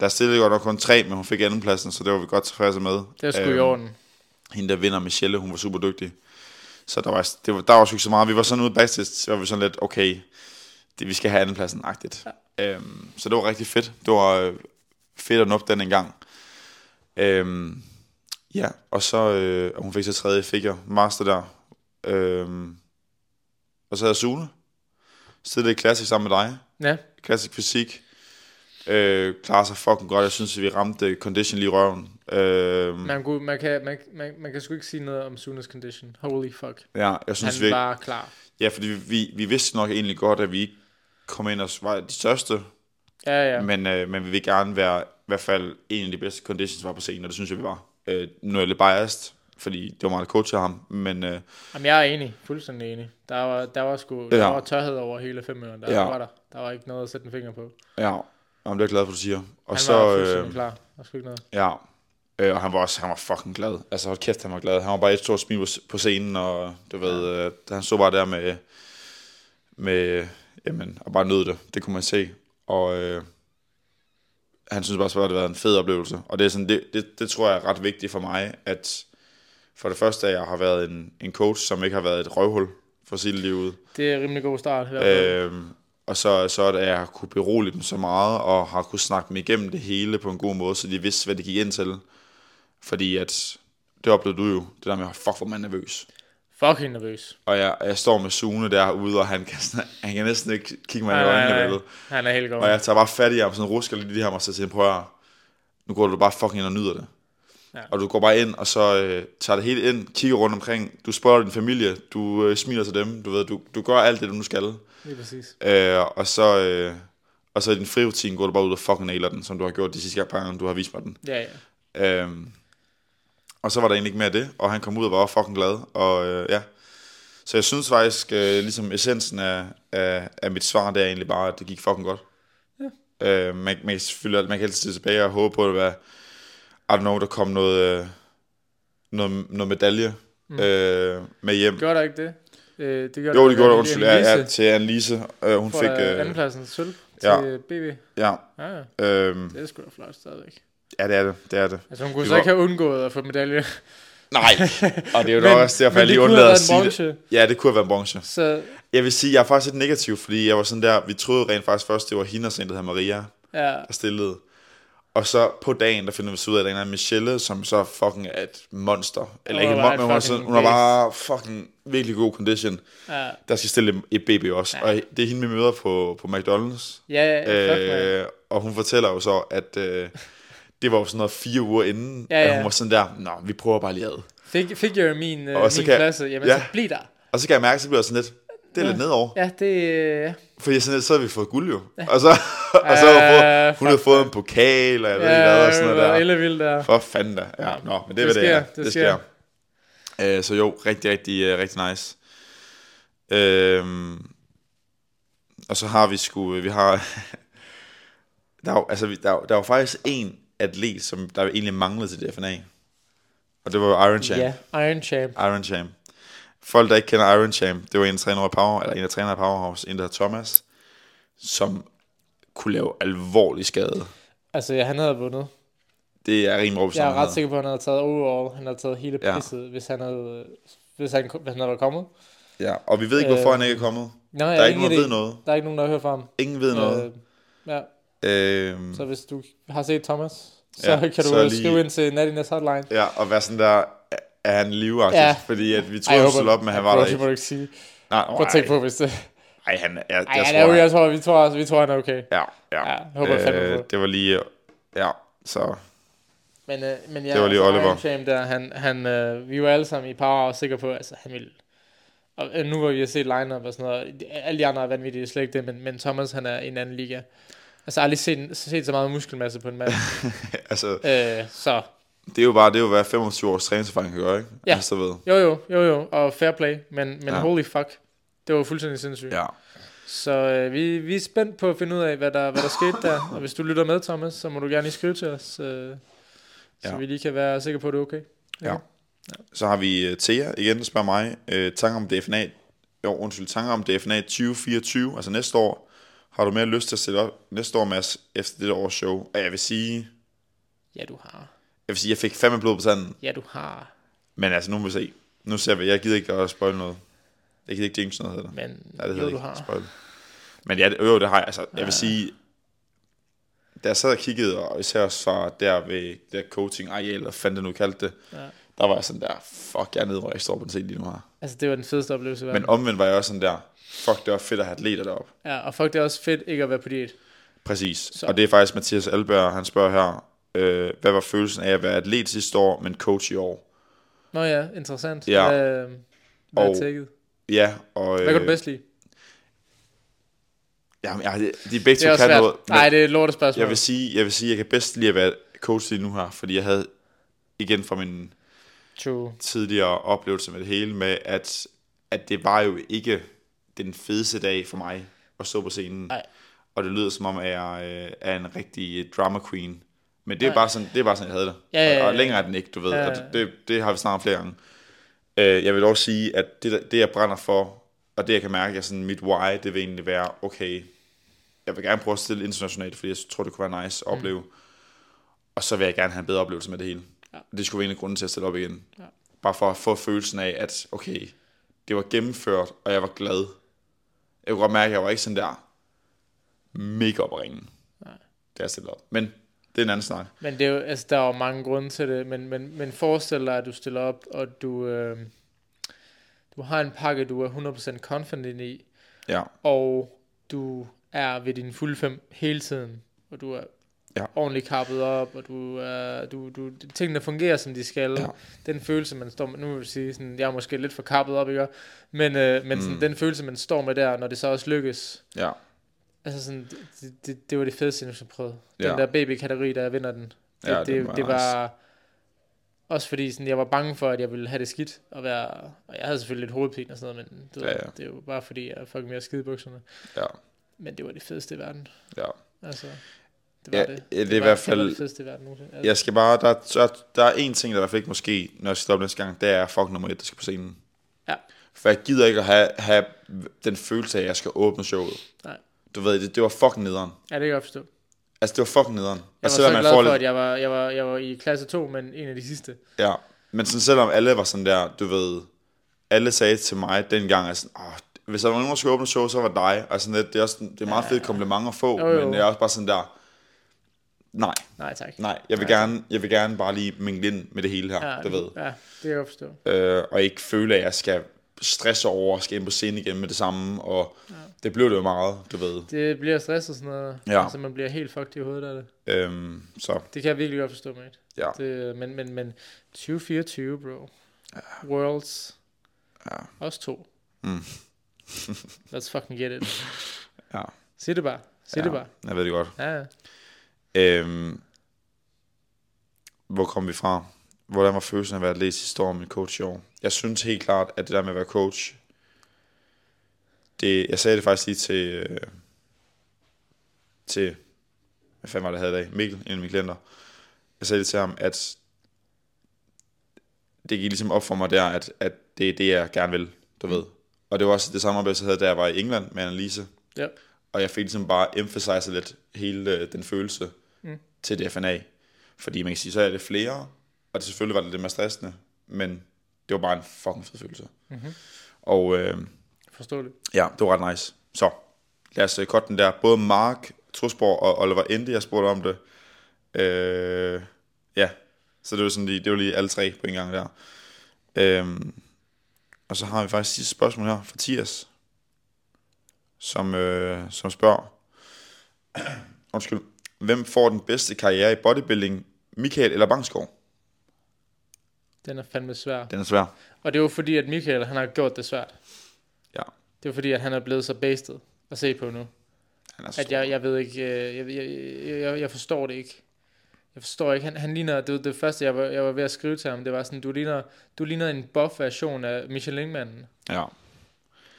Speaker 1: der stillede godt nok kun tre, men hun fik andenpladsen, så det var vi godt tilfredse med.
Speaker 2: Det var sgu i
Speaker 1: Øhm,
Speaker 2: orden.
Speaker 1: hende der vinder Michelle, hun var super dygtig. Så der var, det var, der var sgu ikke så meget. Vi var sådan ude backstage, så var vi sådan lidt, okay, det, vi skal have andenpladsen, agtigt. Ja. Øhm, så det var rigtig fedt. Det var øh, fedt at nå op den en gang. Øhm, ja, og så, øh, og hun fik så tredje figure, master der. Øhm, og så havde Sune. Stillede i klassisk sammen med dig.
Speaker 2: Ja,
Speaker 1: Klassisk fysik. Øh, klarer sig fucking godt. Jeg synes, vi ramte condition lige i røven. Øhm,
Speaker 2: man, kunne, man, kan, man, man, man kan sgu ikke sige noget om Sunas condition. Holy fuck.
Speaker 1: ja, jeg synes,
Speaker 2: Han
Speaker 1: vi,
Speaker 2: var klar.
Speaker 1: Ja, fordi vi, vi, vi vidste nok egentlig godt, at vi ikke kom ind og var de største, ja.
Speaker 2: Ja, ja.
Speaker 1: men, øh, men vi vil gerne være i hvert fald en af de bedste conditions, var på scenen, og det synes jeg, vi var. Øh, nu er jeg lidt biased, fordi det var meget coach af ham, men øh,
Speaker 2: Jamen, jeg er enig. Fuldstændig enig. Der var, der var sgu der
Speaker 1: Ja.
Speaker 2: var tørhed over hele fem minutter. Der
Speaker 1: Ja.
Speaker 2: var der. Der var ikke noget at sætte en finger på.
Speaker 1: ja, om det er jeg glad for, du siger. Og
Speaker 2: Han
Speaker 1: så, øh,
Speaker 2: var fuldstændig klar. Der var sgu ikke noget.
Speaker 1: ja, øh, og han var også han var fucking glad. Altså, hold kæft, han var glad. Han var bare et stort smil på- på scenen, og du ved, øh, han stod bare der med, med, jamen, og bare nød det. Det kunne man se. Og øh, han synes bare, at det har været en fed oplevelse. Og det, er sådan, det, det, det tror jeg er ret vigtigt for mig, at for det første, at jeg har været en, en coach, som ikke har været et røvhul for sit liv ud.
Speaker 2: Det er en rimelig god start. i hvert fald.
Speaker 1: Øhm, og så, så at jeg har kunne berolige dem så meget, og har kunne snakke dem igennem det hele på en god måde, så de vidste, hvad de gik ind til. Fordi at, det oplevede du jo, det der med, fuck hvor man er nervøs.
Speaker 2: Fucking nervøs.
Speaker 1: Og jeg, jeg står med Sune derude, og han kan, sådan- han kan næsten ikke kigge mig i
Speaker 2: Nej, nej,
Speaker 1: øjnene.
Speaker 2: nej.
Speaker 1: vel?
Speaker 2: Han er helt god.
Speaker 1: Og jeg tager bare fat i ham, sådan rusker lidt i det her, og så siger, han, prøv at høre, nu går du bare fucking ind og nyder det. Ja.
Speaker 2: Ja.
Speaker 1: Og du går bare ind, og så øh, tager det hele ind, kigger rundt omkring, du spørger din familie, du øh, smiler til dem, du ved, du, du gør alt det, du nu skal.
Speaker 2: Lige præcis.
Speaker 1: Øh, og så... Øh, og så i din frirutin går du bare ud og fucking nailer den, som du har gjort de sidste par gange, du har vist mig den.
Speaker 2: Ja, ja.
Speaker 1: Øhm, og så var der egentlig ikke mere af det, og han kom ud og var fucking glad. Og øh, ja, så jeg synes faktisk, øh, ligesom essensen af, af, af mit svar, det er egentlig bare, at det gik fucking godt. Ja. Øh, man, man, kan selvfølgelig, man kan altid se tilbage og håbe på, at det var, I don't know, der kom noget, øh, noget, noget medalje mm. øh, med hjem.
Speaker 2: Gjorde der ikke det? Øh, det gjorde
Speaker 1: Jo,
Speaker 2: der
Speaker 1: det gjorde
Speaker 2: med
Speaker 1: der, undskyld, ja, ja, til Anne-Lise. Øh, hun
Speaker 2: Får
Speaker 1: fik,
Speaker 2: der
Speaker 1: øh,
Speaker 2: andenpladsen sølv til
Speaker 1: ja.
Speaker 2: BB.
Speaker 1: ja,
Speaker 2: Ja, ja.
Speaker 1: øhm,
Speaker 2: Det er sgu da flot stadigvæk.
Speaker 1: Ja, det er det. det, er det.
Speaker 2: Altså, hun kunne
Speaker 1: Det
Speaker 2: så
Speaker 1: var-
Speaker 2: ikke have undgået at få medalje.
Speaker 1: Nej, og det er jo
Speaker 2: Men-
Speaker 1: nok også derfor,
Speaker 2: men
Speaker 1: jeg
Speaker 2: det
Speaker 1: lige
Speaker 2: kunne
Speaker 1: undlader
Speaker 2: have
Speaker 1: at
Speaker 2: været
Speaker 1: sige
Speaker 2: en
Speaker 1: det. Ja, det kunne have været en bronche.
Speaker 2: Så
Speaker 1: Jeg vil sige, jeg er faktisk lidt negativ, fordi jeg var sådan der, vi troede rent faktisk først, det var hende og sådan, der hedder Maria,
Speaker 2: ja,
Speaker 1: der stillede. Og så på dagen, der finder vi så ud af, at der er en eller anden Michelle, som så fucking er et monster. Eller
Speaker 2: Hun
Speaker 1: ikke et
Speaker 2: var bare
Speaker 1: monster,
Speaker 2: et
Speaker 1: men hun er sådan-
Speaker 2: fucking
Speaker 1: hun er bare
Speaker 2: beast.
Speaker 1: fucking virkelig god condition.
Speaker 2: Ja,
Speaker 1: Der skal stille et baby også.
Speaker 2: Ja.
Speaker 1: Og det er hende, vi møder på, på McDonald's.
Speaker 2: ja, ja, fuck, man.
Speaker 1: Øh, og hun fortæller jo så, at øh, det var jo sådan noget fire uger inden,
Speaker 2: Ja,
Speaker 1: at
Speaker 2: ja.
Speaker 1: hun var sådan der, nå, vi prøver bare lige ad.
Speaker 2: Fik, fik jeg jo min, øh,
Speaker 1: Og så
Speaker 2: min
Speaker 1: kan-
Speaker 2: klasse, jamen
Speaker 1: ja.
Speaker 2: så bliv der.
Speaker 1: Og så kan jeg mærke, så bliver jeg sådan lidt, det er lidt nedover.
Speaker 2: Ja, det... Øh,
Speaker 1: Fordi sådan lidt, så har vi fået guld jo. Og så, og så har hun, fået,
Speaker 2: Øh,
Speaker 1: hun har fået en pokal, og jeg ved ikke hvad, og sådan noget der.
Speaker 2: vildt der.
Speaker 1: For fanden da. Ja, nå, men det, er, hvad
Speaker 2: Det
Speaker 1: det, er.
Speaker 2: sker, det
Speaker 1: det, sker. Øh, så jo, rigtig, rigtig, øh, rigtig nice. Øhm, og så har vi sgu, øh, vi har, der er jo, altså, vi- der er, jo- der er jo faktisk en atlet, som der egentlig manglede til DFNA. Og det var jo Iron Champ.
Speaker 2: Ja, Iron Champ.
Speaker 1: Iron Champ. Folk, der ikke kender Iron Champ, det var en træner i Power, eller en af trænere i Powerhouse, en der hedder Thomas, som kunne lave alvorlig skade.
Speaker 2: Altså, ja, han havde vundet.
Speaker 1: Det er rimelig
Speaker 2: Jeg
Speaker 1: overbevist.
Speaker 2: er ret sikker på, at han havde taget overall. Han havde taget hele
Speaker 1: Ja.
Speaker 2: pisset, hvis han havde... Hvis han, hvis han havde kommet.
Speaker 1: Ja, og vi ved ikke, hvorfor
Speaker 2: Øh,
Speaker 1: han ikke er kommet.
Speaker 2: Nå,
Speaker 1: Der er ikke nogen, der ved noget.
Speaker 2: Der er ikke nogen, der har hørt fra ham.
Speaker 1: Ingen ved noget.
Speaker 2: Øh, ja,
Speaker 1: Øhm,
Speaker 2: så hvis du har set Thomas, så
Speaker 1: Ja,
Speaker 2: ja, kan du
Speaker 1: så
Speaker 2: så
Speaker 1: lige-
Speaker 2: skrive ind til Nadinas hotline.
Speaker 1: ja, og være sådan der, er- er han livagtig? Ja.
Speaker 2: Ja.
Speaker 1: Fordi at vi troede, at op med, at han var
Speaker 2: bro,
Speaker 1: der
Speaker 2: det
Speaker 1: ikke.
Speaker 2: må du ikke sige.
Speaker 1: Nej,
Speaker 2: Prøv at tænke
Speaker 1: nej,
Speaker 2: på, hvis det...
Speaker 1: nej, han er, jeg,
Speaker 2: Ej,
Speaker 1: jeg
Speaker 2: han er
Speaker 1: tror,
Speaker 2: jo,
Speaker 1: han,
Speaker 2: jeg tror, vi tror, altså, vi tror, han er okay.
Speaker 1: ja,
Speaker 2: Ja,
Speaker 1: ja. Øh,
Speaker 2: jeg håber fandme på.
Speaker 1: det var lige, ja, så,
Speaker 2: Men, øh, men ja,
Speaker 1: Det var lige
Speaker 2: altså,
Speaker 1: Oliver.
Speaker 2: Iron Champ der, han, han, øh, vi var alle sammen i power og sikre på, altså han ville... Og øh, nu hvor vi har set line-up og sådan noget, de- alle de andre er vanvittige, slet ikke det, men, men Thomas han er i en anden liga. Altså jeg har aldrig set, set så meget muskelmasse på en mand.
Speaker 1: altså,
Speaker 2: øh, så
Speaker 1: det er jo bare, det er jo hvad 25 års træningserfaring kan gøre, ikke?
Speaker 2: Ja.
Speaker 1: Altså, ved.
Speaker 2: jo jo, jo jo, og fair play, men, men
Speaker 1: Ja.
Speaker 2: ja. holy fuck. Det var fuldstændig sindssygt. Ja.
Speaker 1: Ja.
Speaker 2: Så øh, vi, vi er spændt på at finde ud af, hvad der, hvad der skete der. Og hvis du lytter med, Thomas, så må du gerne lige skrive til os, øh, så
Speaker 1: Ja.
Speaker 2: vi lige kan være sikre på, at det er okay.
Speaker 1: Ja. Så har vi uh, Thea igen, der spørger mig. Uh, tanker om DFNA, jo, undskyld, tanker om DFNA 2024, altså næste år. Har du mere lyst til at stille op næste år, Mads, efter dette års show? Og jeg vil sige,
Speaker 2: Ja, du har.
Speaker 1: jeg vil sige, jeg fik fandme blod på tanden.
Speaker 2: Ja, du har.
Speaker 1: Men altså, nu må vi se. Nu ser vi. Jeg gider ikke at spoil noget. Jeg gider ikke jinx noget, hedder det.
Speaker 2: Men
Speaker 1: Nej, det hedder
Speaker 2: jo, du
Speaker 1: ikke.
Speaker 2: har.
Speaker 1: Spoil. Men ja, det, jo, det har jeg. Altså, jeg vil sige, da jeg sad og kiggede, og især også fra der ved det der coaching-areal, eller fandt det nu kaldte det,
Speaker 2: Ja.
Speaker 1: der var jeg sådan der, fuck, jeg er nede, hvor jeg står på den scene lige nu her.
Speaker 2: Altså, det var den fedeste oplevelse i verden.
Speaker 1: Men omvendt var jeg også sådan der, fuck, det var fedt at have atleter deroppe.
Speaker 2: Ja, og fuck, det er også fedt ikke at være på diæt.
Speaker 1: Præcis. Så. Og det er faktisk Mathias Alberg, han spørger her, øh, hvad var følelsen af at være atlet sidste år, men coach i år?
Speaker 2: Nå ja, interessant.
Speaker 1: Ja.
Speaker 2: Hvad, hvad
Speaker 1: Og-
Speaker 2: er tækket?
Speaker 1: Ja, og... Øh,
Speaker 2: Hvad kan du bedst lide?
Speaker 1: Jamen, jeg, de er begge
Speaker 2: Det er
Speaker 1: to
Speaker 2: også
Speaker 1: kan noget.
Speaker 2: svært.
Speaker 1: men
Speaker 2: Nej, det er et lortet spørgsmål.
Speaker 1: Jeg vil sige, jeg vil sige, jeg kan bedst lide at være coach lige nu her, fordi jeg havde igen fra min
Speaker 2: True.
Speaker 1: tidligere oplevelse med det hele med, at, at det var jo ikke den fedeste dag for mig at stå på scenen.
Speaker 2: Nej.
Speaker 1: Og det lyder som om, at jeg øh, er en rigtig drama queen. Men det er, bare sådan, det er bare sådan, jeg havde det.
Speaker 2: Ja, ja,
Speaker 1: Og- Og
Speaker 2: ja.
Speaker 1: længere er den ikke, du ved.
Speaker 2: Ja, ja.
Speaker 1: Og det, det, det har vi snart flere gange. Øh, jeg vil også sige, at det, der- det jeg brænder for, og det jeg kan mærke, er sådan mit why, det vil egentlig være, okay, jeg vil gerne prøve at stille internationalt, fordi jeg tror, det kunne være nice at opleve. Mm. Og så vil jeg gerne have en bedre oplevelse med det hele. Ja. Det skulle være en af grunden til at stille op igen. Ja. Bare for at få følelsen af, at okay, det var gennemført, og jeg var glad. Jeg kunne godt mærke, at jeg var ikke sådan der mega op at ringe, da jeg stillede op. Men det er en anden snak.
Speaker 2: Men det er jo, altså, der er jo mange grunde til det, men, men, men forestil dig, at du stiller op, og du, øh, du har en pakke, du er 100% confident i,
Speaker 1: Ja,
Speaker 2: og du er ved din fulde fem hele tiden, og du er
Speaker 1: Ja.
Speaker 2: ja. ordentligt kappet op, og du, er, du, du, tingene fungerer, som de skal.
Speaker 1: Ja.
Speaker 2: Ja. Den følelse, man står med, nu vil jeg sige, sådan, jeg er måske lidt for kappet op, ikke? men, øh, men
Speaker 1: Mm.
Speaker 2: sådan, den følelse, man står med der, når det så også lykkes,
Speaker 1: ja,
Speaker 2: altså sådan, det, det, det var det fedeste, jeg nogensinde prøvede. Den
Speaker 1: Ja.
Speaker 2: der baby-kategori, der jeg vinder den. Det,
Speaker 1: Ja,
Speaker 2: ja, det,
Speaker 1: den
Speaker 2: det,
Speaker 1: var
Speaker 2: var, det var også fordi, sådan, jeg var bange for, at jeg ville have det skidt, og, være, og jeg havde selvfølgelig lidt hovedpine og sådan noget, men du
Speaker 1: Ja,
Speaker 2: ved,
Speaker 1: ja.
Speaker 2: det er jo bare fordi, jeg er fucking mere skide i bukserne.
Speaker 1: ja,
Speaker 2: Men det var det fedeste i verden.
Speaker 1: ja.
Speaker 2: Altså, det var
Speaker 1: Ja,
Speaker 2: det.
Speaker 1: ja, det er
Speaker 2: var-
Speaker 1: i hvert
Speaker 2: Det var
Speaker 1: fald-
Speaker 2: det fedeste i verden nogensinde. Altså,
Speaker 1: Jeg skal bare, der, der, der er en ting, der i hvert fald ikke må ske, når jeg skal op næste gang, det er fuck nummer et, der skal på scenen.
Speaker 2: Ja.
Speaker 1: For jeg gider ikke at have, have den følelse af, at jeg skal åbne showet.
Speaker 2: Nej.
Speaker 1: Du ved, det, det var fucking nederen.
Speaker 2: ja, det kan jeg godt forstå. Jeg
Speaker 1: Altså, det var fucking nederen. Jeg
Speaker 2: var så glad for, at jeg var, jeg, var, jeg var i klasse 2, men en af de sidste.
Speaker 1: Ja, men sådan, selvom alle var sådan der, du ved, alle sagde til mig dengang, at sådan, Åh, hvis der var nogen, der skulle åbne show, så var det dig. Og sådan lidt, det er, også, sådan- det er meget fedt kompliment at få,
Speaker 2: Jo, jo.
Speaker 1: men jeg er også bare sådan der, Nej,
Speaker 2: Nej, tak.
Speaker 1: nej. Jeg vil, gerne, jeg vil gerne bare lige mingle ind med det hele her, ja, du ved.
Speaker 2: Ja, det kan jeg godt forstå.
Speaker 1: øh, og ikke føle, at jeg skal stresse over og skal ind på scenen igen med det samme, og ja. det blev det jo meget, du ved.
Speaker 2: Det bliver stress og sådan noget.
Speaker 1: Ja.
Speaker 2: Altså, man bliver helt fucked i hovedet af det.
Speaker 1: Øhm, så
Speaker 2: Det kan jeg virkelig godt forstå, mate.
Speaker 1: ja,
Speaker 2: Det, men, men, men 2024, bro. Worlds.
Speaker 1: Ja.
Speaker 2: Os to.
Speaker 1: Mm.
Speaker 2: Let's fucking get it.
Speaker 1: Ja.
Speaker 2: Sig det bare. Sig
Speaker 1: ja,
Speaker 2: det bare.
Speaker 1: jeg ved det godt.
Speaker 2: Ja, ja.
Speaker 1: Øhm, hvor kom vi fra? Hvordan var følelsen af at være atlet sidste år med coach i år? Jeg synes helt klart, at det der med at være coach, det, jeg sagde det faktisk lige til, øh, til, hvad fanden var det, jeg havde i dag? Mikkel, en af mine klienter. Jeg sagde det til ham, at det gik ligesom op for mig der, at, at det er det, jeg gerne vil, du ved. Og det var også det samarbejde, jeg havde, da jeg var i England med Annelise.
Speaker 2: Ja.
Speaker 1: Og jeg fik ligesom bare emphasized lidt hele øh, den følelse
Speaker 2: Mm.
Speaker 1: mm. til DFNA. Fordi man kan sige, så er det flere, og det selvfølgelig var det lidt mere stressende, men det var bare en fucking fed følelse.
Speaker 2: Mhm.
Speaker 1: Og øh,
Speaker 2: Forståeligt.
Speaker 1: ja, det var ret nice. Så lad os øh, cutte den der. Både Mark Trusborg og Oliver Ende, jeg spurgte om det. Øh, ja, så det var sådan lige, det var lige alle tre på en gang der. Øh, og så har vi faktisk sidste spørgsmål her fra Thias, som, øh, som spørger. Undskyld. Hvem får den bedste karriere i bodybuilding? Michael eller Bangsgaard?
Speaker 2: Den er fandme svær.
Speaker 1: Den er svær.
Speaker 2: Og det er jo fordi, at Michael, han har gjort det svært.
Speaker 1: Ja.
Speaker 2: Det er jo fordi, at han er blevet så bastet at se på nu.
Speaker 1: Han er så
Speaker 2: At jeg, jeg ved ikke, øh, jeg, jeg, jeg, jeg, jeg forstår det ikke. Jeg forstår ikke, han, han ligner, det, var det første jeg var, jeg var ved at skrive til ham, det var sådan, du ligner, du ligner en buff version af Michelin-manden.
Speaker 1: stor. Ja.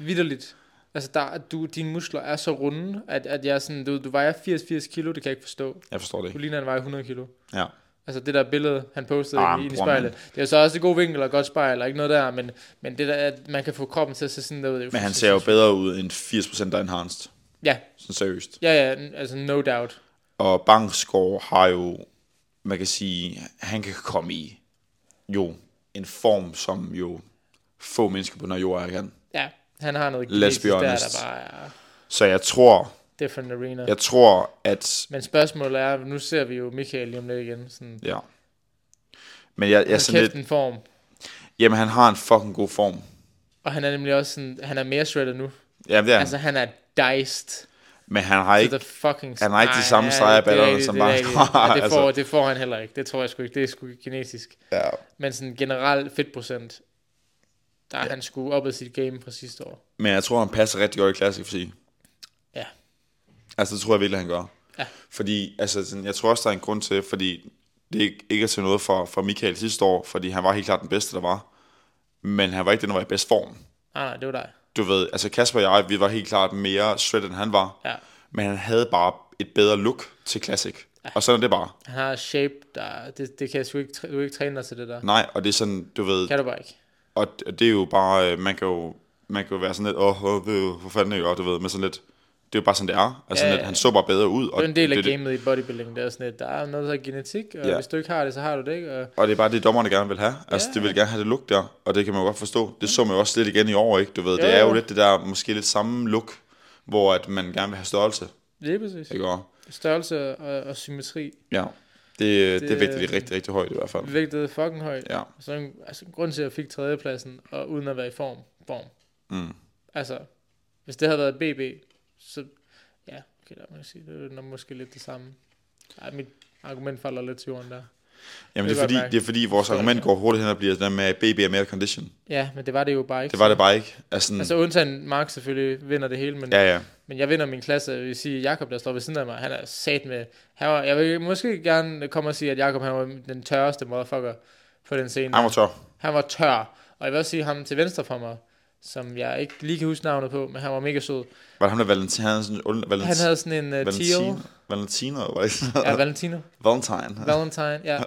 Speaker 2: Vitterligt. Altså, der, du, dine muskler er så runde, at, at jeg er sådan, du, du vejer 80-80 kilo, det kan jeg ikke forstå.
Speaker 1: Jeg forstår det
Speaker 2: Du
Speaker 1: ikke.
Speaker 2: ligner, han vejer 100 kilo.
Speaker 1: Ja.
Speaker 2: Altså det der billede, han postede
Speaker 1: Ah,
Speaker 2: ah, i, i
Speaker 1: bror, mand.
Speaker 2: spejlet. Det er jo så også et god vinkel og et godt spejl, og ikke noget der, men, men det der, at man kan få kroppen til at se sådan der ud. det er
Speaker 1: Men han
Speaker 2: fuldstændig
Speaker 1: ser jo
Speaker 2: sindssygt.
Speaker 1: bedre ud end 80% der er enhanced.
Speaker 2: Ja,
Speaker 1: Sådan seriøst.
Speaker 2: ja, ja, n- altså no doubt.
Speaker 1: Og Bangsgaard har jo, man kan sige, han kan komme i jo en form, som jo få mennesker på den her jord kan.
Speaker 2: Ja, han har noget
Speaker 1: be
Speaker 2: genetisk der, der
Speaker 1: honest.
Speaker 2: bare er
Speaker 1: Så jeg tror,
Speaker 2: different arena.
Speaker 1: jeg tror, at...
Speaker 2: Men spørgsmålet er, nu ser vi jo Michael lige om lidt igen. Sådan,
Speaker 1: Ja. Men jeg, jeg
Speaker 2: ja,
Speaker 1: er
Speaker 2: sådan
Speaker 1: sådan
Speaker 2: kæft
Speaker 1: Altså, lidt...
Speaker 2: en form.
Speaker 1: Jamen, han har en fucking god form.
Speaker 2: Og han er nemlig også sådan, han er mere shredded nu.
Speaker 1: Ja, det er
Speaker 2: Ja.
Speaker 1: han.
Speaker 2: Altså han er diced.
Speaker 1: Men han har
Speaker 2: Ikke,
Speaker 1: ikke...
Speaker 2: the fucking
Speaker 1: han har ikke de
Speaker 2: Nej,
Speaker 1: samme
Speaker 2: ja,
Speaker 1: stregeballer,
Speaker 2: det er rigtigt,
Speaker 1: som
Speaker 2: det er
Speaker 1: bare-
Speaker 2: rigtigt. Ja, det,
Speaker 1: Altså.
Speaker 2: får, det får han heller ikke. Det tror jeg sgu ikke. Det er sgu genetisk.
Speaker 1: Ja,
Speaker 2: Men sådan generelt fedtprocent, der er ja. han sgu op af sit game fra sidste år.
Speaker 1: men jeg tror, han passer rigtig godt i klassisk fysik.
Speaker 2: Ja.
Speaker 1: Altså, det tror jeg virkelig, han gør.
Speaker 2: Ja.
Speaker 1: Fordi, altså, sådan, jeg tror også, der er en grund til, fordi det ikke, ikke er til noget for, for Michael sidste år, fordi han var helt klart den bedste, der var. Men han var ikke den, der var i bedst form.
Speaker 2: Ah, Nej, nej, det var dig.
Speaker 1: Du ved, altså Kasper og jeg, vi var helt klart mere shredded, end han var.
Speaker 2: Ja.
Speaker 1: Men han havde bare et bedre look til Classic. Ja. Og sådan er det bare.
Speaker 2: Han har shape, der, det, det kan jeg sgu ikke, træ- du kan ikke træne dig til det der.
Speaker 1: Nej, og det er sådan, du ved,
Speaker 2: Kan du bare ikke.
Speaker 1: og d- og det er jo bare, øh, man kan jo, man kan jo være sådan lidt, åh, oh, det er jo forfærdende, og du ved, men sådan lidt, det er jo bare sådan, det er. Altså,
Speaker 2: Ja,
Speaker 1: sådan
Speaker 2: ja.
Speaker 1: lidt, han så bare bedre ud. Og
Speaker 2: Det er en del af
Speaker 1: det, det,
Speaker 2: gamet i bodybuilding, det er sådan, at der er noget, der er genetik, og ja.
Speaker 1: Ja.
Speaker 2: hvis du ikke har det, så har du det ikke. Og
Speaker 1: Og det er bare det, dommerne gerne vil have. Altså,
Speaker 2: Ja,
Speaker 1: de vil gerne have det look der, og det kan man jo godt forstå. Det så man jo også lidt igen i år, ikke? Du ved,
Speaker 2: Ja,
Speaker 1: det er
Speaker 2: ja.
Speaker 1: jo lidt det der, måske lidt samme look, hvor at man gerne vil have størrelse,
Speaker 2: det er præcis.
Speaker 1: ikke? Og,
Speaker 2: Størrelse og, og symmetri.
Speaker 1: ja, det, det,
Speaker 2: Det- øh,
Speaker 1: det vægter de rigtig, rigtig højt i hvert fald.
Speaker 2: Vægtet er fucking højt.
Speaker 1: Ja,
Speaker 2: Så en, altså, grund til, at jeg fik tredjepladsen, og uden at være i form, form.
Speaker 1: mm.
Speaker 2: Altså, hvis det havde været BB, så ja, okay, der må jeg sige, det er nok måske lidt det samme. Ej, mit argument falder lidt til jorden der.
Speaker 1: Jamen, det
Speaker 2: Det
Speaker 1: er,
Speaker 2: kan
Speaker 1: fordi,
Speaker 2: jeg godt
Speaker 1: det er fordi, vores
Speaker 2: Forstår det
Speaker 1: argument
Speaker 2: godt.
Speaker 1: går hurtigt hen og bliver sådan der med, at BB er mere condition.
Speaker 2: Ja, men det var det jo bare ikke.
Speaker 1: Det var det bare ikke. Altså,
Speaker 2: Altså
Speaker 1: sådan,
Speaker 2: undtagen Mark selvfølgelig vinder det hele, men, ja.
Speaker 1: ja, ja.
Speaker 2: men jeg vinder min klasse. Jeg vil sige, Jakob der står ved siden af mig, han er sat med... Han var, jeg vil måske gerne komme og sige, at Jakob han var den tørreste motherfucker på den scene.
Speaker 1: Han var tør.
Speaker 2: Han var tør. Og jeg vil også sige ham til venstre for mig, som jeg ikke lige kan huske navnet på, men han var mega sød.
Speaker 1: Var det ham, der Valentin? Han havde sådan en ond-
Speaker 2: Han
Speaker 1: Valent-
Speaker 2: havde sådan en uh, teal...
Speaker 1: Valentino. Valentino, var det ikke?
Speaker 2: Ja, Valentino.
Speaker 1: Valentine.
Speaker 2: Valentine, ja.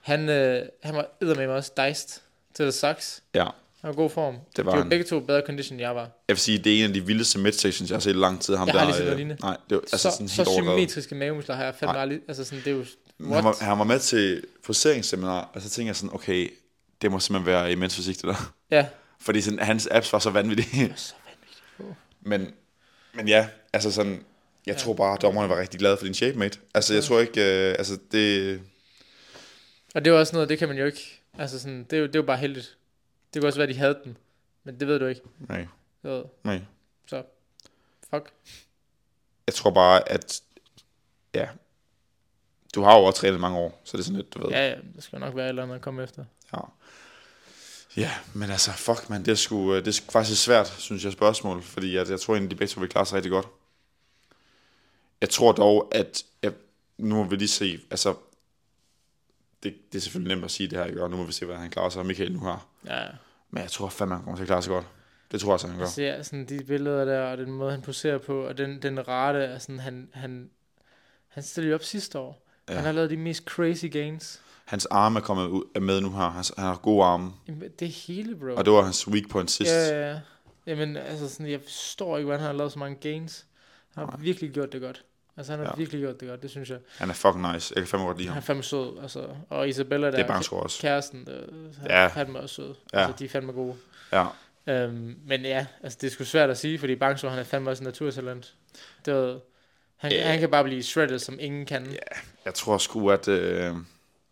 Speaker 2: Han, øh, han var eddermame også diced til the sucks.
Speaker 1: Ja.
Speaker 2: Han var i god form.
Speaker 1: Det var
Speaker 2: de var
Speaker 1: han.
Speaker 2: begge to i bedre condition, end jeg var.
Speaker 1: Jeg vil sige, det er en af de vildeste midsections, jeg har set i lang tid. Ham
Speaker 2: Jeg
Speaker 1: der,
Speaker 2: har lige set noget
Speaker 1: øh,
Speaker 2: lignende.
Speaker 1: Nej, det var altså
Speaker 2: Altså så,
Speaker 1: sådan
Speaker 2: så
Speaker 1: helt overdrevet.
Speaker 2: symmetriske mavemuskler har jeg fandme aldrig... Altså sådan, det er jo...
Speaker 1: Han
Speaker 2: What?
Speaker 1: var, han var med til friseringsseminar, og så tænkte jeg sådan, okay, det må simpelthen være imens fysik, det der.
Speaker 2: Ja.
Speaker 1: Fordi sådan, hans apps var så vanvittige.
Speaker 2: Så vanvittigt.
Speaker 1: men, men ja, altså sådan, Jeg tror bare, at dommerne var rigtig glade for din shapemate. Altså, jeg tror ikke... Øh, altså, det...
Speaker 2: Og det er jo også noget, det kan man jo ikke. Altså sådan, det er jo, det er jo bare heldigt. Det kunne også være, de havde den. Men det ved du ikke.
Speaker 1: Nej,
Speaker 2: Du ved,
Speaker 1: nej.
Speaker 2: Så, fuck.
Speaker 1: Jeg tror bare, at... Ja. Du har jo også trænet mange år, så det er sådan lidt, du ved.
Speaker 2: Ja, ja, det skal nok være et eller andet at komme efter.
Speaker 1: Ja. Ja, men altså, fuck man, det er, sgu, øh, det er sgu faktisk et svært, synes jeg, spørgsmål, fordi jeg, jeg tror egentlig, de begge to vil klare sig rigtig godt. Jeg tror dog, at jeg, nu må vi lige se, altså, det, det er selvfølgelig nemt at sige det her, ikke? og nu må vi se, hvordan han klarer sig, og Michael nu har.
Speaker 2: Ja,
Speaker 1: Men jeg tror fandme, han kommer til at klare sig godt. Det tror jeg altså, han gør.
Speaker 2: jeg ser sådan de billeder der, og den måde, han poserer på, og den, den rate, er sådan, han, han, han stillede jo op sidste år. Ja. Han har lavet de mest crazy gains.
Speaker 1: Hans arme er kommet ud, er med nu her, han, han har gode arme,
Speaker 2: Jamen, Det er hele, bro.
Speaker 1: og det var hans weak point sidst.
Speaker 2: Ja, ja, ja. Jamen, altså sådan, jeg forstår ikke, hvordan han har lavet så mange gains. Han har virkelig gjort det godt. Altså, han har
Speaker 1: Ja.
Speaker 2: ja. virkelig gjort det godt, det synes jeg.
Speaker 1: Han er fucking nice, jeg kan fandme godt lide
Speaker 2: Han er
Speaker 1: ham.
Speaker 2: fandme sød, altså. Og Isabella der,
Speaker 1: Det er Bangtro også.
Speaker 2: kæresten, der, han
Speaker 1: Ja.
Speaker 2: er fandme også sød.
Speaker 1: Ja.
Speaker 2: Ja. Altså, de er fandme gode.
Speaker 1: Ja.
Speaker 2: Øhm, men ja, altså det er sgu svært at sige, fordi Bangso, han er fandme også en naturtalent. Det var, han,
Speaker 1: Ja.
Speaker 2: yeah. han kan bare blive shredded, som ingen kan.
Speaker 1: Ja. Jeg tror sgu, at... Øh,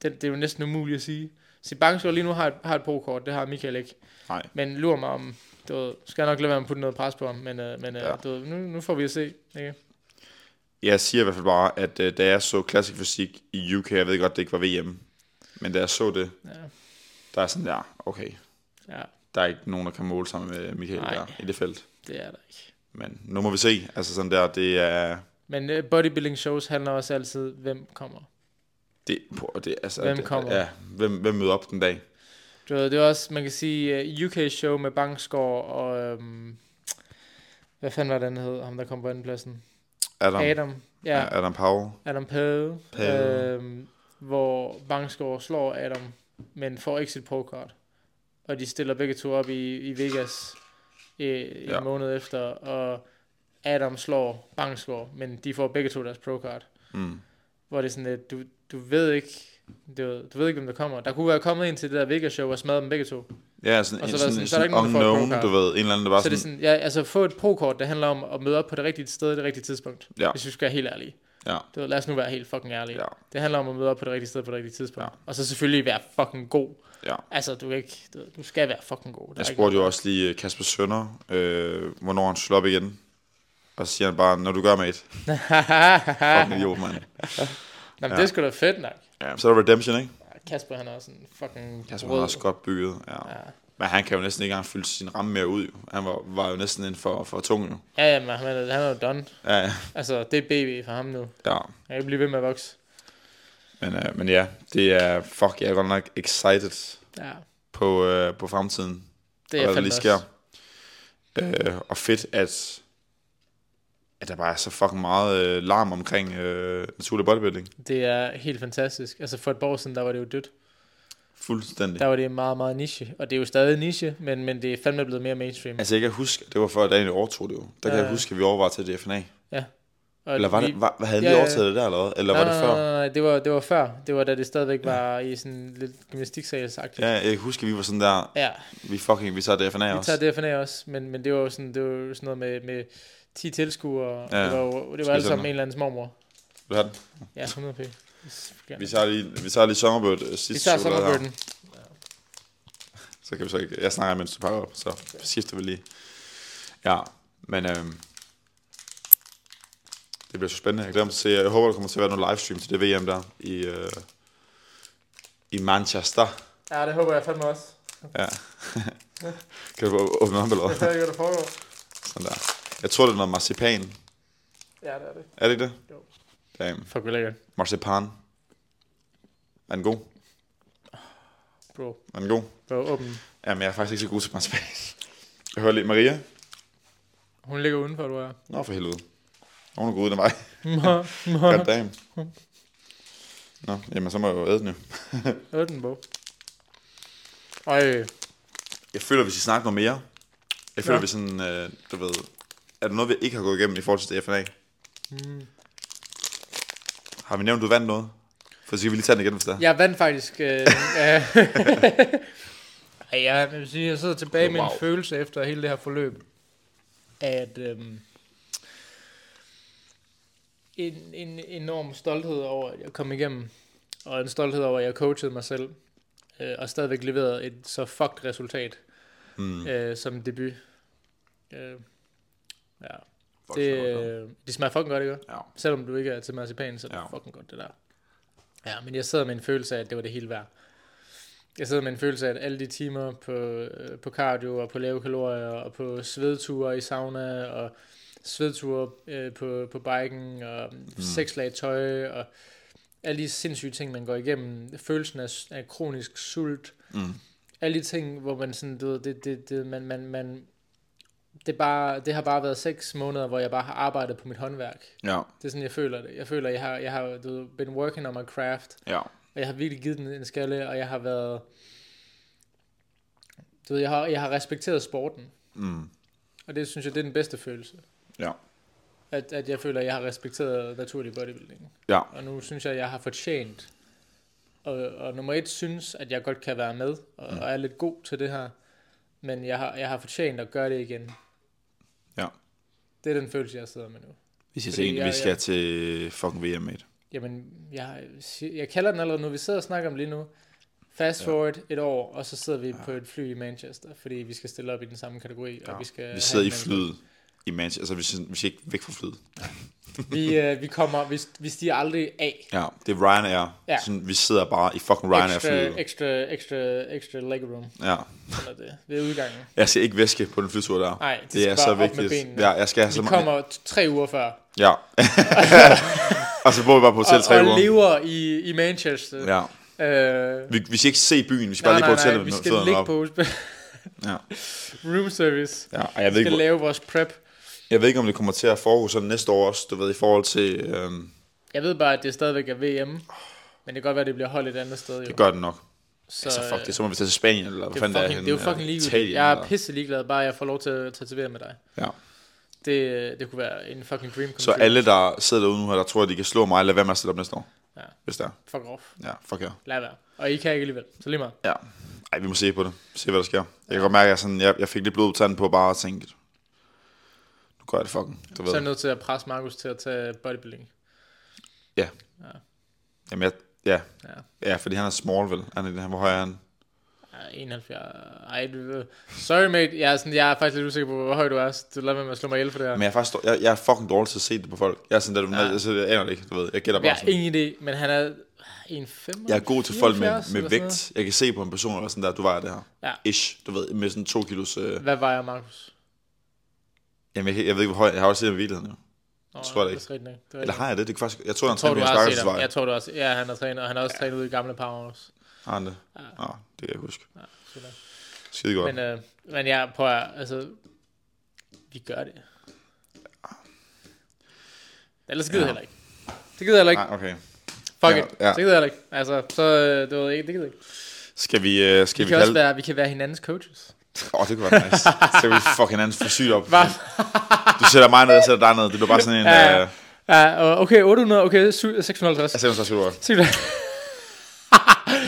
Speaker 2: Det, det er jo næsten umuligt at sige. Så Bangso lige nu har et, har et pro-kort, det har Michael ikke.
Speaker 1: nej,
Speaker 2: Men lurer mig om, du ved, skal jeg nok lade være med at putte noget pres på ham, men, øh, men øh,
Speaker 1: Ja.
Speaker 2: du ved, nu, nu får vi at se. Ikke?
Speaker 1: Jeg siger i hvert fald bare, at øh, da jeg så klassisk fysik i UK, jeg ved godt, det ikke var VM, men da jeg så det,
Speaker 2: Ja.
Speaker 1: der er sådan der, okay,
Speaker 2: ja,
Speaker 1: der er ikke nogen, der kan måle sig med Michael
Speaker 2: Nej.
Speaker 1: der i det felt.
Speaker 2: det er der ikke.
Speaker 1: Men nu må vi se, altså sådan der, det er,
Speaker 2: Men øh, bodybuilding shows handler også altid, hvem kommer.
Speaker 1: det, på, det altså,
Speaker 2: Hvem
Speaker 1: det-
Speaker 2: kommer?
Speaker 1: Ja, hvem, hvem møder op den dag?
Speaker 2: Du ved, det er også, man kan sige, øh, UK show med Bangsgaard og, øhm, hvad fanden var den hed, ham der kom på andenpladsen?
Speaker 1: Adam, Adam,
Speaker 2: Adam. Ja,
Speaker 1: ja. Adam Powell,
Speaker 2: Adam Pade,
Speaker 1: Pade.
Speaker 2: Øhm, hvor Bangsgaard slår Adam, men får ikke sit pro-card. Og de stiller begge to op i, i Vegas øh, en
Speaker 1: Ja.
Speaker 2: måned efter, og Adam slår Bangsgaard, men de får begge to deres pro-card.
Speaker 1: mm,
Speaker 2: Hvor det er sådan, at du, du ved ikke, du, ved- du ved ikke, hvem der kommer. Der kunne være kommet ind til det der Vegas-show og smadret dem begge to.
Speaker 1: ja, sådan,
Speaker 2: Og
Speaker 1: en,
Speaker 2: så
Speaker 1: så sådan,
Speaker 2: var sådan,
Speaker 1: sådan,
Speaker 2: så er der
Speaker 1: sådan
Speaker 2: ikke nogen, der får et
Speaker 1: unknown,
Speaker 2: pro-card.
Speaker 1: du ved, en eller anden, der var
Speaker 2: Så det
Speaker 1: sådan,
Speaker 2: er sådan, ja, altså få et pro-kort, der handler om at møde op på det rigtige sted, det rigtige tidspunkt.
Speaker 1: Ja.
Speaker 2: Hvis vi skal være helt ærlige.
Speaker 1: Ja.
Speaker 2: Du ved, lad os nu være helt fucking ærlige.
Speaker 1: ja,
Speaker 2: Det handler om at møde op på det rigtige sted på det rigtige tidspunkt.
Speaker 1: Ja.
Speaker 2: Ja. Og så selvfølgelig være fucking god.
Speaker 1: ja.
Speaker 2: Altså, du, kan ikke, du, ved, du skal være fucking god. Der
Speaker 1: Jeg
Speaker 2: er ikke
Speaker 1: spurgte jo
Speaker 2: noget-
Speaker 1: også lige øh, Kasper Sønder, øh, hvornår han slår op igen. Og så siger han bare, når du gør, mate. Fucking idiot, mand.
Speaker 2: Nå, men
Speaker 1: Ja.
Speaker 2: det er sgu da fedt nok.
Speaker 1: Ja, så er der Redemption, ikke?
Speaker 2: Kasper, han er også en fucking
Speaker 1: Kasper er også godt bygget, ja.
Speaker 2: Ja.
Speaker 1: Men han kan jo næsten ikke engang fylde sin ramme mere ud, jo. Han var, var jo næsten inden for, for tung, jo.
Speaker 2: Ja, ja, men han er, han er jo done.
Speaker 1: Ja, ja,
Speaker 2: Altså, det er BB for ham nu.
Speaker 1: ja.
Speaker 2: Han kan blive ved med at vokse.
Speaker 1: Men, øh, men ja, det er, fuck, jeg er godt nok excited
Speaker 2: Ja,
Speaker 1: på, øh, på fremtiden.
Speaker 2: det
Speaker 1: og
Speaker 2: er
Speaker 1: hvad der
Speaker 2: fandme
Speaker 1: lige
Speaker 2: også.
Speaker 1: sker. Øh, og fedt, at, at der bare er så fucking meget øh, larm omkring øh, naturlig bodybuilding.
Speaker 2: Det er helt fantastisk. Altså, for et par år siden, der var det jo dødt.
Speaker 1: Fuldstændig.
Speaker 2: Der var det meget, meget niche. Og det er jo stadig niche, men, men det er fandme blevet mere mainstream.
Speaker 1: Altså, jeg kan huske, det var før Daniel overtog det jo. Der kan
Speaker 2: Ja.
Speaker 1: jeg huske, at vi overvejede til DFNA.
Speaker 2: Og
Speaker 1: Eller var
Speaker 2: vi-
Speaker 1: det, var, havde vi
Speaker 2: Ja, ja.
Speaker 1: overtaget det der allerede? Eller var
Speaker 2: nej,
Speaker 1: det
Speaker 2: Nej,
Speaker 1: før?
Speaker 2: nej, nej, det var, det var før. Det var da det stadigvæk ja. var i sådan lidt gymnastiksalsagtigt.
Speaker 1: Ja, jeg kan huske, at vi var sådan der,
Speaker 2: ja,
Speaker 1: Vi fucking, vi tager DFNA
Speaker 2: vi
Speaker 1: også.
Speaker 2: tager DFNA også, men, men det var jo sådan, det var jo sådan noget med, med 10 tilskuere,
Speaker 1: Ja,
Speaker 2: ja. det var jo det
Speaker 1: Skal
Speaker 2: var
Speaker 1: vi
Speaker 2: alle
Speaker 1: sætte
Speaker 2: sammen en eller andens mormor.
Speaker 1: Vil du have den?
Speaker 2: Ja, 100 p.
Speaker 1: Vi tager lige, vi tager lige Summerbird øh, sidste
Speaker 2: vi tager
Speaker 1: chokolade her.
Speaker 2: Summerbirden.
Speaker 1: Så kan vi så ikke, jeg snakker mens du pakker op, så sidste vil lige. Ja, men øhm, det bliver så spændende. Jeg glæder mig til at se, jeg håber, der kommer til at være noget livestream til det VM der i, øh, i Manchester.
Speaker 2: Ja, det håber jeg fandme også.
Speaker 1: Ja. kan du åbne op eller hvad?
Speaker 2: Det er jo, der foregår.
Speaker 1: Sådan der. Jeg tror, det er noget marcipan.
Speaker 2: Ja, det er det.
Speaker 1: Er det ikke det?
Speaker 2: Jo.
Speaker 1: Damn.
Speaker 2: Fuck, hvor lækkert,
Speaker 1: Marcipan. Er den god?
Speaker 2: bro.
Speaker 1: Er den god?
Speaker 2: Bro, åben.
Speaker 1: Jamen, jeg er faktisk ikke så god til marcipan. Jeg hører lige Maria.
Speaker 2: Hun ligger udenfor, du er.
Speaker 1: Nå, for helvede. Hun er god ud af mig. God damn. Nå, jamen så må jeg jo æde den jo.
Speaker 2: Åben, bro. Ej,
Speaker 1: Jeg føler, hvis I snakker noget mere. Jeg føler,
Speaker 2: Ja.
Speaker 1: vi sådan, øh, du ved... Er der noget, vi ikke har gået igennem i forhold til DFNA?
Speaker 2: Mm.
Speaker 1: Har vi nævnt, du vandt noget? For så skal vi lige tage den igen, hvis der.
Speaker 2: jeg vandt faktisk. Øh, øh. Ej, jeg, jeg vil sige, jeg sidder tilbage med
Speaker 1: Wow.
Speaker 2: en følelse efter hele det her forløb, at øhm, en, en enorm stolthed over, at jeg kom igennem. Og en stolthed over, at jeg coachede mig selv. Øh, og stadigvæk leverede et så fucked resultat
Speaker 1: Mm.
Speaker 2: øh, som debut. Øh, ja.
Speaker 1: Fuck,
Speaker 2: det,
Speaker 1: det var godt.
Speaker 2: øh, det smager fucking godt, ikke?
Speaker 1: Ja.
Speaker 2: Selvom du ikke er til marcipan, så er det
Speaker 1: Ja.
Speaker 2: fucking godt, det der. Ja, men jeg sidder med en følelse af, at det var det hele værd. Jeg sidder med en følelse af, at alle de timer på, øh, på cardio og på lave kalorier og på svedture i sauna og svedture øh, på, på biken og mm. seks lag tøj og alle de sindssyge ting, man går igennem. Følelsen af, af kronisk sult.
Speaker 1: Mm.
Speaker 2: Alle de ting, hvor man sådan, du ved, det, det, det, man, man, man, det, er bare, det har bare været seks måneder, hvor jeg bare har arbejdet på mit håndværk.
Speaker 1: Ja,
Speaker 2: Det er sådan, jeg føler det. Jeg føler, jeg har, jeg har du, ved, been working on my craft,
Speaker 1: ja.
Speaker 2: og jeg har virkelig givet den en skalle, og jeg har været... Du ved, jeg har, jeg har respekteret sporten,
Speaker 1: Mm.
Speaker 2: og det synes jeg, det er den bedste følelse.
Speaker 1: Ja.
Speaker 2: At, at jeg føler, jeg har respekteret naturlig bodybuilding.
Speaker 1: Ja.
Speaker 2: Og nu synes jeg, jeg har fortjent. Og, og nummer et synes, at jeg godt kan være med, og, mm. og er lidt god til det her. Men jeg har, jeg har fortjent at gøre det igen.
Speaker 1: Ja.
Speaker 2: Det er den følelse, jeg sidder med nu.
Speaker 1: Vi skal,
Speaker 2: Fordi
Speaker 1: se, en,
Speaker 2: jeg-
Speaker 1: vi skal
Speaker 2: jeg-
Speaker 1: til fucking VM, mate.
Speaker 2: Jamen, jeg, jeg kalder den allerede nu. Vi sidder og snakker om lige nu. Fast forward et år, og så sidder vi ja. på et fly i Manchester, fordi vi skal stille op i den samme kategori, ja. og vi skal...
Speaker 1: Vi sidder
Speaker 2: have
Speaker 1: i
Speaker 2: en anden-
Speaker 1: flyet i Manchester. Altså, vi, skal- vi skal ikke væk fra flyet.
Speaker 2: Vi, øh, vi kommer... Vi, vi stiger aldrig af.
Speaker 1: Ja, det er Ryanair.
Speaker 2: Ja.
Speaker 1: Ja. Sådan, vi sidder bare i fucking Ryanair-flyet.
Speaker 2: Ekstra, ekstra, ekstra, ekstra legroom,
Speaker 1: Ja.
Speaker 2: sådan er det. Ved udgangen.
Speaker 1: Jeg skal ikke væske på den flytur der.
Speaker 2: Nej, det
Speaker 1: det er
Speaker 2: skal
Speaker 1: så
Speaker 2: bare op med
Speaker 1: vigtigt.
Speaker 2: benene.
Speaker 1: ja, jeg skal have så
Speaker 2: Vi
Speaker 1: mange...
Speaker 2: kommer t- tre uger før,
Speaker 1: Ja. og så bor vi bare på
Speaker 2: og,
Speaker 1: hotel tre
Speaker 2: og
Speaker 1: uger.
Speaker 2: lever i, i Manchester. Ja.
Speaker 1: Ja.
Speaker 2: Øh,
Speaker 1: Vi, vi skal ikke se byen, vi skal bare lige på hotellet.
Speaker 2: vi
Speaker 1: med
Speaker 2: skal
Speaker 1: fødderne
Speaker 2: ligge
Speaker 1: op.
Speaker 2: på hos-
Speaker 1: Ja.
Speaker 2: room service.
Speaker 1: Ja, og jeg ved,
Speaker 2: Vi
Speaker 1: ikke,
Speaker 2: skal
Speaker 1: hvor-
Speaker 2: lave vores prep.
Speaker 1: jeg ved ikke, om det kommer til at foregå sådan næste år også, du ved, i forhold til... Øhm,
Speaker 2: Jeg ved bare, at det stadigvæk er VM, men det kan godt være, at det bliver holdt et andet sted. Jo.
Speaker 1: det gør det nok.
Speaker 2: så, øh,
Speaker 1: Altså fuck det, så må vi tage til Spanien, eller hvad
Speaker 2: det er
Speaker 1: fanden
Speaker 2: fucking, det er jo
Speaker 1: henne,
Speaker 2: fucking
Speaker 1: eller
Speaker 2: ligeglad.
Speaker 1: Italien,
Speaker 2: Jeg er
Speaker 1: eller-
Speaker 2: pisse ligeglad, bare jeg får lov til at tage til VM med dig.
Speaker 1: Ja.
Speaker 2: Det, det kunne være en fucking dream come
Speaker 1: Så
Speaker 2: true.
Speaker 1: alle, der sidder derude nu her, der tror, at de kan slå mig, lad være med at stille op næste år.
Speaker 2: Ja.
Speaker 1: Hvis det er.
Speaker 2: Fuck off.
Speaker 1: Ja, fuck ja.
Speaker 2: Lad være. Og I kan ikke alligevel. Så lige meget.
Speaker 1: Ja. Ej, vi må se på det. Se, hvad der sker. Jeg kan godt mærke, at jeg, sådan, jeg, jeg fik lidt blod på tanden på bare at tænke, nu gør jeg det fucking. Du ved.
Speaker 2: Så er jeg nødt til at presse Markus til at tage bodybuilding.
Speaker 1: Jamen, jeg, ja.
Speaker 2: Ja.
Speaker 1: ja, fordi han er small, vel? Han er, hvor høj er han?
Speaker 2: Ej, 71. Ej, du... Sorry, mate. Jeg er, sådan, jeg er faktisk lidt usikker på, hvor høj du er. så Du lader være med at slå mig ihjel for det her.
Speaker 1: Men jeg er faktisk dår- jeg, jeg er fucking dårlig til at se det på folk. Jeg er sådan, der, du,
Speaker 2: Ja.
Speaker 1: ja. jeg, jeg, jeg aner det ikke, du ved. Jeg gætter
Speaker 2: jeg
Speaker 1: bare
Speaker 2: har
Speaker 1: sådan.
Speaker 2: ingen idé, men han er 1,5.
Speaker 1: Jeg er god til folk med,
Speaker 2: 74
Speaker 1: med
Speaker 2: eller sådan noget.
Speaker 1: vægt. Jeg kan se på en person, eller sådan der, du vejer det her.
Speaker 2: Ja.
Speaker 1: Ish, du ved, med sådan to kilos... Øh...
Speaker 2: Hvad vejer Markus?
Speaker 1: Jamen, jeg, kan- jeg ved ikke, hvor høj... Jeg har også set ham i virkeligheden, jo.
Speaker 2: Nå,
Speaker 1: Tror jeg da ikke.
Speaker 2: Det er rigtigt, nok. det er
Speaker 1: Eller
Speaker 2: rigtigt.
Speaker 1: har jeg det? Det kan faktisk... Jeg tror, han
Speaker 2: Jeg tror,
Speaker 1: træner min
Speaker 2: du har set ham.
Speaker 1: stakkelsvej.
Speaker 2: Jeg tror, du også. Ja, han har trænet, og han har også trænet ude i gamle power også.
Speaker 1: Har han det?
Speaker 2: Ja.
Speaker 1: Ja. Nå, det kan jeg ikke huske.
Speaker 2: Ja, sådan.
Speaker 1: Skide godt.
Speaker 2: men, øh, men ja, prøv at, altså, vi gør det. Ellers gider
Speaker 1: Ja.
Speaker 2: jeg heller ikke. Det gider jeg heller ikke.
Speaker 1: Nej, Ah, okay.
Speaker 2: Fuck
Speaker 1: Ja,
Speaker 2: it.
Speaker 1: ja.
Speaker 2: Det gider jeg heller ikke. Altså, så, øh, du ved ikke, det gider jeg ikke.
Speaker 1: Skal vi, øh,
Speaker 2: Vi
Speaker 1: skal vi,
Speaker 2: kan også
Speaker 1: kalde...
Speaker 2: være, vi kan være hinandens coaches.
Speaker 1: Åh, oh, det kunne være nice. Så kan vi fucking anden for sygt op.
Speaker 2: Hvad?
Speaker 1: Du sætter mig ned, jeg sætter dig ned. Det bliver bare sådan en...
Speaker 2: Ja, ja.
Speaker 1: Øh, altså,
Speaker 2: Ja, og okay, 800, okay, syv- 650.
Speaker 1: jeg sætter mig så sygt op.
Speaker 2: Sygt nok.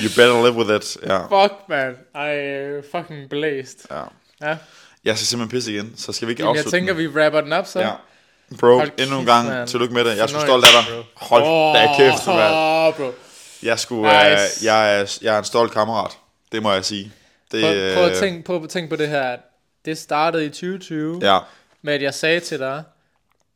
Speaker 1: You better live with it. Ja.
Speaker 2: Fuck, man. Ej, øh, fucking blæst.
Speaker 1: ja.
Speaker 2: Ja.
Speaker 1: Jeg skal simpelthen pisse igen, så skal vi ikke
Speaker 2: Jamen, jeg
Speaker 1: afslutte
Speaker 2: tænker, vi rapper den op, så.
Speaker 1: Ja. Bro,
Speaker 2: Hold
Speaker 1: endnu en
Speaker 2: kæft,
Speaker 1: gang,
Speaker 2: mand.
Speaker 1: tillykke med det. Jeg er sgu stolt
Speaker 2: Fornøjelse,
Speaker 1: af dig. Hold da kæft, mand.
Speaker 2: Åh, bro.
Speaker 1: Jeg, skulle, øh,
Speaker 2: Nice.
Speaker 1: jeg, er, jeg er en stolt kammerat. Det må jeg sige. Det,
Speaker 2: Prøv, prøv, at
Speaker 1: øh,
Speaker 2: tænke, prøv at tænke på det her. Det startede i 2020 ja.
Speaker 1: Ja,
Speaker 2: med, at jeg sagde til dig,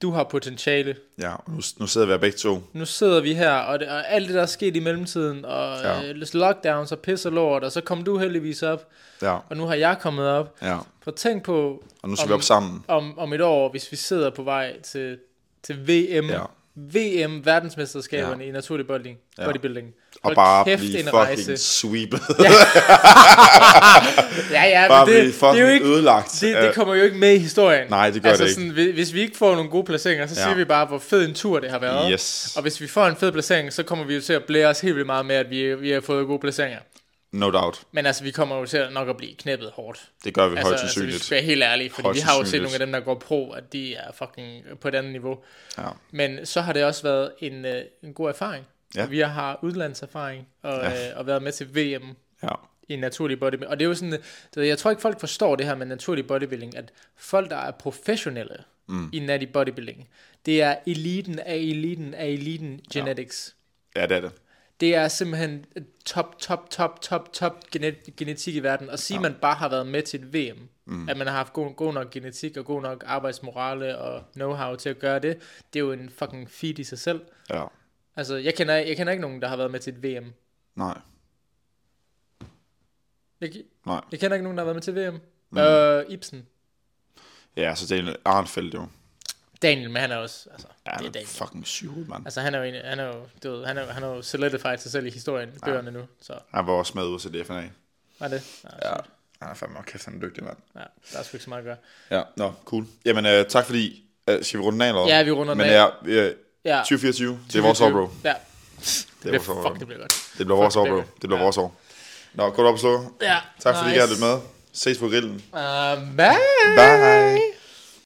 Speaker 2: du har potentiale.
Speaker 1: ja. Nu, nu sidder vi her begge to.
Speaker 2: Nu sidder vi her, og, det, og alt det, der er sket i mellemtiden, og ja.
Speaker 1: Ja.
Speaker 2: øh, lockdowns og pis og lort, og så kom du heldigvis op,
Speaker 1: Ja,
Speaker 2: og nu har jeg kommet op.
Speaker 1: ja.
Speaker 2: Prøv at tænk på,
Speaker 1: Og nu skal
Speaker 2: Om-
Speaker 1: vi op sammen.
Speaker 2: om, om et år, hvis vi sidder på vej til, til VM,
Speaker 1: Ja.
Speaker 2: VM, verdensmesterskaberne ja. i naturlig bodybuilding. Ja. bodybuilding.
Speaker 1: Og
Speaker 2: Hold
Speaker 1: bare
Speaker 2: kæft,
Speaker 1: blive
Speaker 2: en
Speaker 1: fucking
Speaker 2: rejse.
Speaker 1: sweepet.
Speaker 2: Ja, ja,
Speaker 1: bare
Speaker 2: men
Speaker 1: blive
Speaker 2: det, det, er jo
Speaker 1: fucking
Speaker 2: ikke,
Speaker 1: ødelagt.
Speaker 2: det, det
Speaker 1: Øh,
Speaker 2: kommer jo ikke med i historien.
Speaker 1: Nej, det gør
Speaker 2: altså,
Speaker 1: det ikke.
Speaker 2: sådan, hvi- Hvis vi ikke får nogle gode placeringer, så
Speaker 1: Ja.
Speaker 2: siger vi bare, hvor fed en tur det har været.
Speaker 1: Yes,
Speaker 2: Og hvis vi får en fed placering, så kommer vi jo til at blære os helt vildt meget med, at vi, vi har fået gode placeringer.
Speaker 1: no doubt.
Speaker 2: Men altså, vi kommer jo til at nok at blive knæppet hårdt.
Speaker 1: Det gør vi altså, højst
Speaker 2: Altså, altså, vi
Speaker 1: sandsynligt.
Speaker 2: skal være helt ærlige, fordi
Speaker 1: Højst
Speaker 2: vi har jo set
Speaker 1: sandsynligt.
Speaker 2: nogle af dem, der går pro, at de er fucking på et andet niveau.
Speaker 1: ja.
Speaker 2: Men så har det også været en, øh, en god erfaring.
Speaker 1: Ja.
Speaker 2: Vi har udlandserfaring og,
Speaker 1: Ja.
Speaker 2: øh, og været med til VM
Speaker 1: Ja.
Speaker 2: i naturlig bodybuilding. Og det er jo sådan, du ved, jeg tror ikke folk forstår det her med naturlig bodybuilding, at folk, der er professionelle, mm. i natty bodybuilding. Det er eliten af eliten af eliten genetics.
Speaker 1: Ja, det er det.
Speaker 2: Det er simpelthen top, top, top, top, top genet- genetik i verden. Og sige, ja. man bare har været med til et VM, mm. at man har haft god, god nok genetik og god nok arbejdsmorale og know-how til at gøre det, det er jo en fucking feat i sig selv.
Speaker 1: Ja.
Speaker 2: Altså, jeg kender, jeg kender ikke nogen, der har været med til et VM.
Speaker 1: Nej.
Speaker 2: Jeg,
Speaker 1: Nej.
Speaker 2: jeg kender ikke nogen, der har været med til VM. Mm. Øh, Ibsen.
Speaker 1: Ja, så det er en Arnfeldt jo.
Speaker 2: Daniel, men han er også... Altså,
Speaker 1: Ja,
Speaker 2: det er
Speaker 1: han er
Speaker 2: Daniel.
Speaker 1: fucking syg, mand.
Speaker 2: Altså, han er jo, en, han er jo, du ved, han er, jo- han er jo solidified sig selv i historien, bøgerne nu, så
Speaker 1: Han var også med ude til DFNA.
Speaker 2: var det. Nej,
Speaker 1: Ja. Han er fandme kæft, han er dygtig, mand.
Speaker 2: ja. der er sgu ikke så meget at gøre.
Speaker 1: Ja, nå, cool. Jamen, øh, tak fordi... Øh, skal vi runde den af, eller hvad?
Speaker 2: Ja, vi runder den
Speaker 1: Men,
Speaker 2: af.
Speaker 1: Men ja, øh,
Speaker 2: Ja.
Speaker 1: 2024, det er vores år, bro.
Speaker 2: Ja. Det, det
Speaker 1: vores år,
Speaker 2: bliver, fuck,
Speaker 1: bro.
Speaker 2: det bliver godt.
Speaker 1: Det bliver vores
Speaker 2: Fuck,
Speaker 1: år,
Speaker 2: det
Speaker 1: bro.
Speaker 2: bliver-
Speaker 1: Det bliver
Speaker 2: ja.
Speaker 1: vores år. Nå, godt op og slå.
Speaker 2: Ja.
Speaker 1: Tak fordi I gad lidt med. Ses på grillen.
Speaker 2: Uh, bye!
Speaker 1: Bye.